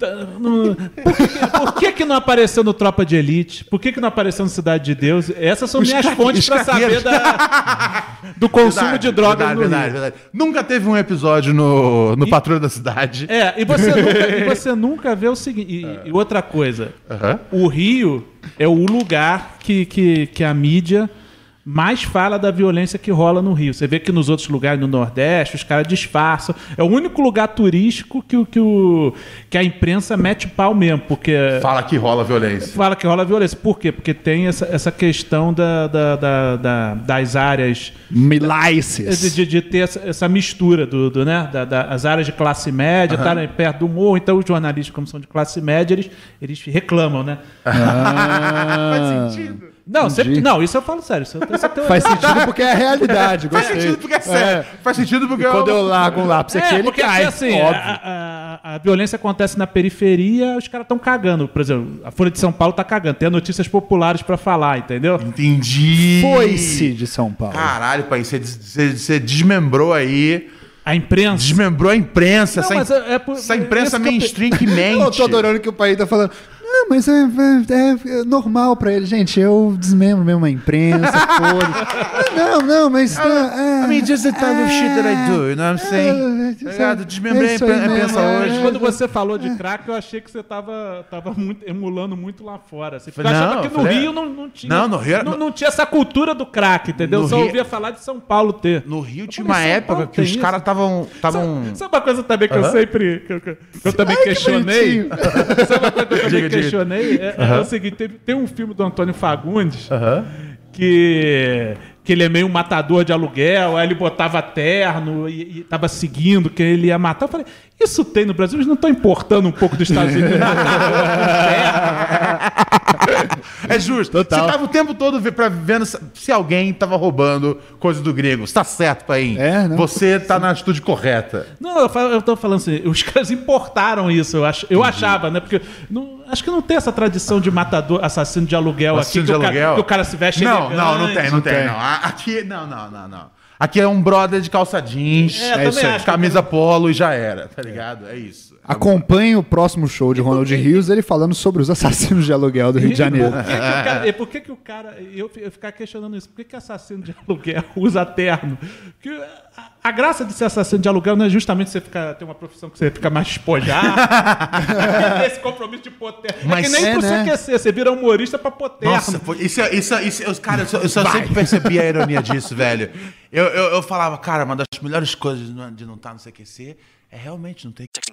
E: Tá, não- Por, que, que- por que que não apareceu no Tropa de Elite? Por que, que não apareceu no Cidade de Deus? Essas são
C: Os
E: minhas
C: craque-
E: fontes
C: os
E: pra saber
C: craqueiros.
E: da- do consumo de drogas
C: verdade,
E: no
C: verdade,
E: Rio.
C: verdade. Nunca teve um episódio no, no Patrulha da Cidade.
E: É, e você, nunca, e você nunca vê o seguinte. E, e outra coisa,
C: Aham.
E: o Rio é o lugar que, que, que a mídia mais fala da violência que rola no Rio. Você vê que nos outros lugares, no Nordeste, os caras disfarçam. É o único lugar turístico que, o- que, o, que a imprensa mete pau mesmo, porque
C: Fala que rola violência.
E: fala que rola violência. Por quê? Porque tem essa, essa questão da, da- da- da- das áreas de,
D: Milices.
E: de- de ter essa, essa mistura do, do, né, da- da- as áreas de classe média, estarem perto do morro, então os jornalistas, como são de classe média, eles, eles reclamam, né?
C: Faz sentido.
E: Não,
D: Ah. Entendi.
E: sempre- não, isso eu falo sério. Isso, eu- isso eu tenho-
D: Faz sentido porque é a realidade.
C: Faz
D: gostei.
C: sentido porque é sério. Faz sentido porque
D: Quando eu largo um lápis
E: É,
D: aqui, ele
E: porque aqui,
D: cai,
E: assim,
D: óbvio.
E: a, a- a violência acontece na periferia, os caras estão cagando. Por exemplo, a Folha de São Paulo tá cagando, tem notícias populares para falar, entendeu?
C: Entendi.
D: Foi-se de São Paulo.
C: Caralho, Paim, você, des- você- você desmembrou aí.
E: A imprensa.
C: Desmembrou a imprensa.
E: Não,
C: essa,
E: mas
C: im-
E: é- é por-
C: essa
E: esse que
C: imprensa
E: eu pe-
C: mainstream que mente.
D: Eu tô adorando que o país tá falando. Não, mas é, é- é normal pra ele. Gente, eu desmembro mesmo a imprensa, foda "Ah, Não, não, mas... não, ah, é,
C: I mean, just the type of shit that I do, you know what I'm saying? Tá ligado? Desmembrei a imprensa hoje.
E: É, Quando você falou de crack, eu achei que você tava, tava muito, emulando muito lá fora. Você
C: Falei,
E: achava
C: não,
E: que no
C: falei- "Ah,
E: Rio não, não tinha.
C: Não, no Rio era-
E: não, não tinha essa cultura do crack, entendeu?
C: No
E: Só
C: Rio-
E: ouvia falar de São Paulo ter.
C: No Rio tinha uma
E: é
C: época que os caras estavam. tavam...
E: Sabe uma coisa também que eu
C: Aham.
E: sempre. que eu, que eu- que eu também
C: Ai, que
E: questionei?
C: bonitinho.
E: Sabe uma coisa que eu também
C: Diga, diga.
E: questionei? É, é
C: Aham.
E: o seguinte: teve- tem, um filme do Antônio Fagundes que. Que ele é meio um matador de aluguel, aí ele botava terno e, e tava seguindo quem ele ia matar. Eu falei, isso tem no Brasil? Eles não estão importando um pouco dos Estados Unidos.
C: É justo. Você tava o tempo todo ve- pra- vendo se- se alguém tava roubando coisa do gringo. Você tá certo, Paim. É, Você tá na atitude correta.
E: Não, eu, falo- eu tô falando assim, os caras importaram isso, eu, ach- eu achava, né? Porque não- acho que não tem essa tradição de matador, assassino de aluguel
C: Assassino
E: aqui,
C: Tá de
E: que, O
C: aluguel.
E: cara, que o cara se veste é
C: Não,
E: elegante.
C: não, não tem, não tem, Ah, não. A- Aqui, não, não, não, não. Aqui é um brother de calça jeans,
E: É, eu também acho.
C: camisa polo e já era, tá ligado? É isso.
D: Acompanhe o próximo show de Ronald Rios, ele falando sobre os assassinos de aluguel do Rio de Janeiro.
E: E por que que o
D: É.
E: cara- e por que, que o cara. Eu, fi- eu ficar questionando isso. Por que, que assassino de aluguel É, usa terno? Porque a, a graça de ser assassino de aluguel não é justamente você ficar, ter uma profissão que você fica mais despojado. esse compromisso de poder. é
C: Mas
E: que nem
C: é,
E: você
C: né?
E: quer ser, você vira humorista pra poder.
C: Nossa, foi- isso, é- isso, é- isso, é- os caras, eu, só- eu só sempre percebi a ironia disso, velho. Eu, eu, eu falava, cara, uma das melhores coisas de não- é de não estar no CQC é realmente não ter
H: Texting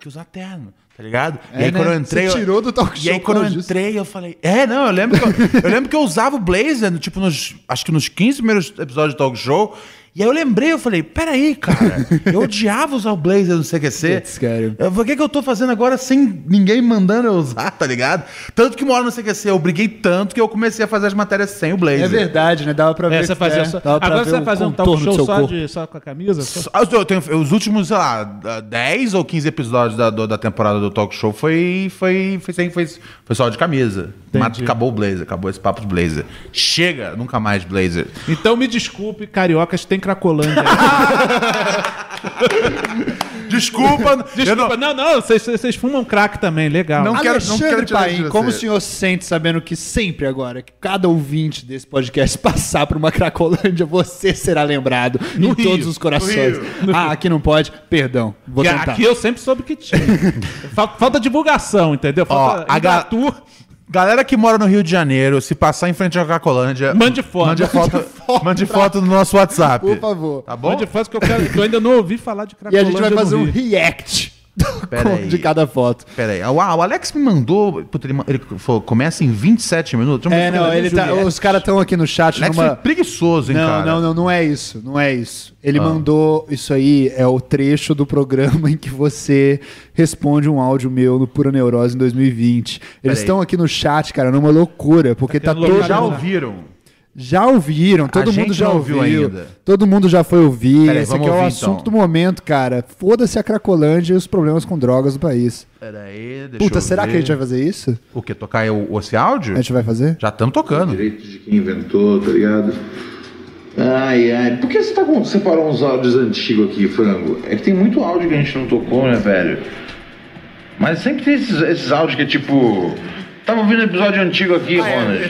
C: que usar terno, tá ligado?
D: É,
C: e aí
D: né?
C: quando eu entrei.
D: Você
C: eu-
D: tirou do talk
C: E
D: show
C: aí
D: por
C: quando eu
D: causa disso.
C: entrei, eu falei. É, não, eu lembro que eu, eu lembro que eu usava o blazer, no- tipo, nos. Acho que nos 15 primeiros episódios do talk show. E aí eu lembrei, eu falei, peraí, cara, eu odiava usar o blazer no CQC.
D: Putz, cara.
C: Eu- O que, que eu tô fazendo agora sem ninguém mandando eu usar, tá ligado? Tanto que uma hora no CQC eu briguei tanto que eu comecei a fazer as matérias sem o blazer.
D: É verdade, né? Dava pra ver.
E: É, você fazia
D: é,
E: só-
D: dava pra
E: Agora
D: ver
E: você vai
D: o
E: fazer um talk
D: contorno do
E: show
D: seu
E: só,
D: corpo.
E: de, só com a camisa? Só-
C: Ah, Eu tenho, os últimos, sei lá, da- 10 ou 15 episódios da, do- da temporada do talk show foi, foi, foi, sem- foi, foi só de camisa. Mas acabou o blazer, acabou esse papo de blazer. Chega, nunca mais blazer.
E: Então me desculpe, cariocas, tem cracolândia.
C: Desculpa,
E: Desculpa, não, não, vocês- vocês vocês fumam crack também, legal.
D: Não quero, não quero
C: tirar isso de
D: Paim,
C: você.
D: como o senhor se sente sabendo que sempre agora que cada ouvinte desse podcast passar por uma cracolândia, você será lembrado em
E: Rio,
D: todos os corações.
E: no Rio.
D: Ah, aqui não pode? Perdão, vou
E: Que
D: tentar.
E: aqui eu sempre soube que tinha. Fal- Falta divulgação, entendeu? Falta
C: a ga-
E: engatu-
C: Galera que mora no Rio de Janeiro, se passar em frente à Cacolândia,
E: Mande foto.
C: Mande foto, mande foto no nosso WhatsApp.
D: Por favor.
C: Tá bom?
E: Mande foto que eu, quero- que eu ainda não ouvi falar de
D: E a
E: cracolândia.
D: gente vai fazer
E: no
D: um
E: Rio.
D: react
C: Pera aí.
D: de cada foto.
C: Pera aí. Ah, o Alex me mandou. Puta, ele, ma- ele falou, começa em 27 minutos.
D: É, não, ele tá-
C: Juliette.
D: os caras estão aqui no chat
C: Alex
D: numa...
C: foi preguiçoso, hein,
D: não,
C: cara?
D: Não, não, não é isso. Não é isso. Ele mandou isso aí, é o trecho do programa em que você responde um áudio meu no Pura Neurose em 2020. Eles
C: Peraí.
D: estão aqui no chat, cara, numa loucura, porque
E: um
D: tá todo
C: Já
D: mundo-
C: ouviram.
D: Já ouviram, todo
C: A gente
D: mundo já
C: não
D: ouviu
C: ouviu
D: ainda.
C: ainda.
D: Todo mundo já foi ouvir.
C: Peraí,
D: Esse
C: vamos
D: aqui é o
C: ouvir,
D: assunto
C: então.
D: do momento, cara. Foda-se a Cracolândia e os problemas com drogas do país.
C: Peraí, deixa
D: Puta,
C: eu
D: será
C: ver.
D: que a gente vai fazer isso?
C: O quê? Tocar o, esse áudio?
D: A gente vai fazer?
C: Já estamos tocando.
I: direito de quem inventou, tá ligado? Ai, ai, por que você tá com, separou uns áudios antigos aqui, frango? É que tem muito áudio que a gente não tocou, né, velho? Mas sempre tem esses, esses áudios que é tipo. Tava ouvindo episódio antigo aqui, Ronald.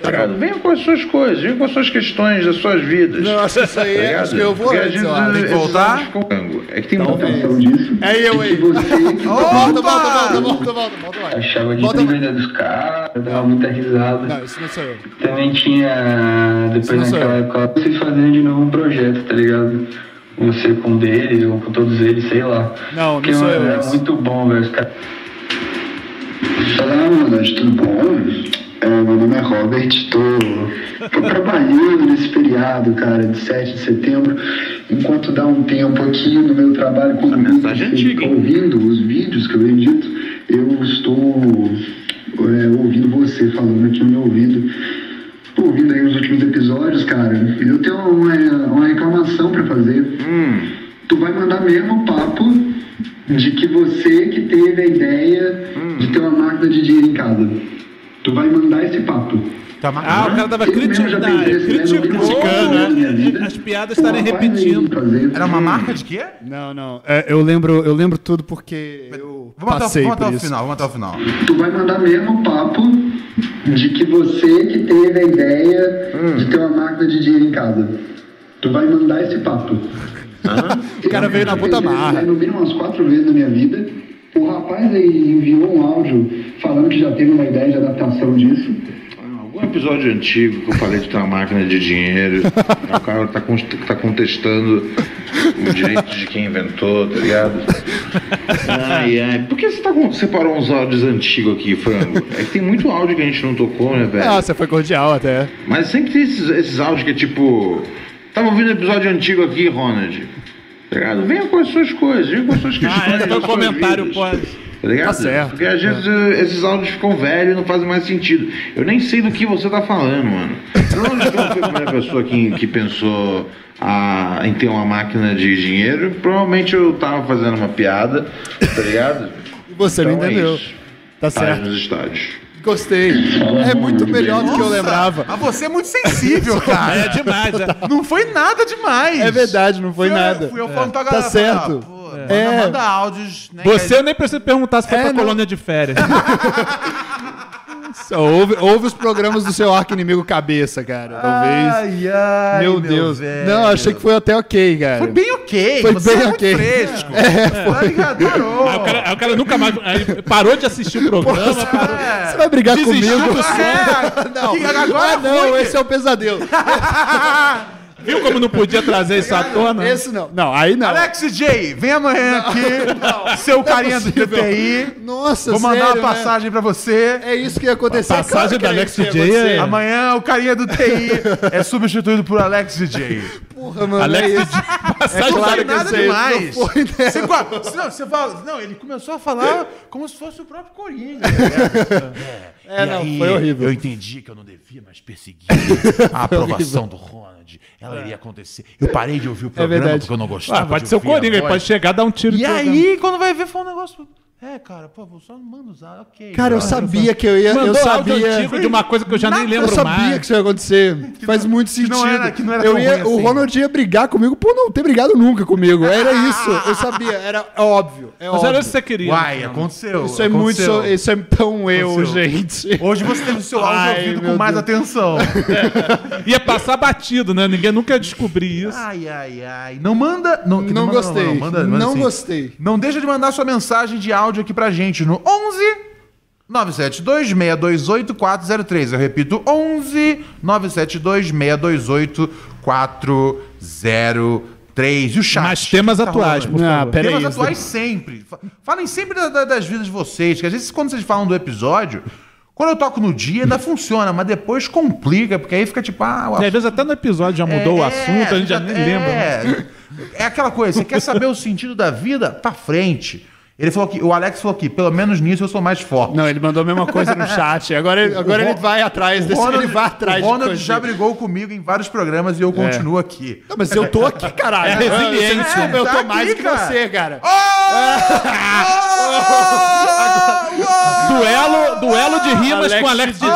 I: Tá ligado? Venha com as suas coisas, venha com as suas questões das suas vidas.
D: Nossa, isso aí
I: Tá
D: é- acho
I: ligado?
D: que eu vou
I: Porque a
D: antes,
I: gente-
D: ó. Tem que
I: esses
C: voltar?
I: áudios ficam- frango. É que tem
D: Então
I: muita noção disso.
D: É eu, aí. Volta, volta, volta, volta, volta, volta lá.
F: Achava de primeira dos caras, dava muita risada.
D: Não, isso não sou eu.
F: Também tinha, depois naquela época, vocês faziam de novo um projeto, tá ligado? Você com um deles, ou com todos eles, sei lá.
D: Não,
F: Porque,
D: não sou
F: mano,
D: eu,
F: Era
D: isso.
F: muito bom, velho. Os caras. Fala, mano, tudo bom? É, meu nome é Robert, tô, tô trabalhando nesse feriado, cara, de 7 de setembro. Enquanto dá um tempo aqui no meu trabalho, quando eu fico ouvindo os vídeos que eu edito, eu estou é, ouvindo você falando aqui no meu ouvido. Tô ouvindo aí os últimos episódios, cara. E eu tenho uma, uma reclamação pra fazer. Tu vai mandar mesmo papo de que você que teve a ideia de ter uma máquina de dinheiro em casa. Tu vai mandar esse papo.
D: Tá
E: Ah, o cara tava criticando, criticando, né? As piadas estarem repetindo.
C: Era uma marca de quê?
D: Não, não. É, eu, lembro, eu lembro tudo porque eu
C: Vamos até, o-
D: passei
C: vamos até
D: por
C: o
D: isso.
C: final, vamos até o final.
F: Tu vai mandar mesmo papo de que você que teve a ideia
C: Hum.
F: de ter uma máquina de dinheiro em casa. Tu vai mandar esse papo.
D: O cara veio na puta marra.
F: No mínimo umas quatro vezes na minha vida. O rapaz aí enviou um áudio falando que já teve uma ideia de adaptação disso.
I: Algum Um episódio antigo que eu falei que tem uma máquina de dinheiro, o cara tá, con- tá contestando o direito de quem inventou, tá ligado? Ai, ai, por que você tá com- separou uns áudios antigos aqui, Frango? É que tem muito áudio que a gente não tocou, né, velho?
D: Ah, você foi cordial até.
I: Mas sempre tem esses, esses áudios que é tipo. Tava ouvindo episódio antigo aqui, Ronald. Tá ligado? Venha com as suas coisas, venha com as suas questões.
E: Ah, esse foi o
I: as suas
E: comentário,
I: vidas.
E: pode.
I: Tá ligado?
E: Tá certo.
I: Porque às vezes eh, esses áudios ficam velhos e não fazem mais sentido. Eu nem sei do que você tá falando, mano. Eu não lembro quem foi a primeira pessoa que, que pensou a- em ter uma máquina de dinheiro. Provavelmente eu tava fazendo uma piada, tá ligado?
D: E você não
I: Então é
D: entendeu.
I: isso.
D: Tá
I: Paz
D: certo.
I: nos estádios.
D: Gostei. É muito melhor do que eu
C: Nossa,
D: lembrava.
C: Mas você é muito sensível, cara.
E: É demais, é.
C: Não foi nada demais.
D: É verdade, não foi
C: Fui eu-
D: nada.
C: Fui eu falando pra
D: Tá
C: galera. falei, ah,
D: certo.
C: pô,
D: É.
C: Manda, manda áudios. Né,
E: Você eu nem preciso perguntar se foi
D: É,
E: pra
D: não.
E: colônia de férias.
D: Só Ouve, ouve os programas do seu arco inimigo cabeça, cara. Talvez.
C: Ai, ai,
D: meu, Deus. Não, achei que foi até ok, cara.
C: Foi bem ok.
D: Foi
C: você
D: bem
C: é muito
D: ok. É,
C: fresco. Tá ligado? Adorou.
E: Aí o cara, aí o cara nunca mais. aí parou de assistir o programa. parou-
D: Você vai brigar
E: Desistiu
D: comigo?
E: do
C: É,
D: Não.
C: que agora
D: ah, não,
C: é ruim.
D: esse é o pesadelo.
E: Viu como não podia trazer isso à tona?
D: Esse não. Não, aí não.
C: Alex J, vem amanhã aqui. Seu
D: Não é
C: carinha do
D: possível.
C: TPI.
D: Nossa,
C: Vou mandar
D: sério,
C: uma
D: né?
C: passagem pra você.
D: É isso que ia acontecer.
E: A passagem
D: que
E: do
D: era
E: Alex
D: isso que ia
E: DJ é-
D: acontecer.
C: Amanhã o carinha do TI é substituído por Alex DJ.
D: Porra, mano.
E: Alex
D: é isso.
E: Passagem da
D: claro que
E: Alex
D: eu sei.
C: demais.
D: não foi, né?
C: Você, qua- você- não, você fala, não, ele começou a falar como se fosse o próprio Coringa. né? tá ligado?
D: É,
C: E
D: não,
C: aí,
D: foi horrível.
C: Eu entendi que eu não devia mais perseguir a aprovação do Ronald. Ela iria acontecer. Eu parei de ouvir o programa
D: verdade.
C: porque eu não gostava.
E: É Ah, pode
C: de
E: ser o
C: ouvir a
E: Coringa, ele
C: voz.
E: pode chegar, dar um tiro
C: E
E: no
C: aí, quando vai ver, foi um negócio. É, cara, pô, só não manda usar, ok.
D: Cara, eu
C: Tá.
D: sabia que eu ia.
E: Mandou
D: eu
E: áudio
D: sabia.
E: antigo de uma coisa que eu já nem
D: Eu
E: lembro
D: sabia
E: mais.
D: que isso ia acontecer. Faz muito sentido.
C: não era- que não era
D: eu
C: tão
D: ia,
C: ruim
D: o
C: assim,
D: Ronald ia brigar comigo por não ter brigado nunca comigo. Era isso. Eu sabia. Era óbvio. É
E: Ah. Mas era
D: óbvio.
E: isso que você queria. né?
C: Uai, aconteceu.
D: Isso é muito.
C: aconteceu.
D: so- Isso é tão eu,
C: Aconteceu.
D: gente.
C: Hoje você teve o seu áudio
D: Ai,
C: ouvido com
D: meu
C: mais
D: Deus.
C: atenção.
E: Ia passar batido, né? Ninguém nunca ia descobrir isso.
C: Ai, ai, ai. Não manda. Não,
D: Não
C: manda, assim.
D: gostei. Não gostei.
C: Não deixa de mandar sua mensagem de áudio aqui pra gente no 11 972 628 403. Eu repito, 11 972 628 403. E o chat?
E: Mas temas
C: O que que tá
E: atuais,
C: rolando?
E: por favor.
D: pera
C: Temas
D: aí,
C: atuais sempre. Fa- Falem sempre da- da- das vidas de vocês, que às vezes quando vocês falam do episódio, quando eu toco no dia ainda funciona, mas depois complica, porque aí fica tipo, ah, o
E: E às vezes até no episódio já mudou o assunto, a gente já nem
C: é,
E: lembra. né?
C: É aquela coisa, você quer saber o sentido da vida? Pra frente. Ele falou que, o Alex falou que, pelo menos nisso eu sou mais forte.
D: Não, ele mandou a mesma coisa no chat. Agora, ele- agora
C: Ron-
D: ele vai atrás desse. ele vai atrás
C: o
D: de
C: Ronald
D: coisa. É.
C: já brigou comigo em vários programas e eu continuo aqui.
D: Não, mas eu tô aqui, caralho.
E: É resiliente.
D: Eu, sou- eu
C: É,
D: tô
C: tá
D: mais
C: aqui,
D: que
C: cara.
D: você, cara.
E: Ah! Duelo, duelo de rimas com Alex Oh! DJ.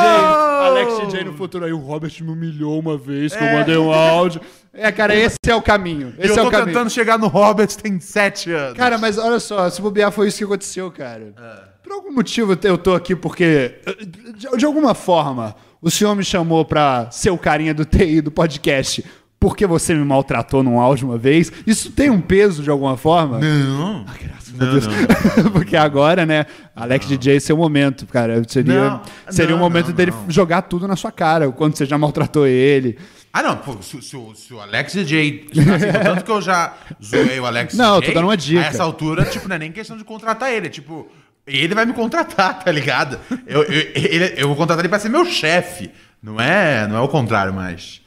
D: Alex DJ no futuro. Aí o Robert me humilhou uma
E: É.
D: vez que eu mandei um áudio. É, cara, esse é o caminho.
C: E eu
D: Esse é
C: tô
D: o caminho.
C: tentando chegar no Robert tem sete anos. É.
D: Cara, mas olha só, se bobear foi isso que aconteceu, cara. Por algum motivo eu tô aqui porque, eh, de, de alguma forma, o senhor me chamou pra ser o carinha do TI do podcast. porque você me maltratou num áudio uma vez, isso tem um peso de alguma forma?
C: Não.
D: Ah, graças a Deus. porque agora, né, Alex DJ é seu momento, cara. Seria,
C: Não,
D: seria
C: não,
D: o momento
C: não,
D: dele
C: não.
D: jogar tudo na sua cara, o quanto você já maltratou ele.
C: Ah, não, pô, se, se o- se o Alex DJ. assim, o tanto que eu já zoei o Alex
D: Não, eu tô
C: DJ,
D: dando uma dica.
C: A essa altura, tipo, não é nem questão de contratar ele. é Tipo, ele vai me contratar, tá ligado? Eu, eu, ele- eu vou contratar ele pra ser meu chefe. Não é, não é o contrário, mas.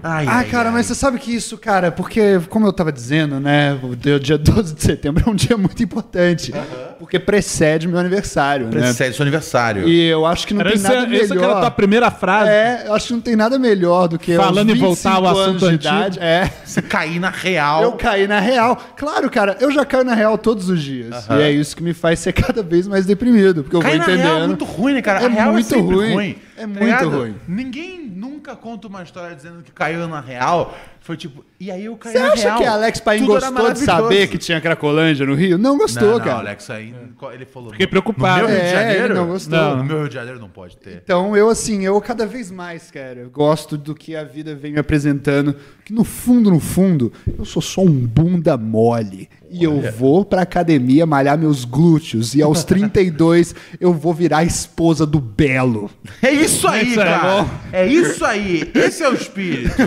C: Ai,
D: ah,
C: ai,
D: cara,
C: ai.
D: mas você sabe que isso, cara, é porque, como eu tava dizendo, né, o dia dia 12 de setembro é um dia muito importante. Porque precede meu aniversário, né?
C: Precede é seu aniversário.
D: E eu acho que não
E: Era
D: tem
E: essa-
D: nada melhor.
E: essa que era a tua primeira frase.
D: É, eu acho que não tem nada melhor do que. aos
E: Falando em voltar ao
D: 25 anos
E: assunto
D: de
E: antigo.
D: idade. É.
C: Você cair na real.
D: Eu caí na real. Claro, cara, eu já caio na real todos os dias.
C: Aham.
D: E é isso que me faz ser cada vez mais deprimido, porque eu
C: Cair na
D: vou entendendo.
C: real é muito ruim, né, cara?
D: É
C: a real
D: muito
C: é sempre ruim.
D: ruim.
C: tá
D: É muito
C: ligado?
D: ruim.
C: Ninguém nunca conta uma história dizendo que caiu na real. Foi tipo, e aí eu caí
D: Você
C: na
D: acha
C: real.
D: que Alex Paim
C: Tudo era
D: gostou de
C: maravilhoso.
D: saber que tinha Cracolândia no Rio? Não gostou,
C: não, não,
D: cara.
C: Alex, aí ele falou.
D: Fiquei
C: "No-
D: preocupado."
C: No meu Rio de
D: É,
C: Janeiro?
D: ele não gostou.
C: no meu Rio de Janeiro não pode ter.
D: Então, eu assim, eu cada vez mais, cara, eu gosto do que a vida vem me apresentando. Que no fundo, no fundo, eu sou só um bunda mole. E eu vou pra academia malhar meus glúteos. E aos 32, eu vou virar a esposa do Belo.
C: É isso aí,
D: Isso é
C: cara.
D: bom.
C: É isso aí. Esse é o espírito.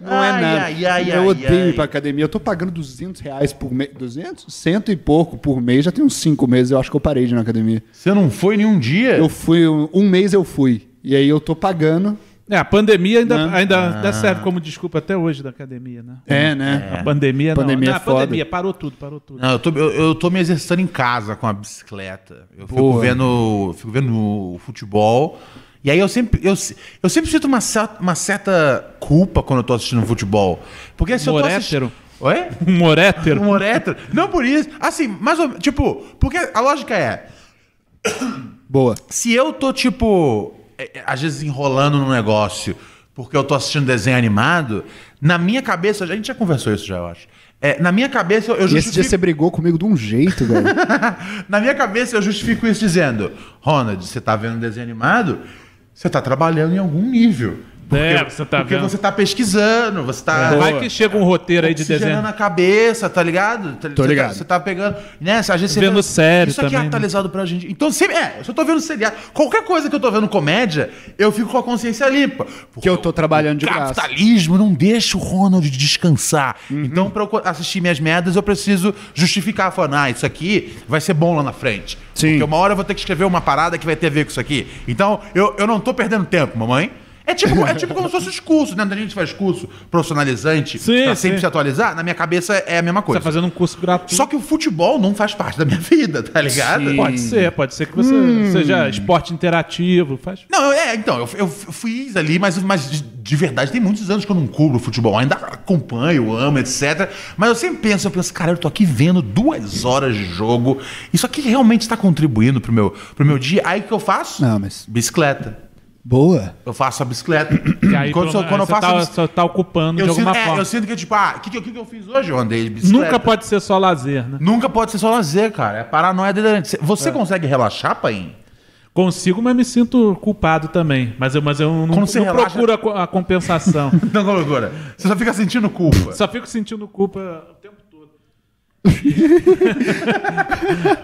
D: Não é
C: Ai,
D: nada.
C: ai, ai,
D: eu
C: ai,
D: odeio
C: ai.
D: ir pra academia. Eu tô pagando 200 reais por mês. 200? Cento e pouco por mês. Já tem uns cinco meses, eu acho que eu parei de ir na academia.
C: Você não foi nenhum dia?
D: Eu fui, um um mês eu fui. E aí eu tô pagando.
E: É, a pandemia ainda,
D: Né?
E: ainda,
D: Ah.
E: ainda serve como desculpa até hoje da academia, né?
D: É, né?
E: A pandemia, não.
D: Pandemia
E: não.
D: é
E: a
D: foda.
E: pandemia, parou tudo, parou tudo.
C: Não, eu tô, eu, eu tô me exercitando em casa com a bicicleta. Eu fico
E: Boa.
C: vendo, fico vendo o futebol. E aí eu sempre, eu, se- eu sempre sinto uma, cer- uma certa culpa quando eu tô assistindo futebol. Porque se eu tô assistindo...
E: Morétero?
C: Oi?
E: Um morétero?
C: Um morétero. Não por isso. Assim, mais ou menos. Tipo, porque a lógica é.
D: Boa.
C: Se eu tô, tipo, é, é, às vezes enrolando num negócio porque eu tô assistindo desenho animado, na minha cabeça, a gente já conversou isso já, eu acho. É, na minha cabeça, eu
D: E esse dia
C: justifico.
D: você brigou comigo de um jeito, velho.
C: Na minha cabeça, eu justifico isso dizendo: Ronald, você tá vendo desenho animado, você tá trabalhando em algum nível.
E: É, você tá
C: porque
E: vendo.
C: você tá pesquisando, você tá.
E: Vai que chega um roteiro aí de
C: oxigenando
E: desenho.
C: a cabeça, tá ligado? Tá- você
E: ligado.
C: Tá, você tá pegando. Né? Às vezes você
E: Vendo série
C: Isso aqui
E: também,
C: é
E: né?
C: atualizado pra gente. Então, sempre. É, se eu tô vendo seriado. Qualquer coisa que eu tô vendo comédia, eu fico com a consciência limpa. Porque eu
D: tô trabalhando de graça.
C: capitalismo não deixa o Ronald descansar.
E: Uhum.
C: Então, pra eu co- assistir minhas merdas, eu preciso justificar, falando, ah, isso aqui vai ser bom lá na frente. Sim. Porque uma hora eu vou ter que escrever uma parada que vai ter a ver com isso aqui. Então, eu, eu não tô perdendo tempo, mamãe. É tipo, é tipo como se fosse os cursos, né? Quando a gente faz curso profissionalizante
E: Sim,
C: pra sempre
E: sim.
C: se atualizar, na minha cabeça é a mesma
E: Você
C: coisa.
E: tá fazendo um curso gratuito.
C: Só que o futebol não faz parte da minha vida, tá ligado?
E: Pode ser, pode ser que você
C: Hum.
E: seja esporte interativo, faz
C: Não, eu- é, então, eu, eu fiz ali, mas, mas de, de verdade tem muitos anos que eu não cubro futebol. Ainda acompanho, amo, etc. Mas eu sempre penso, eu penso, cara, eu tô aqui vendo duas horas de jogo. Isso aqui realmente está contribuindo pro meu, pro meu dia. Aí o que eu faço?
D: Não, mas-
C: Bicicleta.
D: Boa.
C: Eu faço a bicicleta.
E: E aí,
C: quando
E: pelo-
C: eu, quando eu
E: você
C: faço a
E: tá,
C: bicicleta.
E: você tá ocupando de
C: Eu sinto,
E: alguma
C: é,
E: forma.
C: eu sinto que, tipo, ah, o que, que, que eu fiz hoje? Eu andei de bicicleta.
E: Nunca pode ser só lazer, né?
C: Nunca pode ser só lazer, cara. É paranoia delirante. Você consegue relaxar, Paim?
E: Consigo, mas me sinto culpado também. Mas eu, mas eu não,
C: Quando você
E: não
C: relaxa-
E: procuro a co- a, compensação.
C: Não, não, agora. Você só fica sentindo culpa.
E: Só fico sentindo culpa o tempo todo.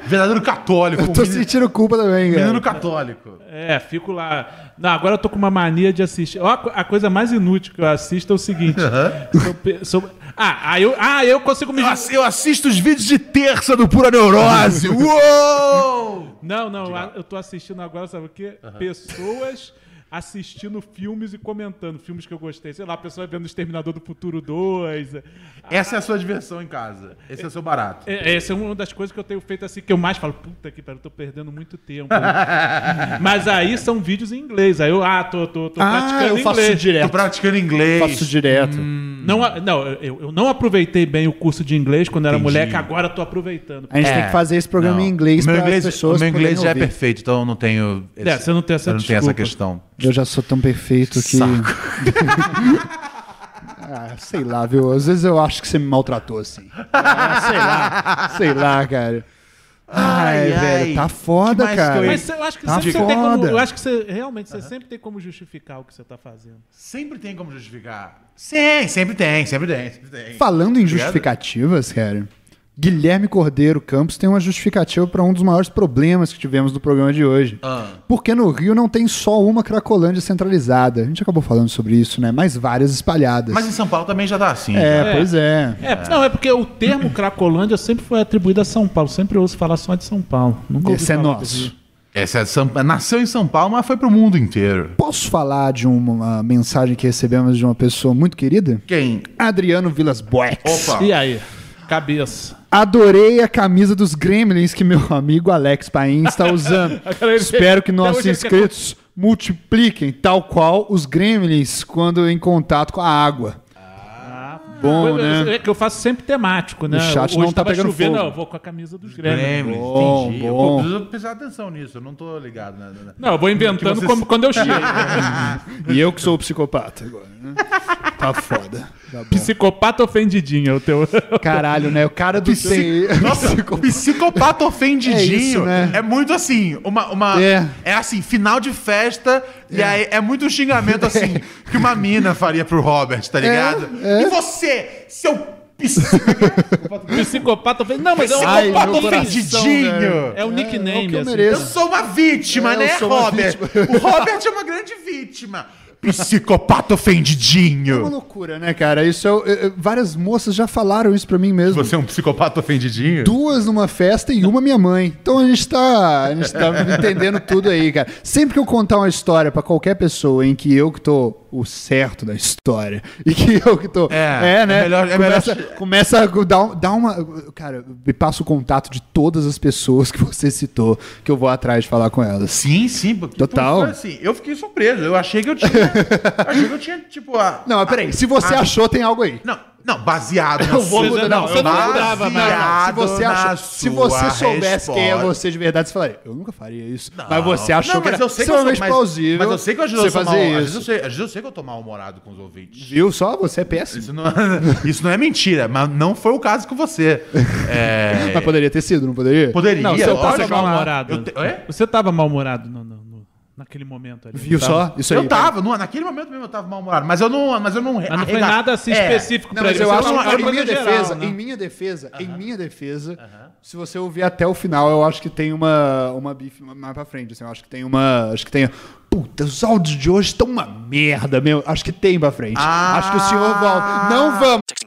C: Verdadeiro católico.
D: Eu tô
C: um menino-
D: sentindo culpa também, cara.
C: Menino católico.
E: É, fico lá. Não, agora eu tô com uma mania de assistir. Ó, a co- a coisa mais inútil que eu assisto é o seguinte. Sou pe- sou- Ah, aí eu, ah, eu consigo me.
C: Eu ass- Eu assisto os vídeos de terça do Pura Neurose. Uou!
E: Não, não, a- eu tô assistindo agora, sabe o quê? Pessoas assistindo filmes e comentando filmes que eu gostei. Sei lá, a pessoa vendo Exterminador do Futuro 2. É-
C: Essa é a sua diversão em casa. Esse é o seu barato.
E: é- Essa é uma das coisas que eu tenho feito assim, que eu mais falo, puta que pariu, eu tô perdendo muito tempo. Mas aí são vídeos em inglês. Aí eu, ah, tô, tô, tô
D: Ah,
E: praticando
D: eu
E: inglês.
D: faço direto.
C: Tô praticando inglês. Hum.
D: Faço direto.
E: Não, a- não eu, eu não aproveitei bem o curso de inglês quando era
C: Entendi.
E: moleque, agora eu tô aproveitando.
D: A gente
C: É,
D: tem que fazer esse programa
C: não.
D: em inglês
C: meu
D: para as
C: inglês,
D: pessoas.
C: Meu inglês
D: poderem
C: já é
D: ouvir.
C: perfeito, então eu não tenho.
E: É, você não tem essa
C: eu não tenho essa
E: desculpa.
C: questão.
D: Eu já sou tão perfeito que. ah, sei lá, viu? Às vezes eu acho que você me maltratou assim. Ah, sei lá, sei lá, cara. Ai, velho, tá foda, cara.
E: Mas eu acho que
D: tá
E: sempre você tem como.
D: foda.
E: Eu acho que você realmente você sempre tem como justificar o que você tá fazendo.
C: Sempre tem como justificar. Sim, sempre tem, sempre tem, sempre tem.
D: Falando em
C: Obrigado.
D: justificativas, cara, Guilherme Cordeiro Campos tem uma justificativa para um dos maiores problemas que tivemos no programa de hoje.
C: Ah.
D: Porque no Rio não tem só uma cracolândia centralizada. A gente acabou falando sobre isso, né? Mas várias espalhadas.
C: Mas em São Paulo também já tá assim.
D: É, pois é.
E: É, Não, é porque o termo Cracolândia sempre foi atribuído a São Paulo. Sempre ouço falar só de São Paulo. Nunca ouvi
D: Esse é
E: falar
D: nosso.
E: do Rio.
C: Essa é de São- nasceu em São Paulo, mas foi pro mundo inteiro.
D: Posso falar de uma mensagem que recebemos de uma pessoa muito querida?
C: Quem?
D: Adriano Vilas Boex.
E: E aí? Cabeça.
D: Adorei a camisa dos Gremlins que meu amigo Alex Paim está usando.
E: Agora ele-
D: Espero que
E: Até
D: nossos
E: hoje ele quer-
D: inscritos multipliquem, tal qual os Gremlins quando em contato com a água.
E: Ah.
D: Bom,
E: Eu-
D: né?
E: É que eu faço sempre temático, né?
D: O chat
E: Hoje
D: não tá
E: tava
D: pegando
E: chovendo,
D: fogo.
E: não, eu vou com a camisa dos
C: Grêmio,
E: Grêmio.
D: Bom,
C: entendi. Eu
D: bom.
C: preciso prestar atenção nisso, eu não tô ligado. Na, na-
E: Não, eu vou
C: no que
E: inventando
C: vocês-
E: como- quando eu chego.
D: E eu que sou o psicopata agora, né? Tá foda. Tá bom.
E: Psicopata ofendidinho é o teu.
D: Caralho, né? O cara do Psi...
C: Nossa, psicopata ofendidinho.
D: É isso, né?
C: É muito assim, uma. uma
D: É.
C: é. assim, final de festa, e aí é muito xingamento assim que uma mina faria pro Robert, tá ligado?
D: é.
C: E você, seu psicopata,
E: Psicopata ofendidinho. Não, mas é um
D: Ai,
E: psicopata
D: meu coração,
E: ofendidinho.
D: velho.
E: É o nickname.
D: é o que eu
E: assim.
D: mereço.
C: eu sou uma vítima,
D: É, eu
C: né,
D: sou uma
C: Robert?
D: vítima.
C: O Robert é uma grande vítima. Psicopata
D: uma
C: ofendidinho.
D: loucura, né, cara? Isso é, o- é- é- várias moças já falaram isso pra mim mesmo.
C: Você é um psicopata ofendidinho?
D: duas numa festa e uma minha mãe. Então a gente tá, a gente tá entendendo tudo aí, cara. Sempre que eu contar uma história pra qualquer pessoa em que eu que tô o certo da história e que eu que tô...
C: É,
D: né?
C: é melhor- é
D: começa,
C: melhor-
D: começa a dar, um- dar uma... Cara, me passa o contato de todas as pessoas que você citou, que eu vou atrás de falar com elas.
C: Sim, sim. porque,
D: Total.
C: pô, foi assim, eu fiquei surpreso. Eu achei que eu tinha. achei que eu tinha, tipo, a.
D: Não, mas peraí, se você
C: a-
D: achou, tem algo aí.
C: Não, não, baseado na
D: Eu vou
C: sua-
D: mudar, não, você
E: não mudava, mas-
C: baseado
D: se você,
C: na
D: achou- se
C: sua
D: você soubesse quem é
C: resposta.
D: você de verdade, você falaria, eu nunca faria isso. mas você
C: Não,
D: achou que
C: mas
D: era
C: eu sei que eu sou-
D: extremamente
C: mas-
D: plausível
C: Mas eu sei que eu ajudo
D: você
C: a fazer
D: fazer
C: mal, Às vezes,
D: isso.
C: eu sei, às vezes eu sei que eu tô mal-humorado com os ouvintes.
D: Viu só? Você é péssimo.
C: Isso não, isso não é mentira, mas não foi o caso com você. É,
D: Mas poderia ter sido, não poderia?
C: poderia.
E: Não, você
C: lógico.
E: tava mal-humorado.
C: Eu te- Oi?
E: Você tava mal-humorado no- no- no- naquele momento ali.
D: Viu só? Isso aí.
C: Tá. Eu tava, no- naquele momento mesmo eu tava mal-humorado, mas eu não. Mas, eu não
E: Mas não foi
C: arrega-
E: nada assim
C: É.
E: específico
D: Não,
E: pra
D: mas
E: ele.
D: eu
E: Você
D: acho
E: tava
D: que em
E: falando
D: minha,
E: coisa geral,
D: defesa,
E: né?
D: em minha defesa, em minha defesa, se você ouvir até o final, eu acho que tem uma uma bife mais pra frente, assim, eu acho que tem uma, acho que tem Puta, os áudios de hoje estão uma merda, meu. Acho que tem pra frente.
C: Ah!
D: Acho que o senhor volta. Não vamos.
H: Ah. Texting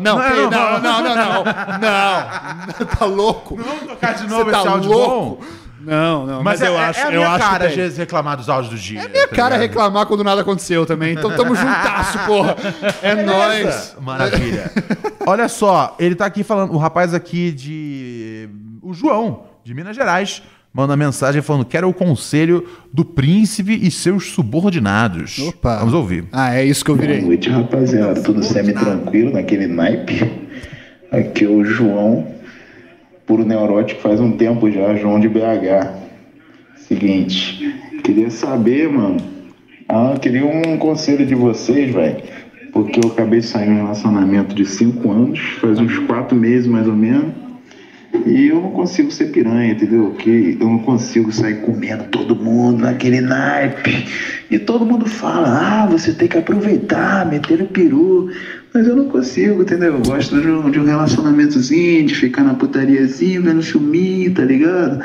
D: Não, peraí, não, não, não, não, não, não. Tá louco?
C: Vamos tocar de novo
D: Você
C: esse
D: tá
C: áudio
D: louco?
C: bom?
D: Não, não,
C: Mas,
D: mas, eu
C: é,
D: acho,
C: é a minha
D: eu acho
C: cara,
D: que
C: às
D: tem.
C: vezes, reclamar dos áudios do dia. É
D: Minha cara reclamar quando nada aconteceu também. Então tamo juntasso, porra. É nóis.
C: Maravilha. Olha só, ele tá aqui falando, o rapaz aqui de. O João, de Minas Gerais, manda mensagem falando: quero o conselho do príncipe e seus subordinados.
D: Opa.
C: Vamos ouvir.
D: Ah, é isso que eu
I: Boa
D: virei.
I: noite, rapaziada. Tudo semi-tranquilo naquele naipe. Aqui é o João, puro neurótico, faz um tempo já, João de BH. Seguinte, queria saber, mano. Ah, eu queria um conselho de vocês, velho. Porque eu acabei de sair de um relacionamento de cinco anos, faz uns quatro meses mais ou menos. E eu não consigo ser piranha, entendeu? Que eu não consigo sair comendo todo mundo naquele naipe. E todo mundo fala, ah, você tem que aproveitar, meter o peru. Mas eu não consigo, entendeu? Eu gosto de um, de um relacionamentozinho, de ficar na putariazinha, vendo filminho, tá ligado?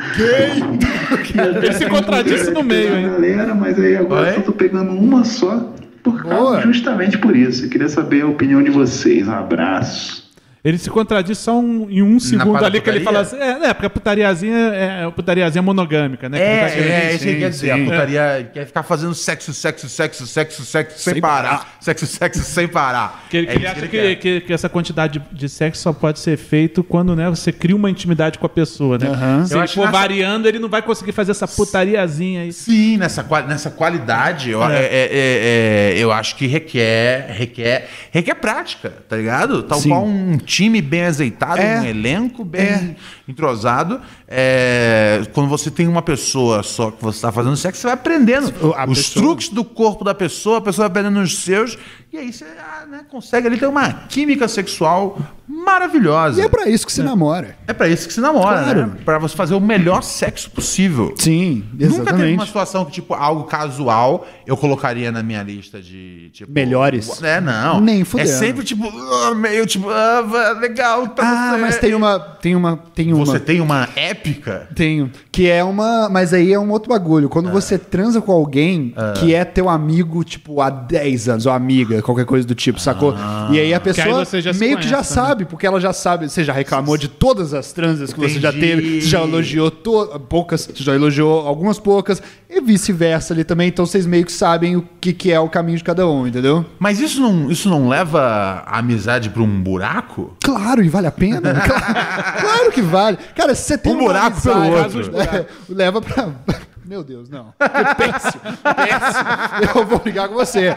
E: Ele se contradisse no meio, hein?
I: Galera, mas aí
C: Ah, é?
I: agora eu tô pegando uma só, por causa- justamente por isso. Eu queria saber a opinião de vocês. Um abraço.
E: Ele se contradiz só um- em um segundo
I: parte da
E: ali que ele fala
I: putaria?
E: assim. É, né, porque a putariazinha é, a putariazinha é monogâmica, né?
C: É,
E: Que ele tá
C: é,
E: querendo-
C: isso que ele quer
E: Sim,
C: dizer. A
E: sim.
C: putaria quer ficar fazendo sexo, sexo, sexo, sexo, sexo sem,
E: Sem
C: parar. Sexo, sexo sem parar.
E: Que ele, que
C: É
E: ele
C: isso
E: acha
C: ele quer.
E: que, que- que essa quantidade de, de sexo só pode ser feito quando né, você cria uma intimidade com a pessoa, né? Se
C: Eu
E: ele
C: acho
E: for
C: nessa-
E: variando, ele não vai conseguir fazer essa putariazinha aí.
C: Sim, nessa, quali- nessa qualidade, eu,
E: É.
C: é- é- é- eu acho que requer, requer, requer prática, tá ligado? Tal
D: Sim.
C: qual um time bem azeitado,
D: É.
C: um elenco bem entrosado. é, quando você tem uma pessoa só que você está fazendo sexo, você vai aprendendo os
D: pessoa-
C: truques do corpo da pessoa, a pessoa vai aprendendo os seus, e aí você ah, né, consegue ali ter uma química sexual maravilhosa.
D: E é pra isso que se namora.
C: É pra isso que se namora,
D: Claro.
C: né? Pra você fazer o melhor sexo possível.
D: Sim,
C: Nunca teve
D: exatamente.
C: uma situação que, tipo, algo casual eu colocaria na minha lista de, tipo...
D: Melhores?
C: É, não.
D: Nem
C: É
D: fudendo.
C: sempre, tipo, ah, meio, tipo, ah, va- legal.
D: Ah, mas tem uma. Tem uma. Tem uma.
C: Você tem uma épica?
D: Tenho. Que é uma. Mas aí é um outro bagulho. Quando você transa com alguém que é teu amigo, tipo, há 10 anos, ou amiga, qualquer coisa do tipo, sacou? E aí a
E: Que aí
D: pessoa
E: você já se
D: meio que já
E: conhece, né?
D: sabe, porque ela já sabe, você já reclamou de todas as transas que você já
C: Entendi.
D: teve, você já elogiou to- poucas, você já elogiou algumas poucas, e vice-versa ali também, então vocês meio que sabem o que, que é o caminho de cada um, entendeu?
C: Mas isso não, isso não leva a amizade pra um buraco?
D: Claro, e vale a pena. né? Claro, claro que vale. Cara, se você tem
C: Um
D: uma
C: buraco pelo outro.
D: é, leva pra. Meu Deus, não. Péssimo, péssimo. Eu vou brigar com você.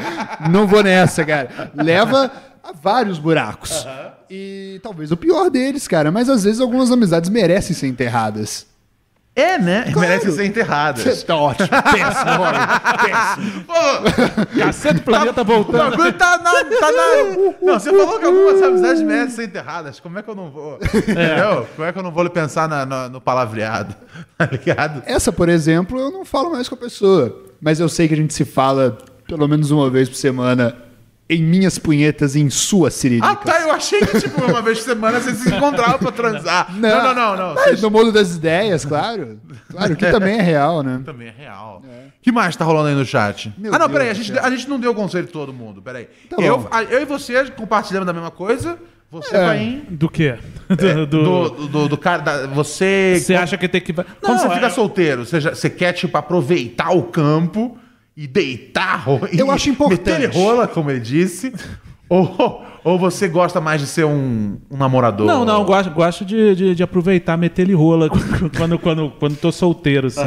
D: Não vou nessa, cara. Leva a vários buracos. E talvez o pior deles, cara. Mas às vezes algumas amizades merecem ser enterradas.
C: É, né? Merece ser enterradas.
D: Você tá ótimo. Péssimo,
E: Cacete do planeta
C: O bagulho
E: voltando.
C: tá na. tá na- Não, você falou que algumas amizades merecem ser enterradas. Como é que eu não vou? Entendeu? Como é que eu não vou pensar na- na- no palavreado? Tá ligado?
D: Essa, por exemplo, eu não falo mais com a pessoa. Mas eu sei que a gente se fala pelo menos uma vez por semana em minhas punhetas e em suas
C: Ah,
D: cirílicas.
C: tá. Eu achei que, tipo, uma vez por semana vocês se encontravam pra transar. Não, não, não, não.
D: Mas no mundo das ideias, claro. Claro, que também é real, né?
C: Também é real. O que mais tá rolando aí no chat?
D: Meu
C: ah, não,
D: Deus
C: peraí. A
D: do
C: gente,
D: céu.
C: a gente não deu o conselho de todo mundo. Peraí.
D: bom.
C: eu, a- eu e você compartilhamos da mesma coisa. Você
D: É.
C: vai em.
E: Do quê? Do,
C: É, Do, do, do- do cara. da- você.
E: Você acha que tem que. Não,
C: Quando você fica
E: é-
C: solteiro, você, já- você quer, tipo, aproveitar o campo e deitar rola.
D: Eu acho importante.
C: Meter rola, como ele disse. ou, ou você gosta mais de ser um, um namorador?
E: Não, não, gosto, gosto de, de, de aproveitar, meter ele rola quando, quando, quando tô solteiro, assim.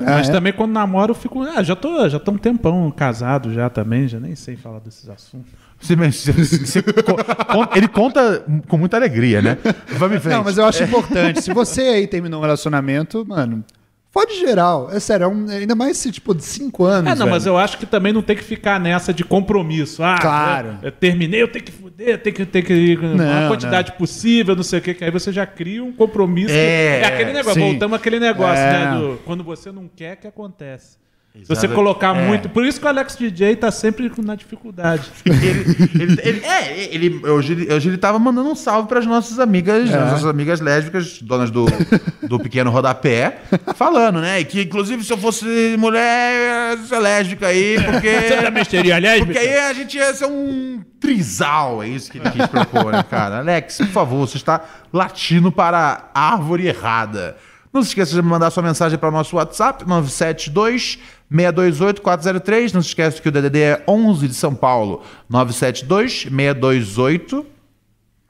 E: Mas
D: Ah, é?
E: também quando namoro, eu fico. Ah, já tô, já tô um tempão casado já também, já nem sei falar desses assuntos.
C: Você- você- você- con- ele conta com muita alegria, né? Vamos em frente. É.
D: Não, mas eu acho importante. Se você aí terminou um relacionamento, mano, fode geral. É sério, é um- ainda mais se, tipo, de cinco anos.
E: É, não,
D: velho.
E: mas eu acho que também não tem que ficar nessa de compromisso. Ah,
D: Claro.
E: Eu, eu terminei, eu tenho que fuder, eu tenho que ter que,
D: Não,
E: a quantidade possível, não sei o que, que aí você já cria um compromisso.
C: É,
E: que, é aquele negócio,
D: sim.
E: voltamos àquele negócio,
D: É.
E: né? do- quando você não quer, que acontece. Se você
C: Exato.
E: colocar
C: É.
E: muito. Por isso que o Alex DJ tá sempre na dificuldade.
C: Ele, ele- ele- é, ele, hoje, ele- hoje ele tava mandando um salve para as nossas amigas,
D: É.
C: as nossas amigas lésbicas, donas do, do pequeno rodapé, falando, né? E que, inclusive, se eu fosse mulher, eu ia ser lésbica aí, porque.
E: Você era misteria é lésbica?
C: Porque aí a gente ia ser um trisal, é isso que ele quis propor, né, cara? Alex, por favor, você está latindo para a árvore errada. Não se esqueça de mandar sua mensagem para o nosso WhatsApp, 972 628 403. Não se esqueça que o DDD é 11 de São Paulo, 972 628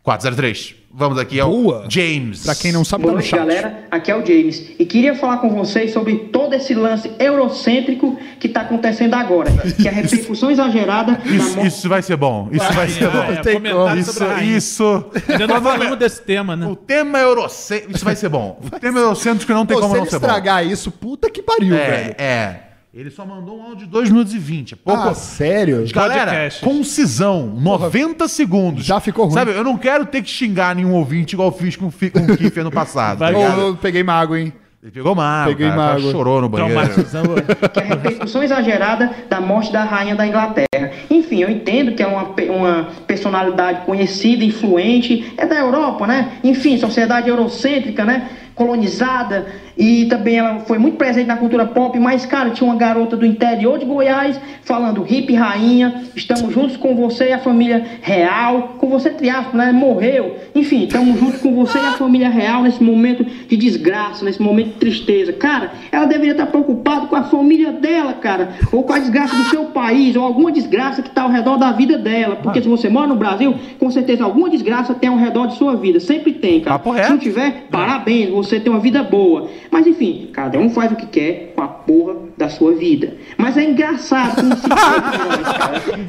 C: 403. Vamos aqui ao
D: Boa.
C: James.
D: Pra quem não sabe, tá
J: Boa
D: no
J: noite,
D: chat.
J: galera. Aqui é o James e queria falar com vocês sobre todo esse lance eurocêntrico que está acontecendo agora, que é a repercussão exagerada da
C: Isso,
J: morte.
C: isso vai ser bom. Isso vai ser
E: Ah,
C: bom.
E: é, comentário
C: Isso,
E: sobre a rainha.
C: isso.
E: Ainda não falamos desse tema, né?
C: O tema é eurocêntrico. Isso vai ser bom. O tema é eurocêntrico não tem
D: Pô,
C: como
D: se
C: não
D: ele
C: ser bom.
D: estragar isso, puta que pariu,
C: É,
D: velho.
C: é. Ele só mandou um áudio de 2 minutos e 20. É pouco.
D: Ah, sério?
C: Galera,
E: Podcast.
C: concisão, 90 segundos.
D: já ficou ruim.
C: Sabe, eu não quero ter que xingar nenhum ouvinte igual eu fiz com o Fi- com o Kiffer no passado. tá
D: Ô,
C: ligado?
D: eu peguei mago, hein?
C: Ele pegou mago,
D: Peguei
C: cara, o cara
D: mago.
C: chorou no banheiro.
E: Traumatizando-
J: que é a repercussão exagerada da morte da rainha da Inglaterra. Enfim, eu entendo que é uma, pe- uma personalidade conhecida, influente, é da Europa, né? Enfim, sociedade eurocêntrica, né? Colonizada, e também ela foi muito presente na cultura pop, mas, cara, tinha uma garota do interior de Goiás falando hip rainha, estamos juntos com você e a família real, com você, triasco, né? Morreu. Enfim, estamos juntos com você e a família real nesse momento de desgraça, nesse momento de tristeza. Cara, ela deveria estar preocupada com a família dela, cara, ou com a desgraça do seu país, ou alguma desgraça que está ao redor da vida dela. Porque se você mora no Brasil, com certeza alguma desgraça tem ao redor de sua vida. Sempre tem, cara. Se não tiver, parabéns, você tem uma vida boa. Mas enfim, cada um faz o que quer com a porra da sua vida. Mas é engraçado como se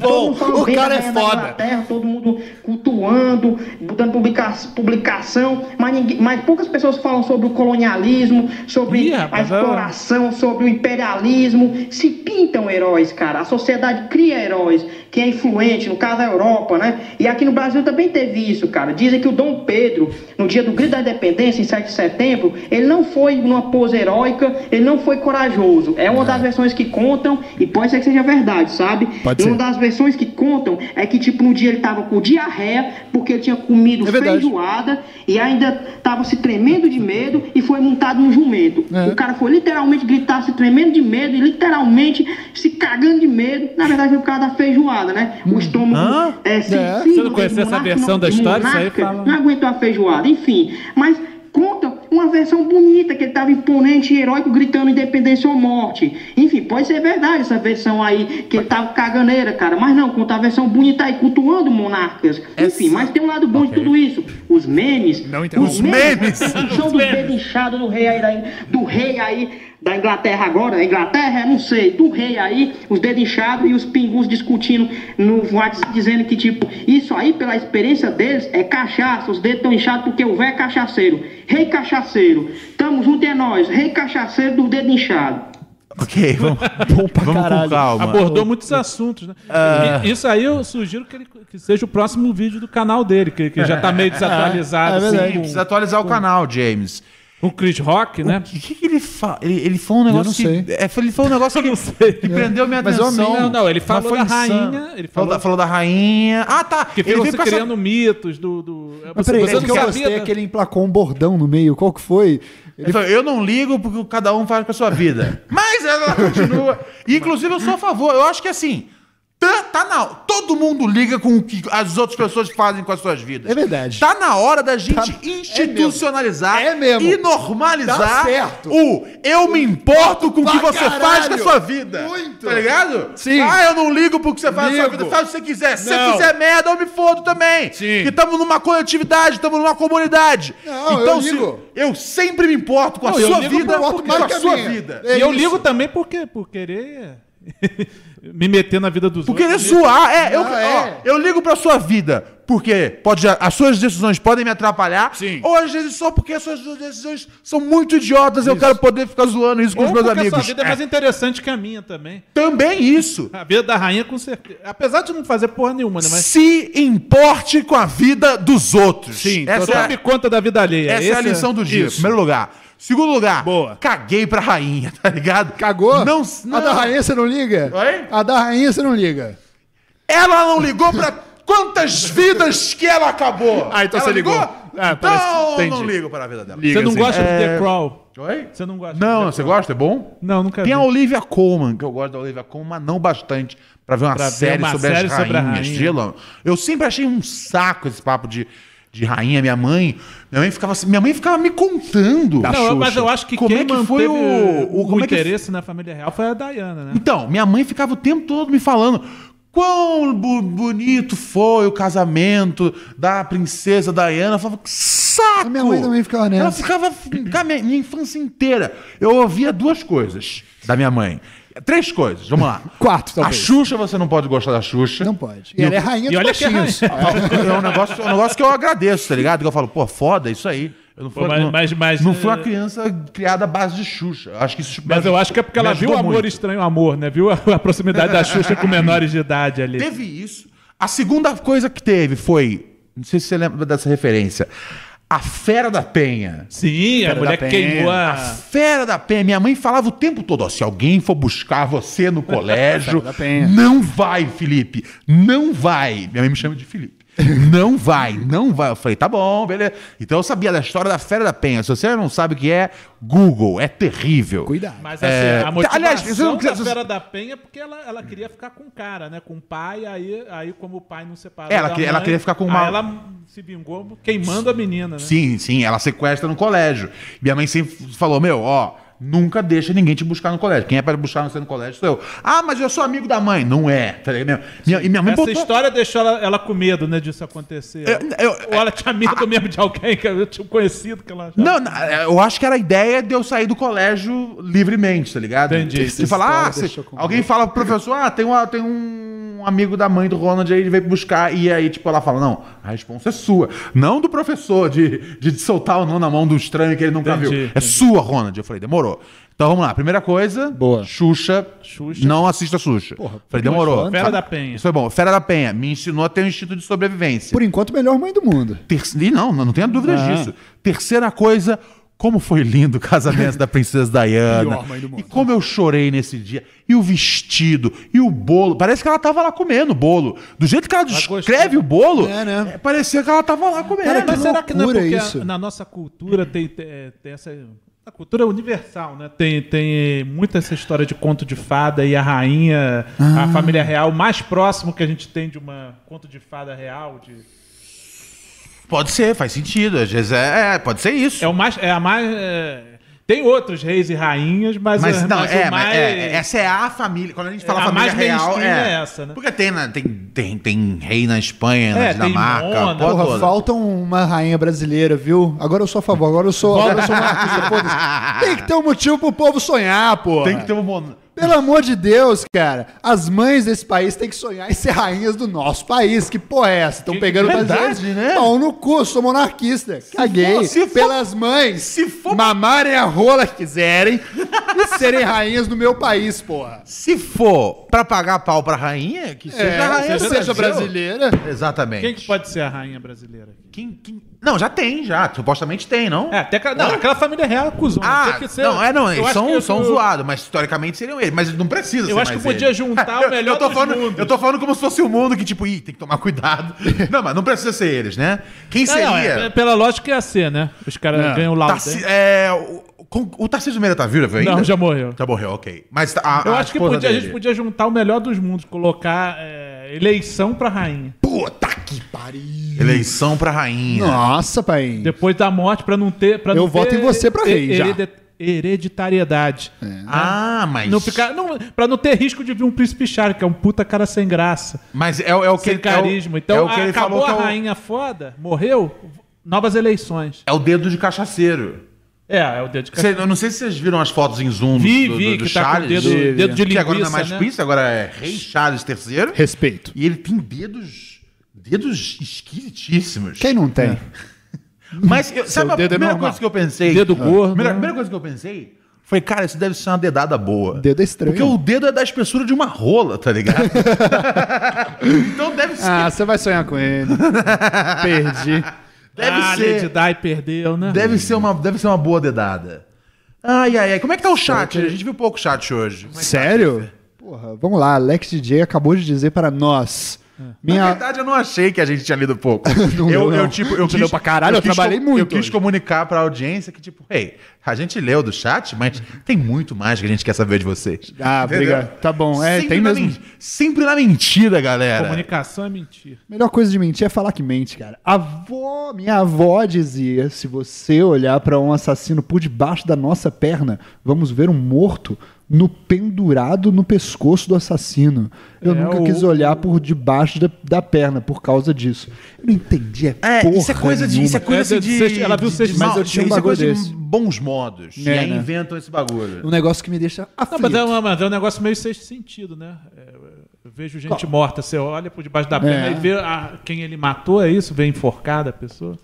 J: Bom,
K: o cara é foda.
J: Inglaterra, todo mundo cultuando, botando publica- publicação, mas, ninguém- mas poucas pessoas falam sobre o colonialismo, sobre
E: Ih,
J: a
E: rapaz, eu-
J: exploração, sobre o imperialismo. Se pintam heróis, cara. A sociedade cria heróis, que é influente, no caso a Europa, né? E aqui no Brasil também teve isso, cara. Dizem que o Dom Pedro, no dia do Grito da Independência, em 7 de setembro, ele não foi numa pose heróica, ele não foi corajoso. É uma das versões que contam, e pode ser é que seja verdade, sabe?
K: Pode
J: e uma
K: ser.
J: das versões que contam é que, tipo, no dia ele tava com diarreia, porque ele tinha
E: É
J: comido feijoada e ainda tava se tremendo de medo e foi montado num jumento.
E: É.
J: O cara foi literalmente gritar, se tremendo de medo e literalmente se cagando de medo. Na verdade, foi por causa da feijoada, né? O
E: Hum. Hã?
J: estômago é,
E: É.
J: sensível.
E: Você não conhecia essa
J: monarca,
E: versão da
J: de
E: história? Isso aí
J: monarca,
E: fala-
J: Não aguentou a feijoada, enfim. Mas conta uma versão bonita que ele tava imponente e heróico gritando independência ou morte. Enfim, pode ser verdade essa versão aí que ele tava caganeira, cara, mas não, conta a versão bonita aí cultuando monarcas. Enfim, mas tem um lado bom de tudo isso. Os memes, os memes, a repercussão do dedo inchado do rei aí, da- do rei aí da Inglaterra agora, da Inglaterra, não sei, do rei aí, os dedos inchados e os pingus discutindo no WhatsApp, dizendo que, tipo, isso aí, pela experiência deles, é cachaça, os dedos estão inchados porque o velho é cachaceiro. Rei cachaceiro, tamo junto é nós, rei cachaceiro do dedo inchado.
C: Ok, vamos, vamos com calma.
E: Abordou muitos assuntos, né?
C: Ah.
E: E- Isso aí eu sugiro que, ele- que seja o próximo vídeo do canal dele, que, que já tá meio desatualizado.
C: É,
E: assim,
C: verdade.
E: com-
C: precisa atualizar o canal, James.
E: O Chris Rock, né? O
C: que, que ele fala? Ele, ele foi um negócio.
E: não sei.
C: que- é, foi- ele foi um negócio que, que prendeu minha
E: Mas eu
C: atenção.
E: amei. Não, não, ele
C: Mas
E: falou
C: foi
E: da
C: insano.
E: rainha, ele
C: falou,
E: falou-
C: da, falou da rainha. Ah, tá.
E: Que
C: ele
E: ficou se
C: com essa-
E: criando mitos do. do...
D: Mas peraí,
E: você
D: o
E: não
D: que eu
E: sabia
D: gostei é
E: da-
D: que ele emplacou um bordão no meio. Qual que foi?
C: Ele falou, eu não ligo porque cada um faz com a sua vida. Mas ela continua. E, Inclusive, eu sou a favor. Eu acho que assim. Tá, tá na Todo mundo liga com o que as outras pessoas fazem com as suas vidas. É verdade. Tá na hora da gente
K: é
C: institucionalizar e normalizar
K: Tá certo.
C: o eu me importo com o que
K: Pra
C: você faz com a
K: caralho.
C: sua vida.
K: Muito.
C: Tá ligado?
K: Sim.
C: Ah, eu não ligo pro que você faz com a sua
K: Ligo.
C: vida. Faz o que você quiser. Se você
K: Não.
C: quiser merda, eu me fodo também. Sim. Que tamo numa coletividade, tamo numa comunidade.
K: Não, eu
C: então,
K: ligo.
C: se eu sempre me importo com a
E: Não, eu
C: sua
E: ligo
C: vida,
E: por-
C: com a
E: é
C: É sua vida.
E: e eu ligo também porque por querer me meter na vida dos
C: Por
E: outros.
C: querer zoar, é, eu,
E: Não, é.
C: ó, eu ligo pra sua vida, porque pode, as suas decisões podem me atrapalhar, ou às vezes só porque as suas decisões são muito idiotas, eu quero poder ficar zoando isso com os
E: Ou
C: meus
E: porque
C: amigos.
E: A sua vida é mais interessante que a minha também.
C: Também isso.
E: A vida da rainha, com certeza. Apesar de não fazer porra nenhuma, né? Mas
C: Se importe com a vida dos outros. é Sim,
E: então tome conta da vida alheia.
C: Essa é a
E: Esse
C: lição do dia,
E: Isso.
C: primeiro lugar. Segundo lugar, Boa. caguei pra rainha, tá ligado? Cagou? Não, não.
D: A da rainha você não liga?
C: Oi?
D: A da rainha você não liga.
C: Ela não ligou pra quantas vidas que ela acabou.
K: Ah, então
C: Ela
K: você ligou. Ah, parece-
C: Então eu não
K: entendi.
C: ligo para a vida dela.
K: Liga,
E: Você não
K: sim.
E: gosta de
C: É,
E: The Crawl?
C: Oi?
E: Você não gosta
C: Não, você gosta? É bom?
E: Não, nunca vi.
C: Tem a Olivia Colman, que eu gosto da Olivia Colman, mas não bastante pra ver uma
E: Pra ver
C: série,
E: uma
C: sobre,
E: série
C: as
E: sobre a
C: rainhas.
E: rainha.
C: Gelo. Eu sempre achei um saco esse papo de, de rainha. Minha mãe, minha mãe ficava, assim- minha mãe ficava me contando.
E: não, mas eu acho que
C: como
E: quem
C: é que
E: manteve
C: foi o, o- como é que
E: interesse na família real foi a Diana, né?
C: então, minha mãe ficava o tempo todo me falando quão bu- bonito foi o casamento da princesa Diana. Eu falava, que saco! minha mãe também
D: ficava
C: nessa. Ela ficava cara, minha, minha infância inteira. Eu ouvia duas coisas da minha mãe. Três coisas, vamos lá.
D: Quatro,
C: A
D: talvez.
C: Xuxa, você não pode gostar da Xuxa. Não
D: pode. E ela é rainha dos baixinhos.
C: É um negócio, é um negócio que eu agradeço, tá ligado? Que eu falo, pô, foda, isso aí. Eu não fui,
E: Pô, mas-
C: não,
E: mas- mas- eh,
C: não fui uma criança criada à base de Xuxa. Acho que isso me
E: Mas eu
C: ajudou-
E: acho que é porque
C: me
E: ela viu o
C: ajudou
E: amor
C: muito.
E: estranho amor, né? Viu a, a proximidade da Xuxa com menores de idade ali.
C: Teve isso. A segunda coisa que teve foi. Não sei se você lembra dessa referência. A Fera da Penha.
E: Sim, a mulher que queimou a-
C: A Fera da Penha. Minha mãe falava o tempo todo: ó, se alguém for buscar você no colégio,
D: Fera da Penha.
C: não vai, Felipe. Não vai. Minha mãe me chama de Felipe. Não vai, não vai. Eu falei, tá bom, beleza. Então eu sabia da história da Fera da Penha. Se você não sabe o que é, Google, é terrível. Cuidado.
E: Mas assim, a motivação
C: Aliás, você não
E: da
C: quiser,
E: Fera da Penha é porque ela, ela queria ficar com o cara, né? Com o pai, aí, aí como o pai não separou
C: Ela
E: da
C: que- ela
E: mãe,
C: queria ficar com
E: aí
C: uma-
E: ela se vingou queimando a menina, né?
C: Sim, sim, ela sequestra no colégio. Minha mãe sempre falou: meu, ó, nunca deixa ninguém te buscar no colégio. Quem é para buscar você no colégio sou eu. Ah, mas eu sou amigo da mãe. Não é, tá ligado? Minha, e minha mãe
E: Essa
C: botou.
E: história deixou ela, ela com medo, né, disso acontecer. Ou ela tinha medo mesmo de alguém, que eu tinha um conhecido que ela...
C: Não, na- é, eu acho que era a ideia de eu sair do colégio livremente, tá ligado?
E: Entendi.
C: De falar, ah, se- alguém fala pro professor, ah, tem, uma, tem um amigo da mãe do Ronald aí, ele veio buscar, e aí, tipo, ela fala, não, a responsa é sua. Não do professor, de, de soltar o não na mão do estranho que ele nunca
E: Entendi,
C: viu. É sua, Ronald. Eu falei, demorou. Então vamos lá, primeira coisa, Boa. Xuxa, não assista Xuxa. falei, demorou.
D: né?
E: Fera da Penha.
C: Isso é bom. Fera da Penha me ensinou a ter um instinto de sobrevivência. Por
D: enquanto, melhor mãe do mundo.
C: E não, não tenha dúvidas
D: Ah.
C: disso. Terceira coisa, como foi lindo o casamento da princesa Diana.
D: Pior mãe do
C: E como eu chorei nesse dia. E o vestido, e o bolo. Parece que ela tava lá comendo o bolo. Do jeito que ela descreve o bolo, é, parecia que ela tava lá comendo.
E: né? Cara, mas será que não é porque a- na nossa cultura tem, tem, é, tem essa. A cultura é universal, né? Tem, tem muito essa história de conto de fada e a rainha,
C: Ah.
E: a família real, o mais próximo que a gente tem de uma conto de fada real. De...
C: Pode ser, faz sentido. Às vezes é, é, pode ser isso.
E: É o mais. É a mais é, Tem outros reis e rainhas, mas,
C: Mas
E: é-
C: não,
E: mas
C: é,
E: o
C: mas
E: mais-
C: é, é, essa é a família. Quando a gente fala
E: a mais
C: família real,
E: mainstream
C: é.
E: é essa, né?
C: Porque tem, na- tem, tem, tem rei na Espanha,
E: É,
C: na é Dinamarca, a porra
D: Porra,
C: toda.
D: falta uma rainha brasileira, viu? Agora eu sou a favor, agora eu sou, agora eu sou anarquista, foda-se. Tem que ter um motivo pro povo sonhar, pô.
C: Tem que ter um mon-
D: Pelo amor de Deus, cara. As mães desse país têm que sonhar em ser rainhas do nosso país. Que porra é essa? Estão pegando
C: verdade,
D: brasileiros.
C: né?
D: Pau no cu, sou monarquista. Caguei.
C: for- se for-
D: Pelas mães se for... mamarem a rola que quiserem e serem rainhas do meu país, porra.
C: Se for pra pagar pau pra rainha, que seja
D: É,
C: a rainha
D: seja
C: do Brasil.
D: brasileira.
C: Exatamente.
E: Quem que pode ser a rainha brasileira?
C: Quem, Não, já tem, já. Supostamente tem, não?
E: É, até aquela, não, aquela família real é cuzona.
C: Ah,
E: Tem que ser-
C: não, é, não,
E: eu
C: eles
E: acho
C: são,
E: que
C: são
E: eu-
C: zoados, mas historicamente seriam eles. Mas não precisa
E: Eu
C: ser
E: acho que
C: mais
E: podia
C: eles.
E: juntar o
C: Eu-
E: melhor
C: eu tô
E: dos
C: falando,
E: mundos.
C: Eu tô falando como se fosse o mundo que, tipo, ih, tem que tomar cuidado. não, mas não precisa ser eles, né? Quem
E: Não,
C: seria?
E: não, é- é pela lógica ia ser, né? Os caras
C: Não.
E: ganham o laudo.
C: Tarci-
E: né?
C: é, o, com- o Tarcísio Meira tá vivo ainda?
E: Não, já morreu.
C: Já morreu, ok. Mas tá, a,
E: Eu
C: a
E: acho que
C: esposa
E: podia- a gente
C: dele-
E: podia juntar o melhor dos mundos, colocar é, eleição pra rainha.
C: Puta que pariu! Eleição pra rainha.
D: Nossa, pai.
E: Depois da morte, pra não ter. Pra
C: Eu
E: não
C: voto
E: ter
C: em você pra rei, já.
E: Hereditariedade. Né?
C: Ah, mas.
E: Não ficar, não, pra não ter risco de vir um príncipe Charles, que é um puta cara sem graça.
C: Mas é, o que
E: sem
C: ele- é o-
E: carisma. Então,
C: é o que ele
E: acabou
C: falou que é o-
E: a rainha foda, morreu, novas eleições.
C: É o dedo de cachaceiro.
E: É, é o dedo de
C: Cê- eu não sei se vocês viram as fotos em zoom do-
E: Vi,
C: do,
E: vi,
C: do
E: que tá com
C: Charles.
E: dedo- Vi, vi. dedo de
C: Que agora não é
E: linguiça,
C: mais
E: né?
C: príncipe, agora é rei Charles III.
D: Respeito.
C: E ele tem dedos. Dedos esquisitíssimos.
D: Quem não tem?
C: Mas eu-
D: Seu
C: sabe a
D: dedo é
C: primeira
D: normal.
C: coisa que eu pensei?
D: Dedo
C: Ah.
D: gordo.
E: né?
C: Primeira, primeira coisa que eu pensei foi, cara, isso deve ser uma dedada boa.
D: Dedo é estranho.
C: Porque o dedo é da espessura de uma rola, tá ligado? então deve ser.
D: Ah, você vai sonhar com ele. Perdi.
C: Deve
E: Ah,
C: ser.
E: Lady Di perdeu, né?
C: Deve ser, uma, deve ser uma boa dedada. Ai, ai, ai. Como é que tá o chat? A gente viu pouco chat hoje.
D: Sério? Porra, vamos lá. Alex DJ acabou de dizer para nós.
C: Na
D: Minha...
C: verdade, eu É. não achei que a gente tinha lido pouco.
D: Não
C: eu,
D: leu,
C: eu,
D: não.
C: tipo, eu
D: Não leu pra caralho, eu
C: quis
D: trabalhei
C: co-
D: muito
C: Eu quis
D: hoje.
C: comunicar pra audiência que, tipo, ei, a gente leu do chat, mas tem muito mais que a gente quer saber de vocês.
D: Ah,
C: Entendeu?
D: obrigado. Tá bom, é,
C: Sempre
D: tem
C: na
D: mesmo.
C: men- Sempre na mentira, galera.
E: Comunicação é mentira.
D: Melhor coisa de mentir é falar que mente, cara. Avó, minha avó dizia: se você olhar para um assassino por debaixo da nossa perna, vamos ver um morto no pendurado no pescoço do assassino. Eu
E: É,
D: nunca
E: o-
D: quis olhar por debaixo da, da perna por causa disso. Eu não entendi. É, porra
C: isso é coisa de.
D: nenhuma.
C: Isso é coisa assim, de,
E: ela viu
C: de-
E: sexto-
C: de
D: mas
C: mal-
D: eu tinha um
C: isso é
D: bagulho
C: coisa
D: desse.
C: de bons modos. e
D: É,
C: aí
D: né?
C: inventam esse bagulho.
D: Um negócio que me deixa
E: Não,
D: aflito.
E: mas é, uma- mas é um negócio meio sexto sentido, né? É, Eu vejo gente
D: Qual?
E: morta, você olha por debaixo da perna
C: É.
E: e vê a- quem ele matou, é isso? Vê enforcada a pessoa?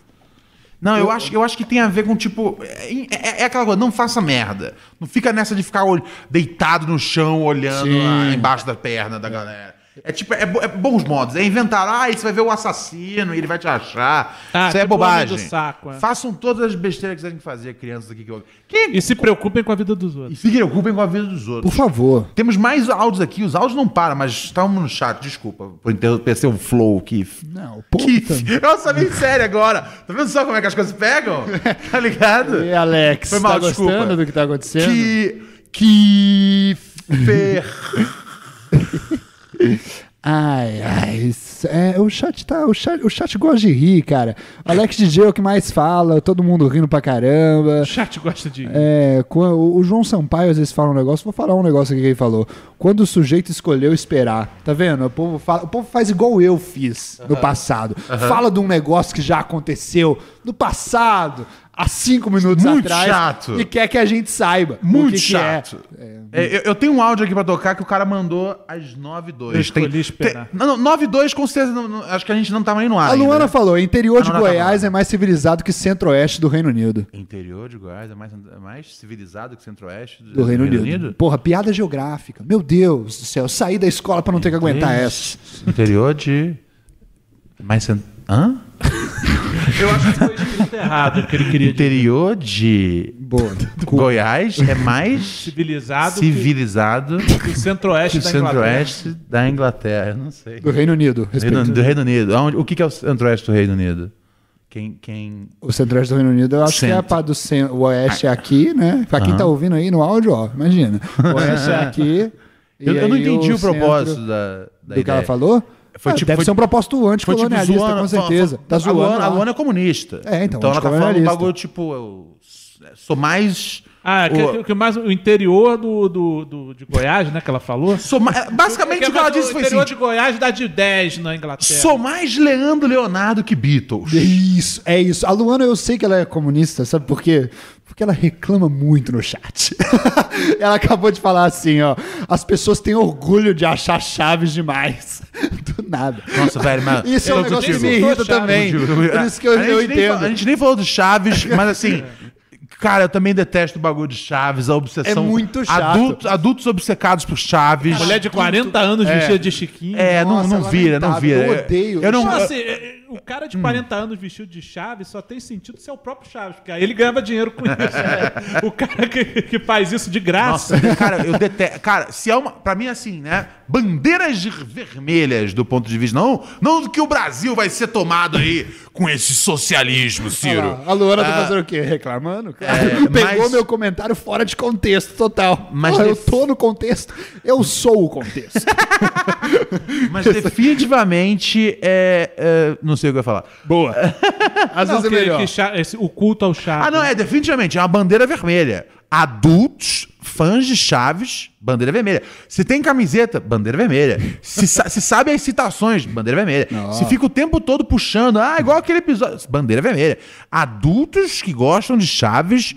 C: Não, eu, acho, eu acho que tem a ver com, tipo. É, é- é aquela coisa, não faça merda. Não fica nessa de ficar ol- deitado no chão, olhando
D: Sim.
C: lá embaixo da perna da galera. É tipo, é, bo- é bons modos. É inventar, ah, você vai ver o assassino e ele vai te achar.
E: Ah,
C: Isso é
E: tipo o Homem do
C: bobagem.
E: Saco, é.
C: Façam todas as besteiras que vocês têm que fazer, crianças aqui que eu...
E: E se preocupem com a vida dos outros.
C: E se preocupem com a vida dos outros.
D: Por favor.
C: Temos mais áudios aqui. Os áudios não param, mas estamos no chat. Desculpa por interromper então, seu flow, Keith.
D: Não,
C: Keith. Nossa, bem sério agora. Tá vendo só como é que as coisas pegam? Tá ligado?
D: É,
L: E Alex,
C: Foi mal,
L: tá
C: desculpa.
L: gostando do que tá acontecendo?
C: Que... Que... Fer...
D: Ai, ai, isso- é, o chat tá, o chat, o chat gosta de rir, cara. O Alex DJ é o que mais fala, todo mundo rindo pra caramba. O
E: chat gosta de rir.
D: É, com- o, o João Sampaio às vezes fala um negócio, vou falar um negócio aqui que ele falou. Quando o sujeito escolheu esperar, tá vendo? O povo, fala- o povo faz igual eu fiz no
L: Aham.
D: passado.
L: Aham.
D: Fala de um negócio que já aconteceu no passado, há cinco minutos
C: Muito
D: atrás.
C: chato.
D: E quer que a gente saiba. o
C: Muito
D: que que é.
C: chato. É, eu, eu tenho um áudio aqui pra tocar que o cara mandou às 9h02.
D: Eu escolhi
C: esperar. não, não, 9h02 com certeza. não- não- acho que a gente não tá tava nem no ar.
D: A Luana
C: ainda.
D: falou: interior
C: Ah,
D: de
C: não, não, não,
D: Goiás é mais civilizado que centro-oeste do Reino Unido.
C: Interior de Goiás é mais, é mais civilizado que o centro-oeste
D: Do Reino, Unido. Porra, piada geográfica. Meu Deus do céu, eu saí da escola pra não ter que aguentar essa.
C: Interior de. Mais. cen- Hã?
E: Eu acho que foi escrito errado. que ele queria
C: Interior de. Goiás é mais
E: Civilizado.
C: civilizado
E: que- Do centro-oeste
C: que
E: da
C: o centro-oeste da Inglaterra. Eu Não sei.
D: Do Reino Unido,
C: Reino,
D: respeito.
C: do Reino Unido. Aonde- o que que é o centro-oeste do Reino Unido? Quem. quem...
D: O centro-oeste do Reino Unido, eu acho que é a
C: Centro.
D: parte do cen- o oeste é aqui, né? Pra quem
C: Aham.
D: tá ouvindo aí no áudio, ó, imagina. O oeste é aqui.
C: Eu,
D: e
C: eu não
D: aí
C: entendi o,
D: centro-
C: propósito da, da
D: do
C: ideia.
D: que ela falou?
C: Foi
D: Ah,
C: tipo-
D: deve
C: foi-
D: ser um propósito
C: Foi tipo
D: anticolonialista,
C: zoando-
D: com certeza.
C: fa- fa-
D: tá zoando.
C: A Luana, a
D: lá.
C: Luana é comunista.
D: É, então,
C: ela tá falando um
D: anticolonialista.
C: bagulho tipo. Eu sou mais.
E: Ah, que,
C: o-
E: que- que mais o interior do, do, do- de Goiás, né? Que ela falou.
C: é,
E: É
C: basicamente o que ela disse foi
E: O interior
C: assim,
E: de Goiás dá de 10 na Inglaterra.
C: Sou mais Leandro Leonardo que Beatles.
D: Isso, é isso. A Luana, eu sei que ela é comunista, sabe por quê? Porque ela reclama muito no chat. ela acabou de falar assim, ó. As pessoas têm orgulho de achar chaves demais. Do nada.
C: Nossa, velho, mas.
D: Isso é
C: eu
D: um
C: tô
D: negócio que
C: contigo.
D: me irrita também.
C: Eu tô contigo.
D: Por isso que eu,
C: A gente
D: eu
C: nem
D: entendo.
C: fa- a gente nem falou do Chaves, mas assim. Cara, eu também detesto o bagulho de Chaves, a obsessão.
D: É muito chato.
C: Adultos, adultos obcecados por Chaves.
E: Mulher de 40 anos vestida de Chiquinho.
C: É, não- não, vira, não vira. Eu não.
E: Então, assim, é- é- o cara de
D: Hum.
E: 40 anos vestido de Chaves só tem sentido ser o próprio Chaves, porque aí ele ganhava dinheiro com isso. né? o cara que, que faz isso de graça.
C: Nossa, cara, eu detesto. Cara, se é uma. Pra mim, assim, né? Bandeiras de- vermelhas do ponto de vista. Não, não do que o Brasil vai ser tomado aí com esse socialismo, Ciro.
D: Ah, a Luana tá
C: Ah,
D: fazendo o quê? Reclamando? Cara?
C: É,
D: Pegou
C: mas-
D: meu comentário fora de contexto total.
C: Mas
D: Porra, eu
C: def-
D: tô no contexto, eu sou o contexto.
C: Mas definitivamente é, é, Não sei o que eu ia falar.
D: Boa. Às é
E: Não, que- que cha- esse- o culto ao Chaves.
C: Ah, não, é definitivamente. É uma bandeira vermelha. Adultos, fãs de Chaves, bandeira vermelha. Se tem camiseta, bandeira vermelha. Se, sa- se sabe as citações, bandeira vermelha. Se fica o tempo todo puxando, ah, igual aquele episódio, bandeira vermelha. Adultos que gostam de Chaves.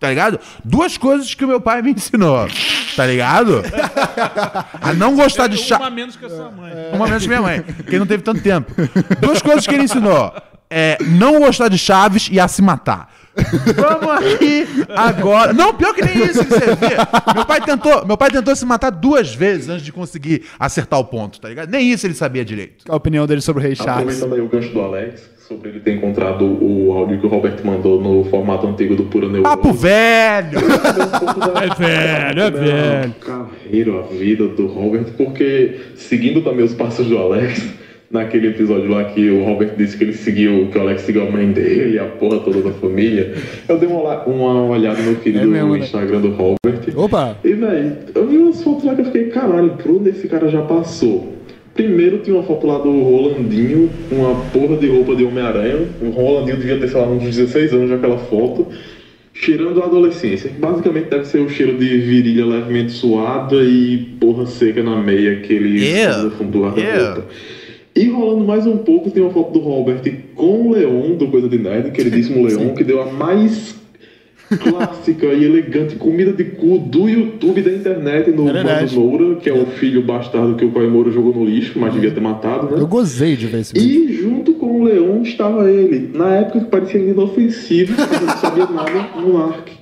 C: Tá ligado? Duas coisas que o meu pai me ensinou. Tá ligado? A não gostar de Chaves.
E: Uma menos que a sua mãe.
D: É,
C: Uma menos que Um minha mãe, que não teve tanto tempo. Duas coisas que ele ensinou. É, não gostar de Chaves e a se matar. Vamos aqui agora. Não, pior que nem isso que você vê. Meu pai tentou, meu pai tentou se matar duas vezes antes de conseguir acertar o ponto, tá ligado? Nem isso ele sabia direito.
D: Qual a opinião dele sobre o Rei Charles?
M: Aproveitando aí o gancho do Alex, sobre ele ter encontrado o áudio que o Roberto mandou no formato antigo do Pura Neurose.
C: Papo velho!
M: É velho, é velho. Carreiro a vida do Robert, porque seguindo também os passos do Alex, naquele episódio lá que o Robert disse que ele seguiu, que o Alex seguiu a mãe dele, a porra toda da família, eu dei uma, olha- uma olhada no querido Instagram do Robert.
D: Opa!
M: E, velho, eu vi umas fotos lá que eu fiquei, caralho, por onde esse cara já passou? Primeiro tinha uma foto lá do Rolandinho, com uma porra de roupa de Homem-Aranha. O Rolandinho devia ter, sei lá, uns 16 anos aquela foto. Cheirando a adolescência. Basicamente deve ser o cheiro de virilha levemente suada e porra seca na meia que ele
C: Yeah.
M: no fundo do
C: Yeah.
M: guarda-roupa. E rolando mais um pouco tem uma foto do Robert com o Leon, do Coisa de Nerd, que ele disse um Leon, que deu a mais clássica e elegante comida de cu do YouTube e da internet no Mano Moura, que é o filho bastardo que o Caio Moura jogou no lixo, mas devia ter matado, né?
D: Eu gozei de ver esse vídeo.
M: E junto com o Leon estava ele, na época que parecia inofensivo, mas não sabia nada no Ark.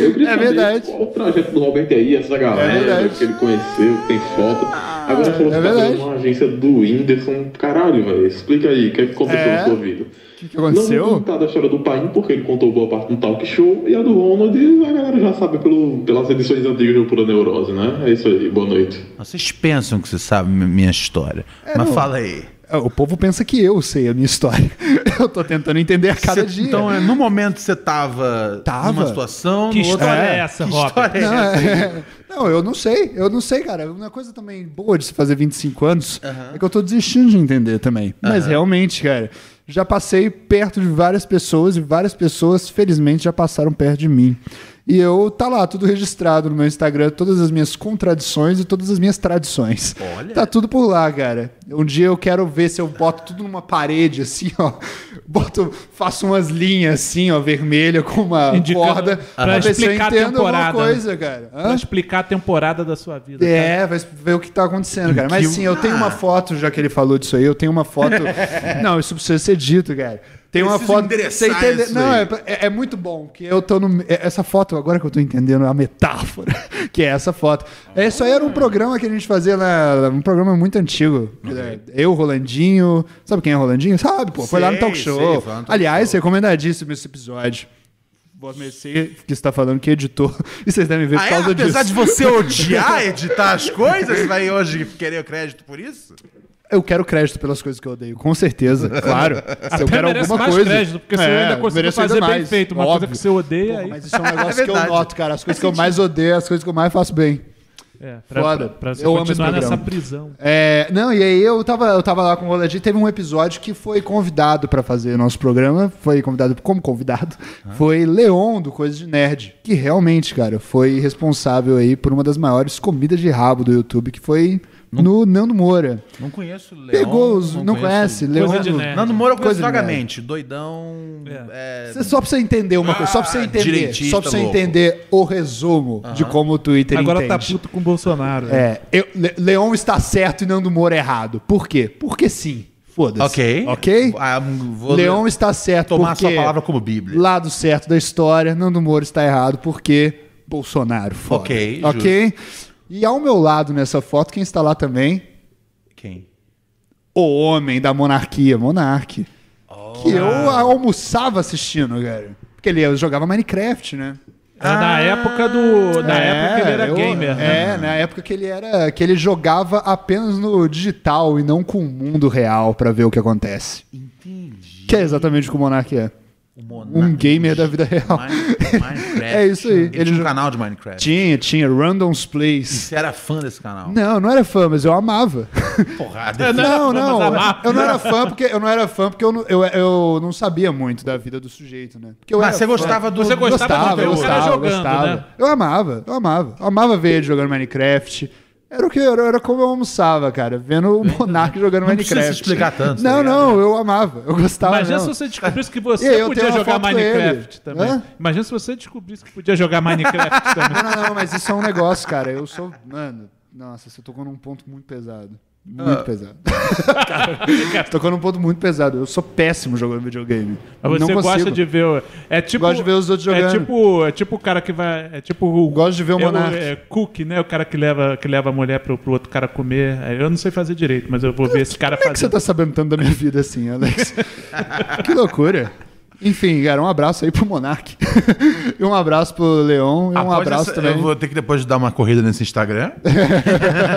M: Eu queria
D: É
M: saber
D: verdade.
M: qual o trajeto do Roberto aí, essa galera que ele conheceu, que tem foto. Agora falou que tá
D: é verdade.
M: vendo uma agência do Whindersson. Caralho, velho. Explica aí, o que, é que aconteceu
D: É?
M: na sua vida?
D: O que, que aconteceu?
M: Não vou contar da história do Paim, porque ele contou boa parte no talk show. E a do Ronald, a galera já sabe pelo, pelas edições antigas do Pura Neurose, né? É isso aí, boa noite.
C: Vocês pensam que vocês sabem mi- minha história.
D: É,
C: Mas
D: não.
C: fala aí.
D: O povo pensa que eu sei a minha história. Eu tô tentando entender a cada
C: Cê-
D: dia.
C: Então, é, no momento você tava,
D: Tava.
C: numa situação.
D: Que
C: no outro-
D: história é essa,
C: que
D: Robert?
C: história é
D: Não,
C: essa?
D: é- Não, eu não sei. Eu não sei, cara. É Uma coisa também boa de se fazer 25 anos é que eu tô desistindo de entender também. Mas
C: Aham.
D: realmente, cara, já passei perto de várias pessoas e várias pessoas, felizmente, já passaram perto de mim. E eu, tá lá, tudo registrado no meu Instagram, todas as minhas contradições e todas as minhas tradições. Olha. Tá tudo por lá, cara. Um dia eu quero ver se eu boto tudo numa parede, assim, ó. Boto, faço umas linhas, assim, ó, vermelha, com uma
E: Indicando
D: corda.
E: pra
D: a pessoa
E: explicar a
D: entenda alguma
E: temporada. né?
D: coisa, cara. Hã?
E: Pra explicar a temporada da sua vida.
D: É, vai ver o que tá acontecendo, cara. Mas
E: Que-
D: sim, eu tenho
E: Ah.
D: uma foto, já que ele falou disso aí, eu tenho uma foto. não, isso precisa ser dito, cara. Tem uma
C: Preciso
D: foto.
C: endereçar
D: Você entende-
C: isso
D: Não,
C: aí.
D: é, é- é muito bom, que eu tô no. é- Essa foto, agora que eu tô entendendo a metáfora, que é essa foto. É, Isso aí era um programa que a gente fazia lá. Um programa muito antigo. Eu, Rolandinho. Sabe quem é Rolandinho? Sabe, pô. Foi lá no
C: Sei,
D: talk
C: sei,
D: show.
C: foi lá no talk
D: Aliás, recomendadíssimo esse episódio. Boa Mercê, que está falando que editou. E vocês devem ver por
C: Ah, é?
D: causa disso.
C: Apesar de você odiar editar as coisas, você vai hoje querer o crédito por isso?
D: Eu quero crédito pelas coisas que eu odeio, com certeza, claro.
E: Até merece mais crédito, porque se eu ainda consigo
D: É, mereço
E: fazer
D: ainda
E: bem feito uma coisa que você odeia, aí-
D: Mas isso é um negócio
E: É
D: que eu
E: verdade.
D: noto, cara. As coisas
E: Faz
D: que eu mais odeio, é as coisas que eu mais faço bem.
E: É, pra-
D: Foda.
E: pra- pra você
D: eu amo esse
E: continuar nessa
D: programa.
E: prisão.
D: É, não, e aí eu tava, eu tava lá com o Roladinho, teve um episódio que foi convidado pra fazer nosso programa, foi convidado como convidado, foi Leon do Coisa de Nerd, que realmente, cara, foi responsável aí por uma das maiores comidas de rabo do YouTube, que foi no Nando Moura.
C: Não conheço o Leon.
D: Pegou os- não conhece, Leon- Coisa de nerd.
C: Nando Moura eu conheço
D: Coisa de nerd.
C: vagamente. Doidão. é,
D: Cê- Só pra você entender uma coisa, só pra você
C: Ah,
D: entender,
C: direitista
D: só pra você
C: louco.
D: entender o resumo de como o Twitter
E: Agora
D: entende.
E: tá puto com o Bolsonaro. né?
D: É, eu- Le- Leon está certo e Nando Moura errado. Por quê? Porque sim. Foda-se.
C: Ok.
D: Ok?
C: Ah, vou
D: Leon está certo
C: tomar
D: porque...
C: sua palavra como Bíblia.
D: Lado certo da história, Nando Moura está errado porque Bolsonaro. Foda.
C: Ok,
D: Ok? E ao meu lado nessa foto, quem está lá também?
C: Quem?
D: O homem da monarquia, Monark. Que eu almoçava assistindo, cara. Porque ele jogava Minecraft, né?
E: Ah, na época do. Na
D: É,
E: época ele era
D: eu-
E: gamer, né?
D: É, na época que ele era. que ele jogava apenas no digital e não com o mundo real pra ver o que acontece. Entendi. Que é exatamente o que o Monark é. Um gamer da vida real.
C: Minecraft.
D: é isso aí.
C: Ele, tinha um canal de Minecraft.
D: Tinha, tinha Randoms Plays.
C: Você era fã desse canal.
D: Não, não era fã, mas eu amava.
C: Porrada.
D: É, não, não. Eu não era fã porque eu não era fã porque eu não, eu, eu não sabia muito da vida do sujeito, né? Porque eu
C: Mas
D: era
C: você
D: fã.
C: gostava do-
D: Você gostava,
C: gostava
D: gostava,
C: do cara
D: gostava,
C: jogando,
D: gostava.
C: né?
D: Eu amava, eu amava. Eu amava ver ele jogando Minecraft. Era o que eu- era, como eu almoçava, cara, vendo o Monark jogando
C: É. Não precisa
D: Minecraft.
C: se explicar tanto, tá
D: Não, não, eu amava, eu gostava.
E: Imagina
D: mesmo.
E: se você descobrisse que
D: E aí,
E: você
D: eu
E: podia
D: tenho uma
E: jogar
D: foto com ele.
E: Minecraft também.
D: Hã?
E: Imagina se você descobrisse que podia jogar Minecraft também.
D: Não, não, não, mas isso é um negócio, cara. Eu sou. Mano, nossa, você tocou num ponto muito pesado. Muito
E: Ah.
D: pesado. Você tocou num ponto muito pesado. Eu sou péssimo jogando videogame.
E: Mas
D: não
E: você
D: consigo.
E: gosta de ver. o- É tipo,
D: Gosto de ver os outros jogando.
E: É tipo, é tipo o cara que vai. É tipo o. Gosto
D: de ver o Monark.
E: É, cook, né? O cara que leva, que leva a mulher pro, pro outro cara comer. Aí Eu não sei fazer direito, mas eu vou ver esse cara
D: Como é que você
E: fazendo.
D: tá sabendo tanto da minha vida assim, Alex? que loucura. Enfim, cara, um abraço aí pro Monark. e um abraço pro Leon. E um
C: Após
D: abraço
C: essa-
D: também.
C: Ah, Eu vou ter que depois dar uma corrida nesse Instagram.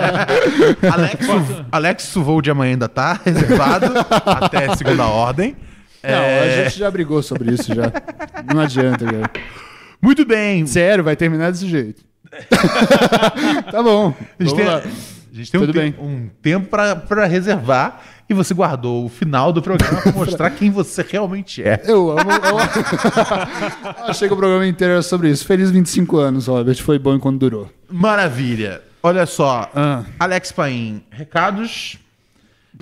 C: Alex, Su- Alex, o voo de amanhã ainda tá reservado até segunda ordem. É.
D: Não, a gente já brigou sobre isso já. Não é- adianta, cara.
C: Muito bem.
D: Sério, vai terminar desse jeito. tá bom.
C: A gente
D: Vamos
C: tem,
D: lá.
C: a gente tem um,
D: Tudo
C: tem- um tempo pra, pra reservar e você guardou o final do programa pra mostrar quem você realmente é.
D: Eu amo. Eu achei que o programa inteiro era sobre isso. Feliz 25 anos, Robert. Foi bom enquanto durou.
C: Maravilha. Olha só,
D: Ah.
C: Alex Paim, recados?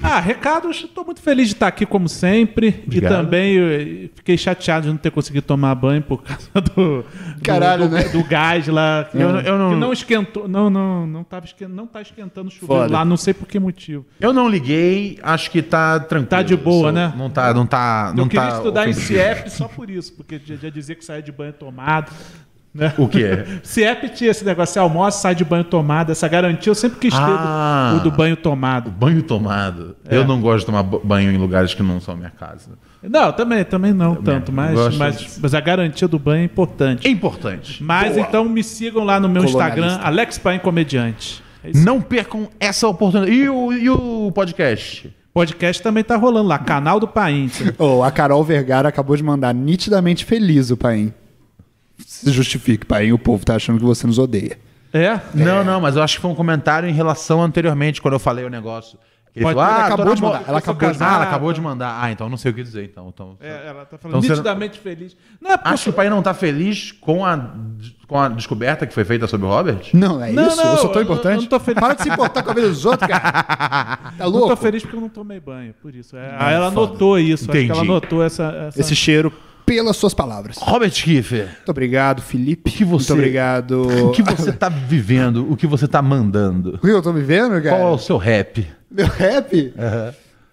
E: Ah, recados. Estou muito feliz de estar aqui, como sempre.
C: Obrigado.
E: E também eu fiquei chateado de não ter conseguido tomar banho por causa do. do-
D: Caralho,
E: do,
D: né?
E: do gás lá. que-
C: Eu não- eu não-
E: que não esquentou. Não, não, não, tava esquentando, não tá esquentando o chuveiro
C: Foda.
E: lá, não sei por que motivo.
C: Eu não liguei, acho que tá tranquilo. Tá
E: de boa, né?
C: Não tá, não tá.
E: eu
C: não
E: queria
C: tá
E: estudar em
C: ofensivo.
E: CIEP só por isso, porque já, já dizia que saía de banho tomado.
C: O que é?
E: Se é petir esse negócio, você almoça, sai de banho tomado. Essa garantia eu sempre quis ter
C: Ah.
E: o do banho tomado. É.
C: banho tomado. Eu não gosto de tomar ba- banho em lugares que não são minha casa.
E: Não, também, também não tanto, mas,
C: gosto
E: mas, mas a garantia do banho é importante. É
C: importante.
E: Mas
C: Boa.
E: então me sigam lá no meu
C: Colonialista.
E: Instagram, Alex Paim Comediante. É
C: Não percam essa oportunidade. E o, e o podcast?
E: Podcast também tá rolando lá, canal do Paim.
D: Ô, a Carol Vergara acabou de mandar nitidamente feliz o Paim. Se justifique, Paim, o povo tá achando que você nos odeia.
E: É?
C: Não, não, mas eu acho que foi um comentário em relação anteriormente, quando eu falei o negócio. Ele
D: Pode-
C: falou,
D: Ela
C: ah,
D: acabou
C: tô
D: de
C: namo-
D: mandar, ela
C: eu sou
D: acabou de
C: casado." Ah,
D: mandar.
C: ela acabou de mandar. Ah, então não sei o que dizer, então. então,
E: É, ela tá
C: Então
E: falando
C: você-
E: nitidamente feliz. Não é
C: Acho que o pai não tá feliz com a, com a descoberta que foi feita sobre o Robert?
D: Não, é isso? eu sou tão importante.
E: Eu não tô feliz.
D: Para de se importar com a vida dos outros, cara. Tá
E: Não
D: louco?
E: tô feliz porque eu não tomei banho, por isso. É,
D: Ah,
E: ela
D: foda.
E: notou isso, acho que
D: Entendi.
E: ela notou essa, essa-
D: Esse cheiro pelas suas palavras.
C: Robert Kiefer.
D: Muito obrigado, Felipe.
C: Que você-
D: Muito obrigado.
C: O que você tá vivendo, o que você tá mandando.
D: O que eu tô me vendo, cara?
C: Qual é o seu rap?
D: Meu rap?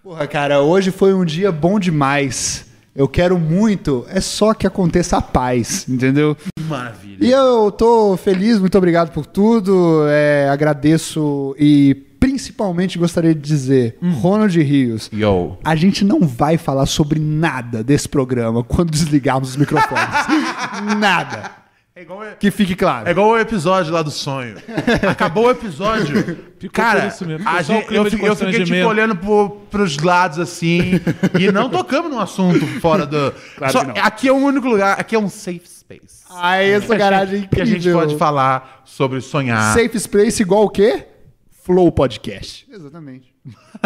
D: Porra, cara, hoje foi um dia bom demais. Eu quero muito, é só que aconteça a paz, entendeu?
C: Maravilha.
D: E eu tô feliz, muito obrigado por tudo. é, agradeço e principalmente gostaria de dizer, Ronald Rios,
C: Yo.
D: a gente não vai falar sobre nada desse programa quando desligarmos os microfones. nada. Que fique claro.
C: É igual o episódio lá do sonho. Acabou o episódio. Cara,
E: por isso mesmo,
C: a
E: ficou só o
C: gente-
E: clima
C: eu,
E: de
C: fiquei, eu fiquei tipo
E: constrangimento.
C: olhando pro, pros lados assim e não tocamos num assunto fora do.
D: Claro
C: Só-
D: que não.
C: Aqui é o único lugar, aqui é um safe space.
D: Ah, essa garagem é
C: Que a gente
D: incrível.
C: pode falar sobre sonhar.
D: Safe Space igual o quê? Flow Podcast. Exatamente.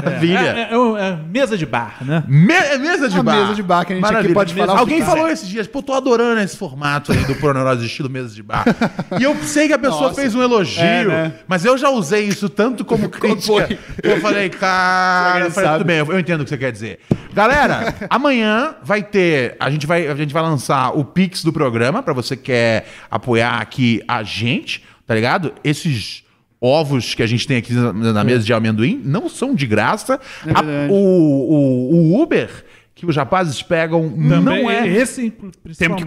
C: Maravilha.
E: É, é, é, é mesa de bar, né?
C: Me- é mesa de
D: A
C: bar.
D: mesa de bar que a gente aqui
C: Maravilha.
D: pode
C: Mesa-
D: falar o que
C: Alguém
D: quiser.
C: falou esses dias, pô, tô adorando esse formato aí do Proneurose estilo mesa de bar. E eu sei que a pessoa
D: Nossa.
C: fez um elogio,
D: É, né?
C: mas eu já usei isso tanto como crítica. Eu falei, cara, eu falei, tudo bem, eu eu entendo o que você quer dizer. Galera, amanhã vai ter, a gente vai, a gente vai lançar o Pix do programa pra você que quer apoiar aqui a gente, tá ligado? Esses ovos que a gente tem aqui na
E: É.
C: na mesa de amendoim não são de graça. A- o, o- o Uber que os rapazes pegam não é
E: Esse, principalmente.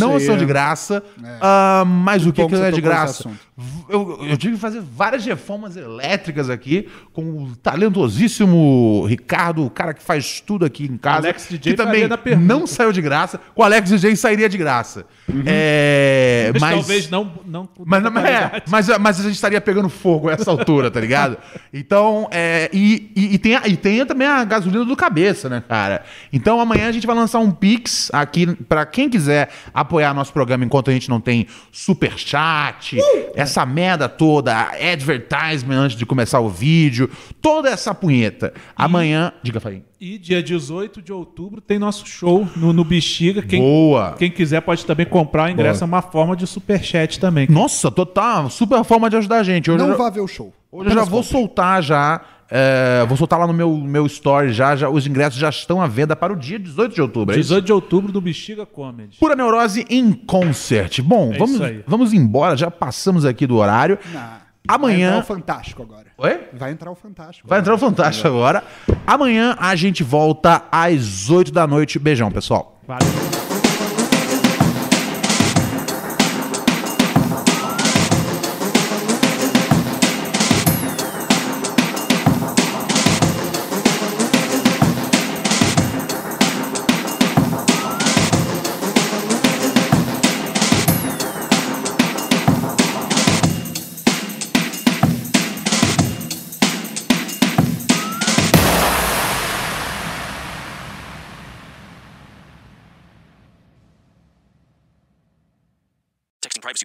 C: não são de graça. Ah, mas o que,
E: bom
C: que
E: que
C: não
E: você
C: é de
E: tocou nesse
C: graça?
E: assunto.
C: V- Eu, eu tive que fazer várias reformas elétricas aqui com o talentosíssimo Ricardo, o cara que faz tudo aqui em casa.
E: Alex DJ
C: que também
E: faria da
C: não saiu de graça. Com o Alex DJ sairia de graça. É,
E: Mas
C: mas
E: Uhum. talvez não... não
C: mas, não- é, mas, mas a gente estaria pegando fogo a essa altura, tá ligado? Então, é, e, e, e tem a- e tem também a gasolina do cabeça, né, cara? Então amanhã a gente vai lançar um Pix aqui pra quem quiser apoiar nosso programa enquanto a gente não tem superchat, essa merda toda, advertisement antes de começar o vídeo, toda essa punheta. Amanhã. Diga, Farinha.
E: E dia 18 de outubro tem nosso show no, no Bexiga. Quem,
C: Boa.
E: Quem quiser pode também comprar o ingresso. É uma forma de superchat também.
C: Nossa, total, super forma de ajudar a gente. Hoje
D: Não
C: eu-
D: vá ver o show.
C: Hoje eu já vou soltar já. é, vou soltar lá no meu, meu story já, já. Os ingressos já estão à venda para o dia 18 de outubro. é isso?
E: 18 de outubro do Bexiga Comedy.
C: Pura Neurose em concert. Bom,
E: É
C: vamos,
E: isso aí.
C: vamos embora. Já passamos aqui do horário.
D: Vai
C: Amanhã.
D: entrar é o Fantástico agora.
C: Oi?
D: Vai entrar o Fantástico.
C: Vai entrar o Fantástico agora. Amanhã a gente volta às 8 da noite. Beijão, pessoal.
H: Texting privacy